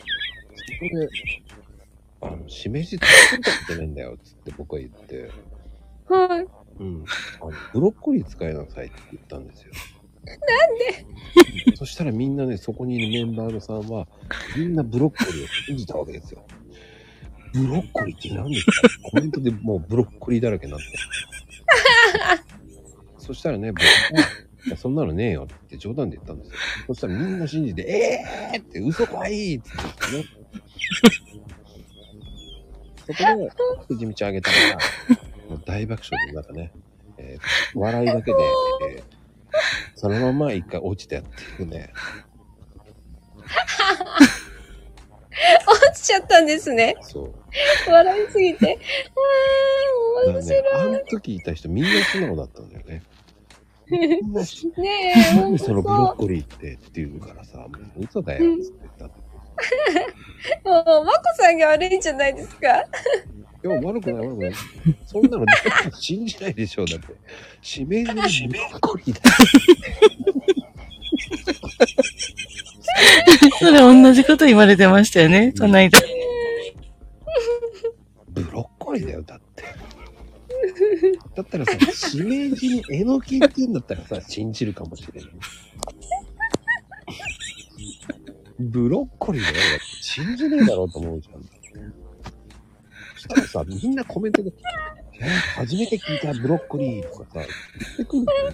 で、あの、しめじって作ったことないんだよ、つって僕は言って、はい。うん、あの、ブロッコリー使いなさいって言ったんですよ。なんでそしたらみんなね、そこにいるメンバーのさんは、みんなブロッコリーを信じたわけですよ。ブロッコリーって何ですかコメントでもうブロッコリーだらけになって。そしたらね、僕はいやそんなのねえよって冗談で言ったんですよ。そしたらみんな信じて、ええーって嘘かいって言ってね。そこ で、藤道あげたのが、もう大爆笑で、なんかね、えー笑いだけで、えーそのまま一回落ちたっていうね。落ちちゃったんですね。そう。笑いすぎて。あー、だ面ね、あ白の時いた人みんな素直だったんだよね。い。みんな知っねえ、てるほんそのブロッとコリーってっていうからさ、もう嘘だよっつって言ったんだそう。もう、まこさんが悪いんじゃないですか。いや、悪くない、悪くない。そんなの、信じないでしょう、だって。指名に指名コリだ。それ同じこと言われてましたよね、この間。ブロッコリーだよ、だって。 だったらさ、指名時にえのきって言うんだったらさ、信じるかもしれない。ブロッコリーだよ、だって信じねえだろうと思うじゃん。そしたらさ、みんなコメントで、えー初めて聞いたブロッコリーとかさ、言ってくるんだよ。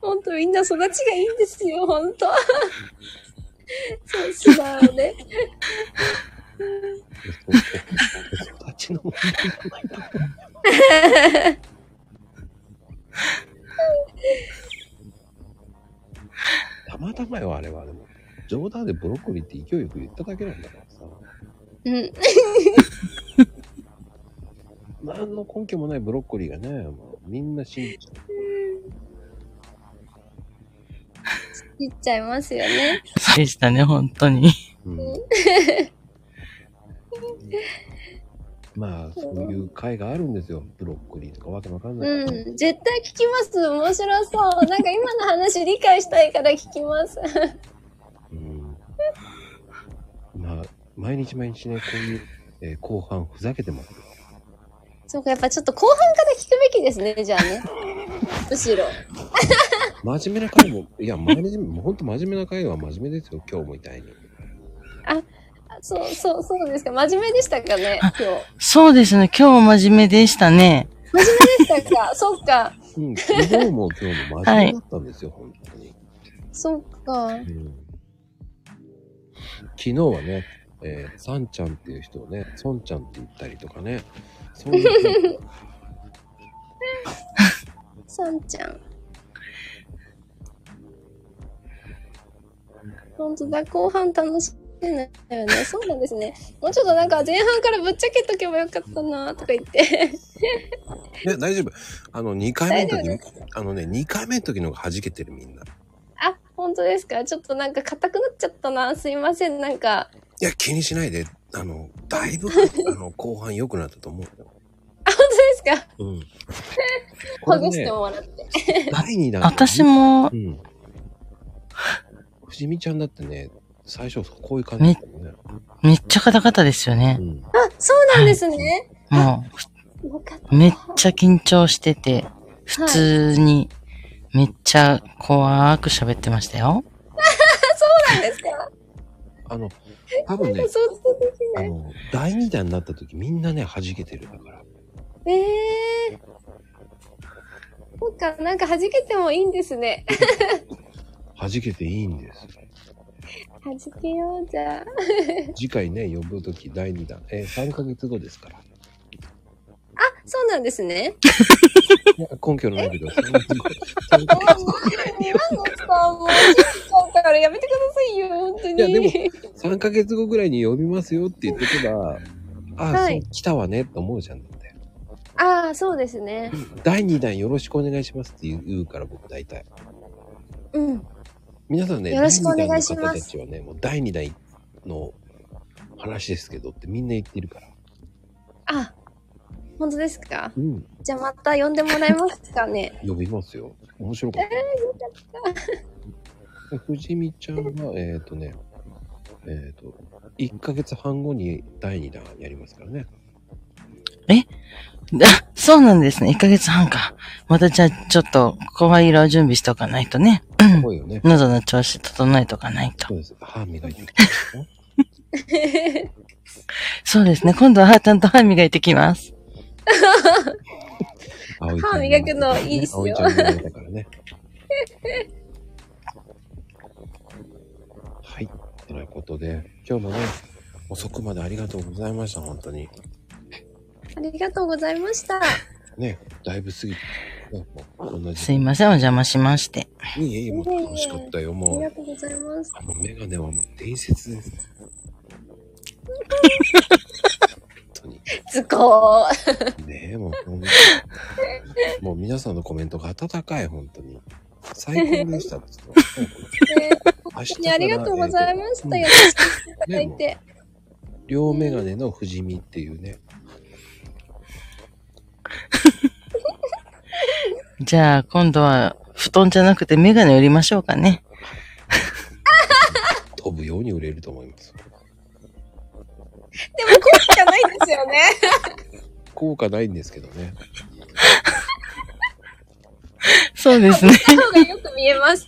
ほんと、みんな育ちがいいんですよ、ほ んと。そう、素直ね。育ちの問題じゃないと思うたまたまよあれはでも冗談でブロッコリーって勢いよく言っただけなんだからさうん。何の根拠もないブロッコリーがねもうみんな信じちゃう言っちゃいますよね。そうでしたね、本当に。うん、まあそういう会があるんですよブロッコリーとかわけわかんない、うん。絶対聞きます。面白そう。なんか今の話理解したいから聞きます。うんまあ、毎日毎日ね、こういう、えー後半ふざけてます。そうか、やっぱちょっと後半から聞くべきですね、じゃあ ね。むしろ。真面目な回も、いや、真面目、ほ んと真面目な回は真面目ですよ、今日みたいに。あそう、そう、そうですか。真面目でしたかね、今日。そうですね。今日真面目でしたね。でしたか。そっか。うん、昨日も今日も真面目だったんですよ、本当に。そっか。うん昨日はね、えー、さんちゃんっていう人をね、そんちゃんって言ったりとかね、そう いう、さんちゃん。本当だ、後半楽しめないよね。そうなんですね。もうちょっとなんか前半からぶっちゃけとけばよかったなとか言って。ね、大丈夫。あの、2回目の大丈夫時、あのね、2回目の時のが弾けてるみんな。いあ、本当ですか。ちょっとなんか硬くなっちゃったな。すいません。なんか、や、気にしないで、あの、だ いぶ、あの、後半良くなったと思うよ。あ、本当ですか。 うん。こほれぐしてね、もらって。第2弾。私。もう、ん。藤見ちゃんだってね、最初こういう感じだったもんね。めっちゃカタカタですよねう。ん。あ、そうなんですね。もよかった。う、めっちゃ緊張してて、普はい。通に、めっちゃ怖く喋ってましたよ。そうなんですか。あの、多分 ね想、像できあない。の、第2弾になった時みんなね、弾けてるだから。ええー。そっか、なんか弾けてもいいんですね。弾けていいんです。はじけようじゃあ。次回ね、呼ぶ時第2弾。えー、3ヶ月後ですから。そうなんですね。いや根拠のないけど、3ヶもう、何のさ、もう、今回からやめてくださいよ、本当に。いやでも月3ヶ月後ぐらいに呼びますよって言ってけば、あ、はそうい来たわねって思うじゃんだって。ああ、そうですね。第2弾よろしくお願いしますって言うから僕大体。うん。皆さんね、よろしくお願いします第二弾の方たちはね、もう第2弾の話ですけどってみんな言ってるから。あ、本当ですか。うん、じゃあまた呼んでもらえますか ね。呼びますよ。面白かった。で 藤見ちゃんは、えっ、とね、えっ、と、1ヶ月半後に第2弾やりますからね。あ、そうなんですね。1ヶ月半か。またじゃあ、ちょっと、声色を準備しておかないとね。すごいよね。喉の調子整えとかないとそ。うです。歯磨いてる。そうですね。今度はちゃんと歯磨いてきます。葵ちゃん歯磨くのいいっすよ葵ちゃんのだからね。はい。ということで、今日もね、遅くまでありがとうございました、本当に。ありがとうございました。ね、だいぶ過ぎて、ね、もう同すじ。いません。お邪魔しまして。いいえ、いいえもう楽しかったよ、ありもがう。とうございます。あの、メガネはもう伝説です。本ずこー。当に。ねえ、もう本当に、もう皆さんのコメントが温かい、本当に。最高でした。ちょっとね明本日当かにらありがとうございました。優しくいただいて。両メガネの不死身っていうね。じゃあ、今度は、布団じゃなくてメガネ売りましょうかね。飛ぶように売れると思います。でも、こうじゃないんで すよね。効果ないんですけどね。そ うですね。顔がよく見えます。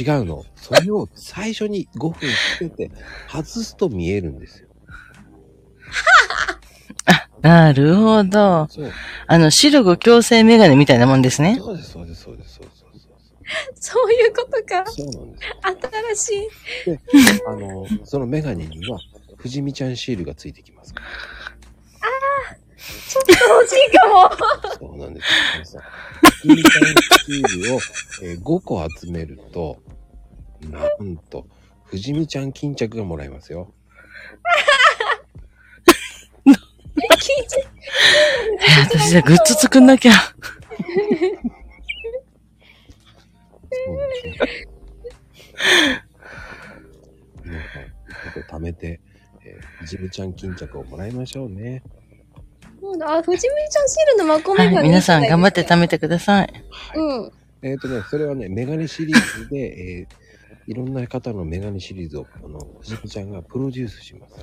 違うの。それを最初に5分つけて外すと見えるんですよ。なるほど。そう。あの、白ご強制メガネみたいなもんですね。そうです、そうです、そうです、そうです。そうですそういうことか。そうなんです。新しい。 あの、そのメガネには、藤見ちゃんシールがついてきますかちょっと欲しいかも。 ら。そうなんです。皆さん藤見ちゃんシールを、えー5個集めると、なんと、藤見ちゃん巾着がもらえますよ。聞いちゃえ私じゃあグッズ作んなきゃ。そうですね。 皆さん、ちょっと貯めて、えー、藤見ちゃん巾着をもらいましょうね。そうだあ、藤見ちゃんシールのまこはめが、い。皆さん頑張って貯めてください。うん。えっ、とね、それはね、メガネシリーズで、えーいろんな方のメガネシリーズを、あの、しみちゃんがプロデュースします。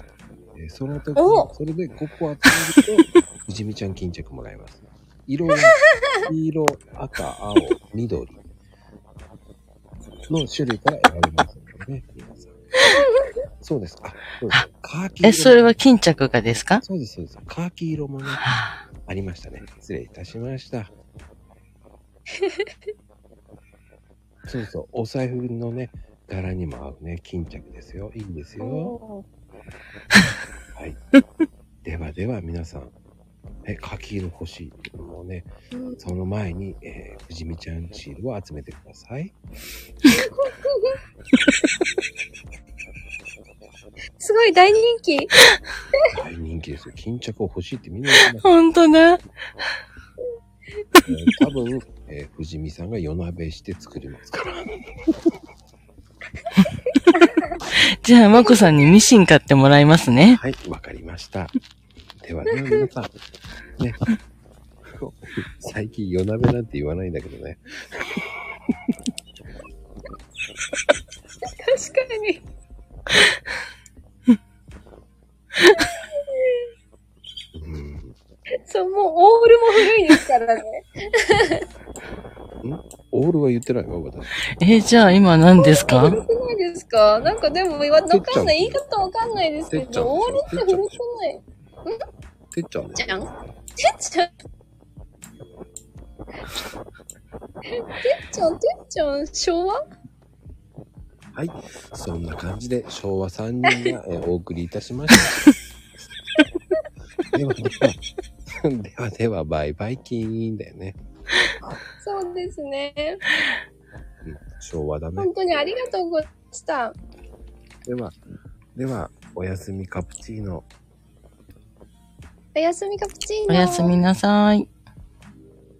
えーその時おそれでここを集めると、 藤見ちゃん巾着もらえます。色が、黄色、赤、青、緑の種類から選べますのでね、 皆さん。そうですか。そうです。カーキ色え、それは巾着がですかそうです、そうです。カーキ色もね、はあありましたね。失礼いたしました。そうそう、お財布のね、柄にも合うね、巾着ですよ。いいんですよ。おはい。ではでは皆さん、え、書き色欲しいっていうのもね、ーうんその前に、えー、藤見ちゃんシールを集めてください。すごい大人気。 大人気ですよ。巾着を欲しいってみんな言ってますほんとだ。えー多分、えー、藤見さんが夜鍋して作りますから。じゃあ、まこさんにミシン買ってもらいますね。はい、わかりました。ではね、皆さん。ね。 最近夜鍋なんて言わないんだけどね。確かに。うん。そう、もうオールも古いですからね。 オールは言ってないわ、私。え、じゃあ今何ですか古くないですかなんかでも、わてっちゃかんんない。言い方わかんないですけてっちゃんど、オールって古くない。てっちゃんでじす。ゃんてっちゃん。てっちゃん、てっちゃん、昭和はい。そんな感じで、昭和3人が、えーお送りいたしました。で はでは、ではでは、バイバイキーンだよね。そうですね。うん昭和だね。本当にありがとうございました。では、では、おやすみカプチーノ。おやすみカプチーノ。おやすみなさい。